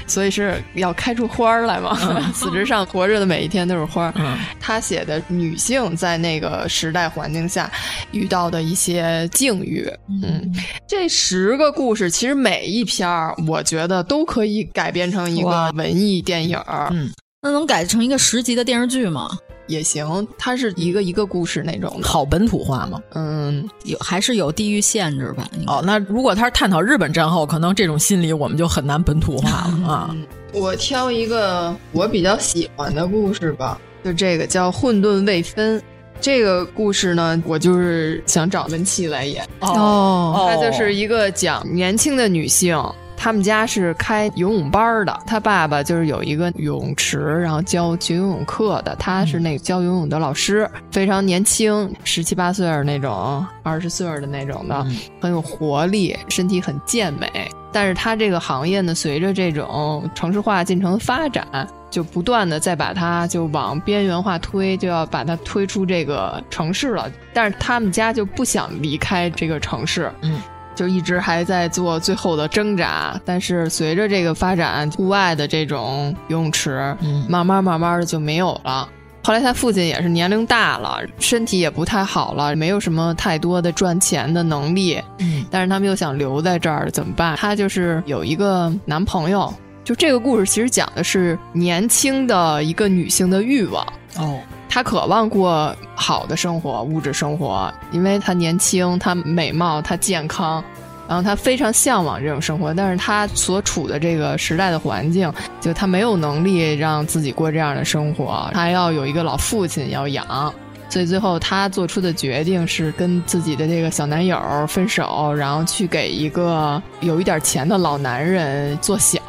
Speaker 10: 所以是要开出花儿来嘛？嗯、 死之上，活着的每一天都是花儿。
Speaker 9: 嗯、
Speaker 10: 他写的女性在那个时代环境下遇到的一些境遇，嗯，这十个故事其实每一篇儿，我觉得都可以改编成一个文艺电影。
Speaker 9: 嗯，
Speaker 8: 那能改成一个十集的电视剧吗？
Speaker 10: 也行，它是一个一个故事那种，
Speaker 9: 好本土化嘛。
Speaker 10: 嗯，
Speaker 8: 有还是有地域限制吧？
Speaker 9: 哦，那如果他是探讨日本战后，可能这种心理我们就很难本土化了啊。
Speaker 10: 嗯、我挑一个我比较喜欢的故事吧，就这个叫《混沌未分》。这个故事呢，我就是想找文琪来演
Speaker 9: 哦，
Speaker 10: 它就是一个讲年轻的女性。他们家是开游泳班的，他爸爸就是有一个游泳池，然后教学游泳课的，他是那个教游泳的老师，非常年轻，十七八岁那种，二十岁的那种的，很有活力，身体很健美。但是他这个行业呢，随着这种城市化进程的发展，就不断的在把它就往边缘化推，就要把它推出这个城市了。但是他们家就不想离开这个城市，
Speaker 9: 嗯。
Speaker 10: 就一直还在做最后的挣扎，但是随着这个发展，户外的这种游泳池，
Speaker 9: 嗯，
Speaker 10: 慢慢慢慢的就没有了。后来他父亲也是年龄大了，身体也不太好了，没有什么太多的赚钱的能力，
Speaker 9: 嗯，
Speaker 10: 但是他们又想留在这儿，怎么办？他就是有一个男朋友。就这个故事其实讲的是年轻的一个女性的欲望
Speaker 9: 哦。
Speaker 10: 她渴望过好的生活、物质生活，因为她年轻，她美貌，她健康，然后她非常向往这种生活。但是她所处的这个时代的环境，就她没有能力让自己过这样的生活，她要有一个老父亲要养，所以最后她做出的决定是跟自己的这个小男友分手，然后去给一个有一点钱的老男人做小。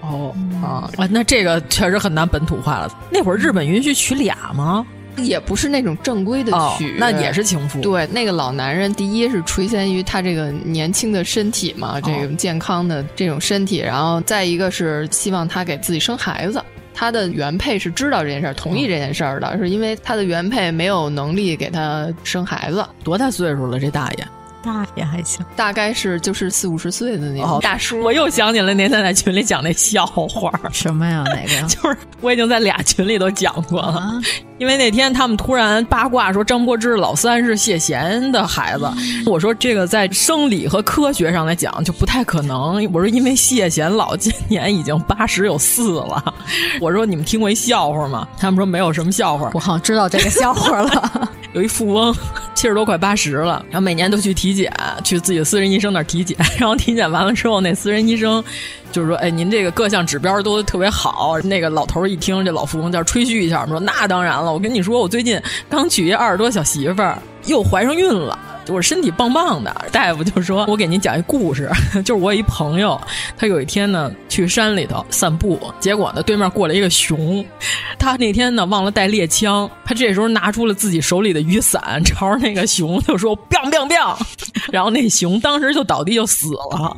Speaker 9: 哦
Speaker 10: 嗯
Speaker 9: 啊啊！那这个确实很难本土化了。那会儿日本允许娶俩吗？
Speaker 10: 也不是那种正规的娶、哦，
Speaker 9: 那也是情妇。
Speaker 10: 对，那个老男人，第一是垂涎于他这个年轻的身体嘛，这个健康的这种身体，哦、然后再一个是希望他给自己生孩子。他的原配是知道这件事儿，同意这件事儿的，嗯、是因为他的原配没有能力给他生孩子。
Speaker 9: 多大岁数了？这大爷。
Speaker 8: 大也还行，
Speaker 10: 大概是就是四五十岁的那种、哦、大叔。
Speaker 9: 我又想起了那天在群里讲那笑话，
Speaker 8: 什么呀？哪个？
Speaker 9: 就是我已经在俩群里都讲过了，啊、因为那天他们突然八卦说张柏芝老三是谢贤的孩子，嗯、我说这个在生理和科学上来讲就不太可能。我说因为谢贤老今年已经八十有四了，我说你们听过一笑话吗？他们说没有什么笑话，
Speaker 8: 我好像知道这个笑话了。
Speaker 9: 有一富翁 七十多快八十了，然后每年都去体检，去自己的私人医生那儿体检， 然后体检完了之后，那私人医生就是说：“哎，您这个各项指标都特别好。”那个老头儿一听，这老富翁叫吹嘘一下，说：“那当然了，我跟你说，我最近刚娶一二十多小媳妇儿，又怀上孕了。”我身体棒棒的，大夫就说：“我给您讲一故事， 就是我有一朋友，他有一天呢去山里头散步，结果呢对面过来一个熊，他那天呢忘了带猎枪，他这时候拿出了自己手里的雨伞，朝着那个熊就说 biang biang biang，然 后那熊当时就倒地就死了。”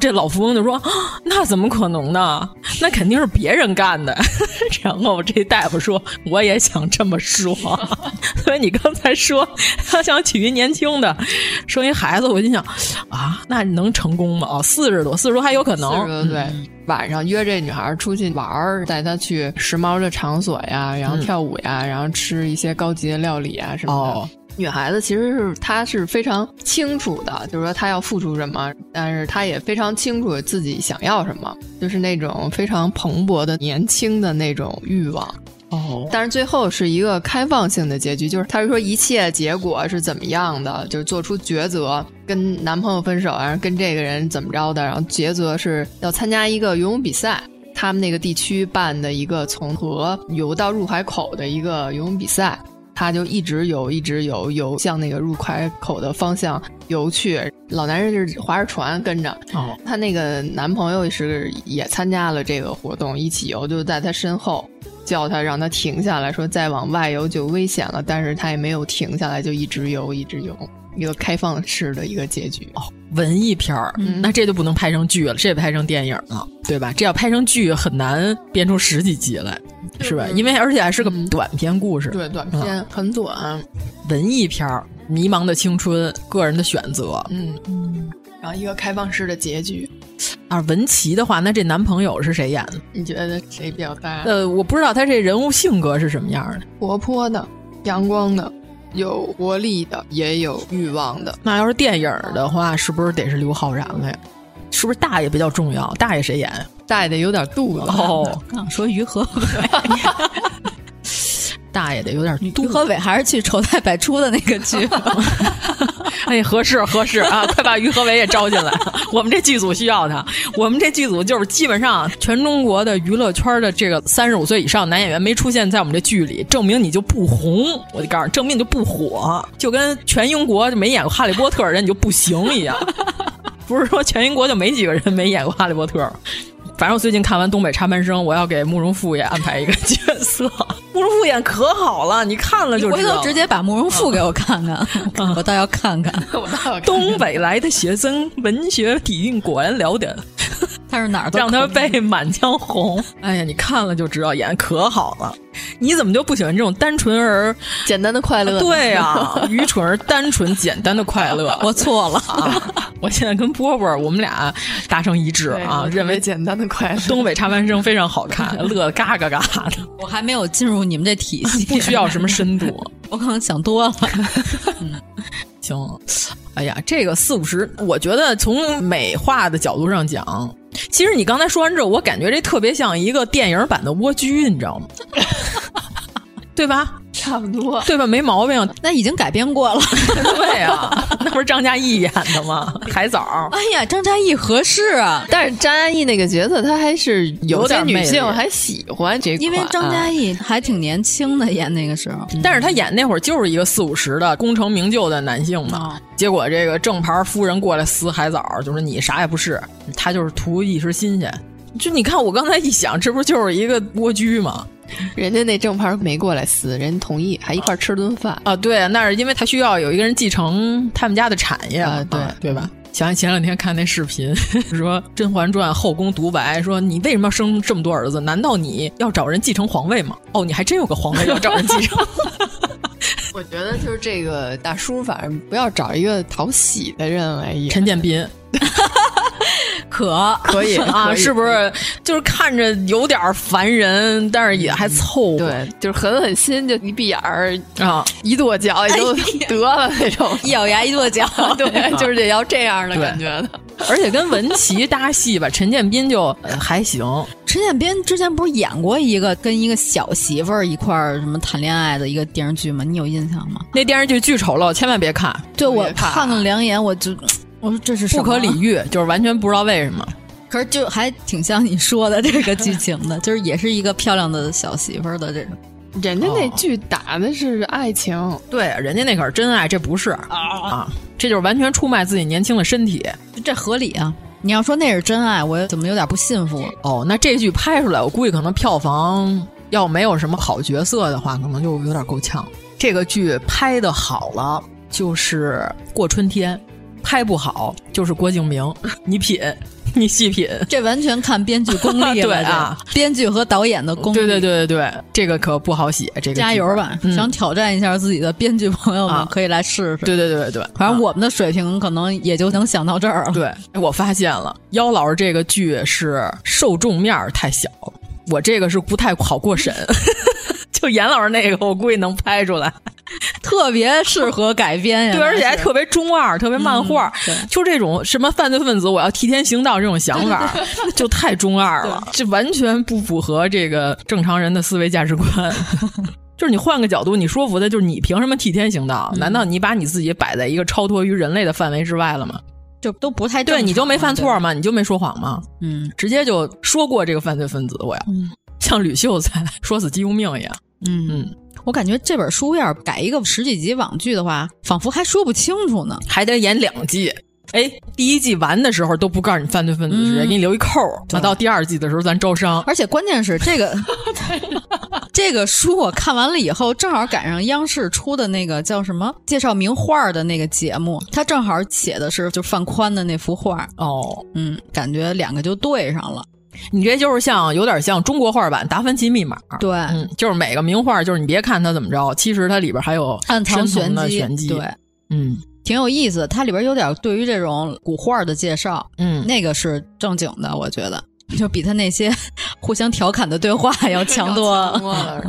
Speaker 9: 这老富翁就说、啊：“那怎么可能呢？那肯定是别人干的。 然后这大夫说，我也想这么说。 所以你刚才说他想娶一年轻的，生一孩子，我心想啊，那能成功吗？哦，四十多，四十多还有可能。嗯
Speaker 10: 四十多岁，晚上约这女孩出去玩儿，带她去时髦的场所呀，然后跳舞呀，然后吃一些高级的料理啊什么的。
Speaker 9: 哦
Speaker 10: 女孩子其实是她是非常清楚的，就是说她要付出什么，但是她也非常清楚自己想要什么，就是那种非常蓬勃的年轻的那种欲望。
Speaker 9: 哦，
Speaker 10: 但是最后是一个开放性的结局，就是她说一切结果是怎么样的，就是做出抉择，跟男朋友分手，然后跟这个人怎么着的，然后抉择是要参加一个游泳比赛。他们那个地区办的一个从河游到入海口的一个游泳比赛，他就一直游，一直游，游向那个入海口的方向游去。老男人是划着船跟着，
Speaker 9: 哦，
Speaker 10: 她那个男朋友是也参加了这个活动，一起游，就在她身后叫她，让她停下来，说再往外游就危险了。但是她也没有停下来，就一直游，一直游，一个开放式的一个结局。哦，
Speaker 9: 文艺片儿，那这就不能拍成剧了，这也拍成电影了，对吧？这要拍成剧很难编出十几集来，是吧？因为而且还是个短篇故事，
Speaker 10: 对，短片、
Speaker 9: 嗯
Speaker 10: 很短，
Speaker 9: 文艺片儿，《迷茫的青春》，个人的选择，
Speaker 10: 嗯，然后一个开放式的结局。
Speaker 9: 啊，文琪的话，那这男朋友是谁演的？
Speaker 10: 你觉得谁比较搭？
Speaker 9: 呃，我不知道他这人物性格是什么样的，
Speaker 10: 活泼的、阳光的、有活力的，也有欲望的。
Speaker 9: 那要是电影儿的话，是不是得是刘昊然了呀？是不是大爷比较重要？大爷谁演？
Speaker 10: 大爷得有点肚子
Speaker 9: 哦，
Speaker 8: 刚想说于和伟，
Speaker 9: 大爷得有点肚
Speaker 8: 于
Speaker 9: 子。
Speaker 8: 和伟还是去丑态百出的那个剧，
Speaker 9: 哎，合适合适啊！快把于和伟也招进来，我们这剧组需要他。我们这剧组就是基本上全中国的娱乐圈的这个三十五岁以上男演员没出现在我们这剧里，证明你就不红。我就告诉你，证明你就不火，就跟全英国就没演过《哈利波特》的人你就不行一样。不是说全英国就没几个人没演过《哈利波特》。反正我最近看完《东北插班生》，我要给慕容复也安排一个角色。慕容复演可好了，你看了就知道
Speaker 8: 回头直接把慕容复给我看看，我倒要看看
Speaker 9: 东北来的学生，文学底蕴果然了得，
Speaker 8: 他是哪儿都
Speaker 9: 让他
Speaker 8: 可以
Speaker 9: 背《满江红》。哎呀，你看了就知道，演得可好了。你怎么就不喜欢这种单纯而
Speaker 10: 简单的快乐呢，
Speaker 9: 对啊 呀、 愚蠢而单纯、简单的快 乐？
Speaker 8: 我错了，
Speaker 9: 啊！我现在跟波波，我们俩达成一致
Speaker 10: 对
Speaker 9: 啊，认为
Speaker 10: 简单的快乐。
Speaker 9: 东北插班生非常好看，乐得嘎嘎嘎 的，
Speaker 8: 我还没有进入你们这体系，
Speaker 9: 不需要什么深 度。
Speaker 8: 我可能想多了。
Speaker 9: 嗯行，哎呀，这个四五十，我觉得从美化的角度上讲，其实你刚才说完之后，我感觉这特别像一个电影版的蜗居，你知道吗？ 对吧？
Speaker 10: 差不多。
Speaker 9: 对吧？没毛病。
Speaker 8: 那已经改编过了，
Speaker 9: 对啊，那不是张嘉译演的吗？海藻儿。
Speaker 8: 哎呀，张嘉译合适啊，
Speaker 10: 但是张嘉译那个角色，他还是有
Speaker 9: 有
Speaker 10: 些
Speaker 9: 点
Speaker 10: 女性
Speaker 9: 魅力
Speaker 10: 还喜欢这款，啊
Speaker 8: 因为张嘉译还挺年轻的，演那个时候，
Speaker 9: 但是他演那会儿就是一个四五十的功成名就的男性嘛，结果这个正牌夫人过来撕海藻，就说你啥也不是，他就是图一时新鲜。就你看我刚才一想，这不就是一个蜗居吗？
Speaker 10: 人家那正牌没过来撕，人家同意，还一块儿吃顿饭。
Speaker 9: 啊，对，那是因为他需要有一个人继承他们家的产业嘛
Speaker 10: 啊对
Speaker 9: 对吧？想起前两天看那视频， 说《甄嬛传》后宫独白，说你为什么要生这么多儿子？难道你要找人继承皇位吗？哦，你还真有个皇位要找人继承。
Speaker 10: 我觉得就是这个大叔，反正不要找一个讨喜的人来演，
Speaker 9: 陈建斌
Speaker 8: 可
Speaker 10: 可以
Speaker 9: 啊，是不？
Speaker 10: 可以
Speaker 9: 是就是看着有点烦人，但是也还凑合。
Speaker 10: 对，就是狠狠心，就一闭眼儿，
Speaker 9: 啊，
Speaker 10: 一跺脚也就得了那种。
Speaker 8: 一咬牙一跺脚，
Speaker 10: 对，就是得要这样的
Speaker 9: 对
Speaker 10: 感觉的。
Speaker 9: 而且跟文琪搭戏吧，陈建斌就、呃还行。
Speaker 8: 陈建斌之前不是演过一个跟一个小媳妇儿一块儿什么谈恋爱的一个电视剧吗？你有印象吗？
Speaker 9: 那电视剧巨丑陋，千万别看，
Speaker 8: 对我
Speaker 10: 别看
Speaker 8: 看了两眼，我就我说这是什
Speaker 9: 不
Speaker 8: 么
Speaker 9: 可理。喻，就是完全不知道为什么。
Speaker 8: 可是就还挺像你说的这个剧情的，就是也是一个漂亮的小媳妇儿的这种。
Speaker 10: 人家那剧打的是爱情，
Speaker 9: 哦对，人家那可是真爱，这不是啊，这就是完全出卖自己年轻的身体。
Speaker 8: 这合理啊！你要说那是真爱，我怎么有点不信服？
Speaker 9: 哦，那这剧拍出来，我估计可能票房要没有什么好角色的话，可能就有点够呛。这个剧拍的好了， 就是过春天；拍不好，就是郭敬明。你品，你细品，
Speaker 8: 这完全看编剧功 力了。
Speaker 9: 对啊，
Speaker 8: 编剧和导演的功力。
Speaker 9: 对对对对对，这个可不好写。这个
Speaker 8: 加油吧、
Speaker 9: 嗯，
Speaker 8: 想挑战一下自己的编剧朋友们，可以来试试、啊。
Speaker 9: 对啊对对对，
Speaker 8: 反正我们的水平可能也就能想到这儿了。
Speaker 9: 对，我发现了，妖老师这个剧是受众面太小，我这个是不太好过审。 就严老师那个，我估计能拍出来，
Speaker 8: 特别适合改编呀。
Speaker 9: 对，而且还特别中二，特别漫画、
Speaker 8: 嗯，
Speaker 9: 就这种什么犯罪分子我要替天行道这种想法，就太中二了， 这完全不符合这个正常人的思维 价值观。就是你换个角度，你说服的就是你凭什么替天行道？
Speaker 8: 嗯
Speaker 9: 难道你把你自己摆在一个超脱于人类的范围之外了吗？
Speaker 8: 就都不太啊
Speaker 9: 对，你就没犯错吗？你就没说谎吗？
Speaker 8: 嗯，
Speaker 9: 直接就说过这个犯罪分子，我要、
Speaker 8: 嗯、
Speaker 9: 像吕秀才说死姬无命一样。
Speaker 8: 嗯
Speaker 9: 嗯，
Speaker 8: 我感觉这本书要是改一个十几集网剧的话，仿佛还说不清楚呢，
Speaker 9: 还得演两季。哎，第一季完的时候都不告诉你犯罪分子是谁，给你留一扣儿。那到第二季的时候咱招商。
Speaker 8: 嗯而且关键是这 个这个书我看完了以后，正好赶上央视出的那个叫什么介绍名画的那个节目，它正好写的是就范宽的那幅画。
Speaker 9: 哦，
Speaker 8: 嗯，感觉两个就对上了。
Speaker 9: 你这就是像有点像中国画版《达芬奇密码》，
Speaker 8: 对，
Speaker 9: 嗯，就是每个名画，就是你别看它怎么着，其实它里边还有
Speaker 8: 暗藏玄
Speaker 9: 机，玄
Speaker 8: 机，对，
Speaker 9: 嗯，
Speaker 8: 挺有意思。它里边有点对于这种古画的介绍，
Speaker 9: 嗯，
Speaker 8: 那个是正经的，我觉得就比他那些 互相调侃的对话要强
Speaker 9: 多 了。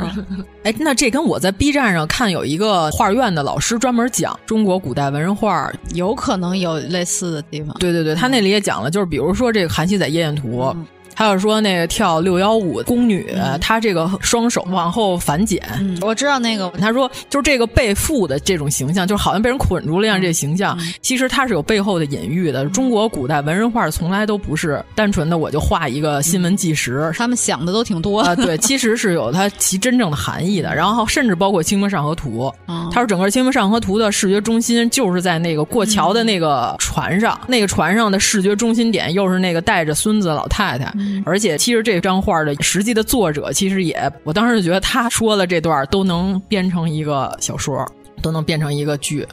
Speaker 9: 哎，那这跟我在 B 站上看有一个画院的老师专门讲中国古代文人画，
Speaker 8: 有可能有类似的地方。
Speaker 9: 对对对，他那里也讲了，就是比如说这个《韩熙载夜宴图》嗯。还有说那个跳六幺五宫女、嗯，她这个双手往后反剪、
Speaker 8: 嗯，我知道那个。
Speaker 9: 她说，就是这个被缚的这种形象，就好像被人捆住了一样，这个形象、
Speaker 8: 嗯、
Speaker 9: 其实它是有背后的隐喻的。中国古代文人画从来都不是单纯的我就画一个新闻纪实，
Speaker 8: 他们想的都挺多。
Speaker 9: 啊，对，其实是有它其真正的含义的。然后甚至包括《清明上河图》，
Speaker 8: 哦
Speaker 9: 他说整个《清明上河图》的视觉中心就是在那个过
Speaker 8: 嗯
Speaker 9: 桥的那个船上，那个船上的视觉中心点又是那个带着孙子老太太。
Speaker 8: 嗯
Speaker 9: 而且，其实这张画的实际的作者，其实也，我当时就觉得他说的这段都能编成一个小说，都能编成一个剧。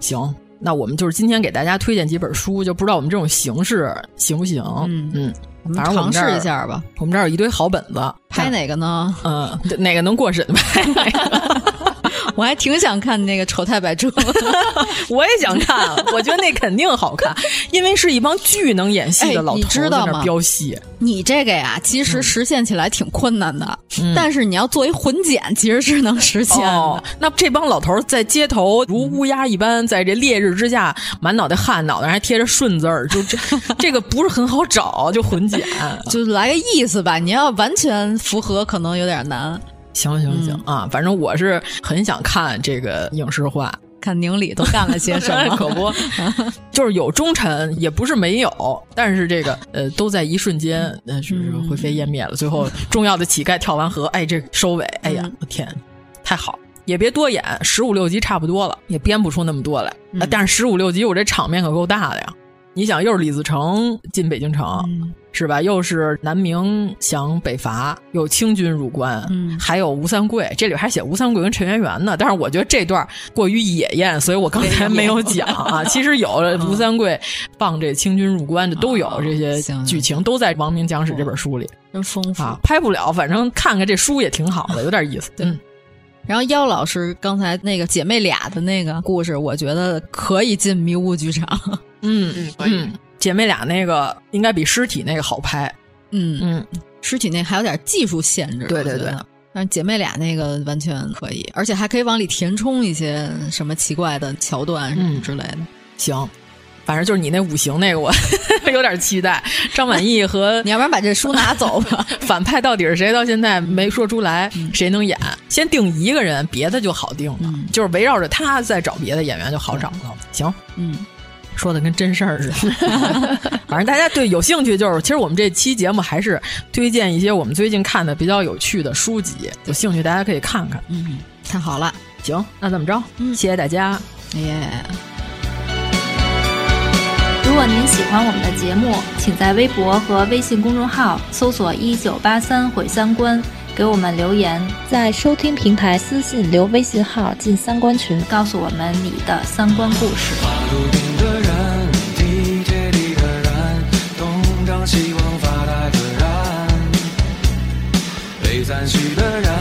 Speaker 9: 行，那我们就是今天给大家推荐几本书，就不知道我们这种形式行不行？
Speaker 8: 嗯
Speaker 9: 嗯，
Speaker 8: 反正我们尝试一下吧。
Speaker 9: 我们这儿有嗯一堆好本子，
Speaker 8: 拍哪个呢？
Speaker 9: 嗯，哪个能过审 拍哪个。
Speaker 8: 我还挺想看那个《丑态百 出》
Speaker 9: 我也想看，啊我觉得那肯定好看，因为是一帮巨能演戏
Speaker 8: 哎
Speaker 9: 的老头在那飙戏、哎
Speaker 8: 你。你这个呀，其实实现起来挺困难的，
Speaker 9: 嗯、
Speaker 8: 但是你要做一混剪，其实是能实现的、
Speaker 9: 哦。那这帮老头在街头
Speaker 8: 嗯
Speaker 9: 如乌鸦一般，在这烈日之下，满脑袋汗，脑袋还贴着顺字儿，就这 这个不是很好找，就混剪，
Speaker 8: 就来个意思吧。你要完全符合，可能有点难。
Speaker 9: 行行行、
Speaker 8: 嗯、
Speaker 9: 啊，反正我是很想看这个影视化，
Speaker 8: 看宁理都干了些什么，
Speaker 9: 可不，就是有忠臣，也不是没有，但是这个呃，都在一瞬间，呃，是不是灰飞烟灭了？最后重要的乞丐跳完河，哎，这收尾，哎呀，我、
Speaker 8: 嗯、
Speaker 9: 天，太好，也别多演，十五六集差不多了，也编不出那么多来。嗯、但是十五六集，我这场面可够大的呀！你想，又是李自成进北京城。是吧？又是南明降北伐，有清军入关，
Speaker 8: 嗯，
Speaker 9: 还有吴三桂，这里还写吴三桂跟陈圆圆呢。但是我觉得这段过于野艳，所以我刚才没有讲 啊。其实有吴三桂放这清军入关，这都有这些剧情，都在《王明讲史》这本书里，
Speaker 8: 真丰富、
Speaker 9: 啊。拍不了，反正看看这书也挺好的，有点意思。嗯
Speaker 8: 对。然后妖老师刚才那个姐妹俩的那个故事，我觉得可以进迷雾剧场。
Speaker 9: 嗯嗯，可以。姐妹俩那个应该比尸体那个好拍，
Speaker 8: 嗯
Speaker 9: 嗯，
Speaker 8: 尸体那还有点技术限制，
Speaker 9: 对对对。
Speaker 8: 但姐妹俩那个完全可以，而且还可以往里填充一些什么奇怪的桥段什么之类的。嗯、
Speaker 9: 行，反正就是你那五行那个我 有点期待。张晚意和
Speaker 8: 你要不然把这书拿走 吧，
Speaker 9: 反派到底是谁？到现在没说出来，
Speaker 8: 嗯、
Speaker 9: 谁能演？先定一个人，别的就好定了，
Speaker 8: 嗯、
Speaker 9: 就是围绕着他再找别的演员就好找了。行，
Speaker 8: 嗯。
Speaker 9: 说的跟真事儿 似的，反正大家对有兴趣就是，其实我们这期节目还是推荐一些我们最近看的比较有趣的书籍，有兴趣大家可以看看。
Speaker 8: 嗯，太好了，
Speaker 9: 行，那怎么着？
Speaker 8: 嗯，
Speaker 9: 谢谢大家，
Speaker 8: 耶、
Speaker 12: yeah！如果您喜欢我们的节目，请在微博和微信公众号搜索“一九八三毁三观”。给我们留言，
Speaker 14: 在收听平台私信留微信号进三观群，
Speaker 12: 告诉我们你的三观故事。
Speaker 15: 马路边的人，地铁里的人，东
Speaker 10: 暂时的让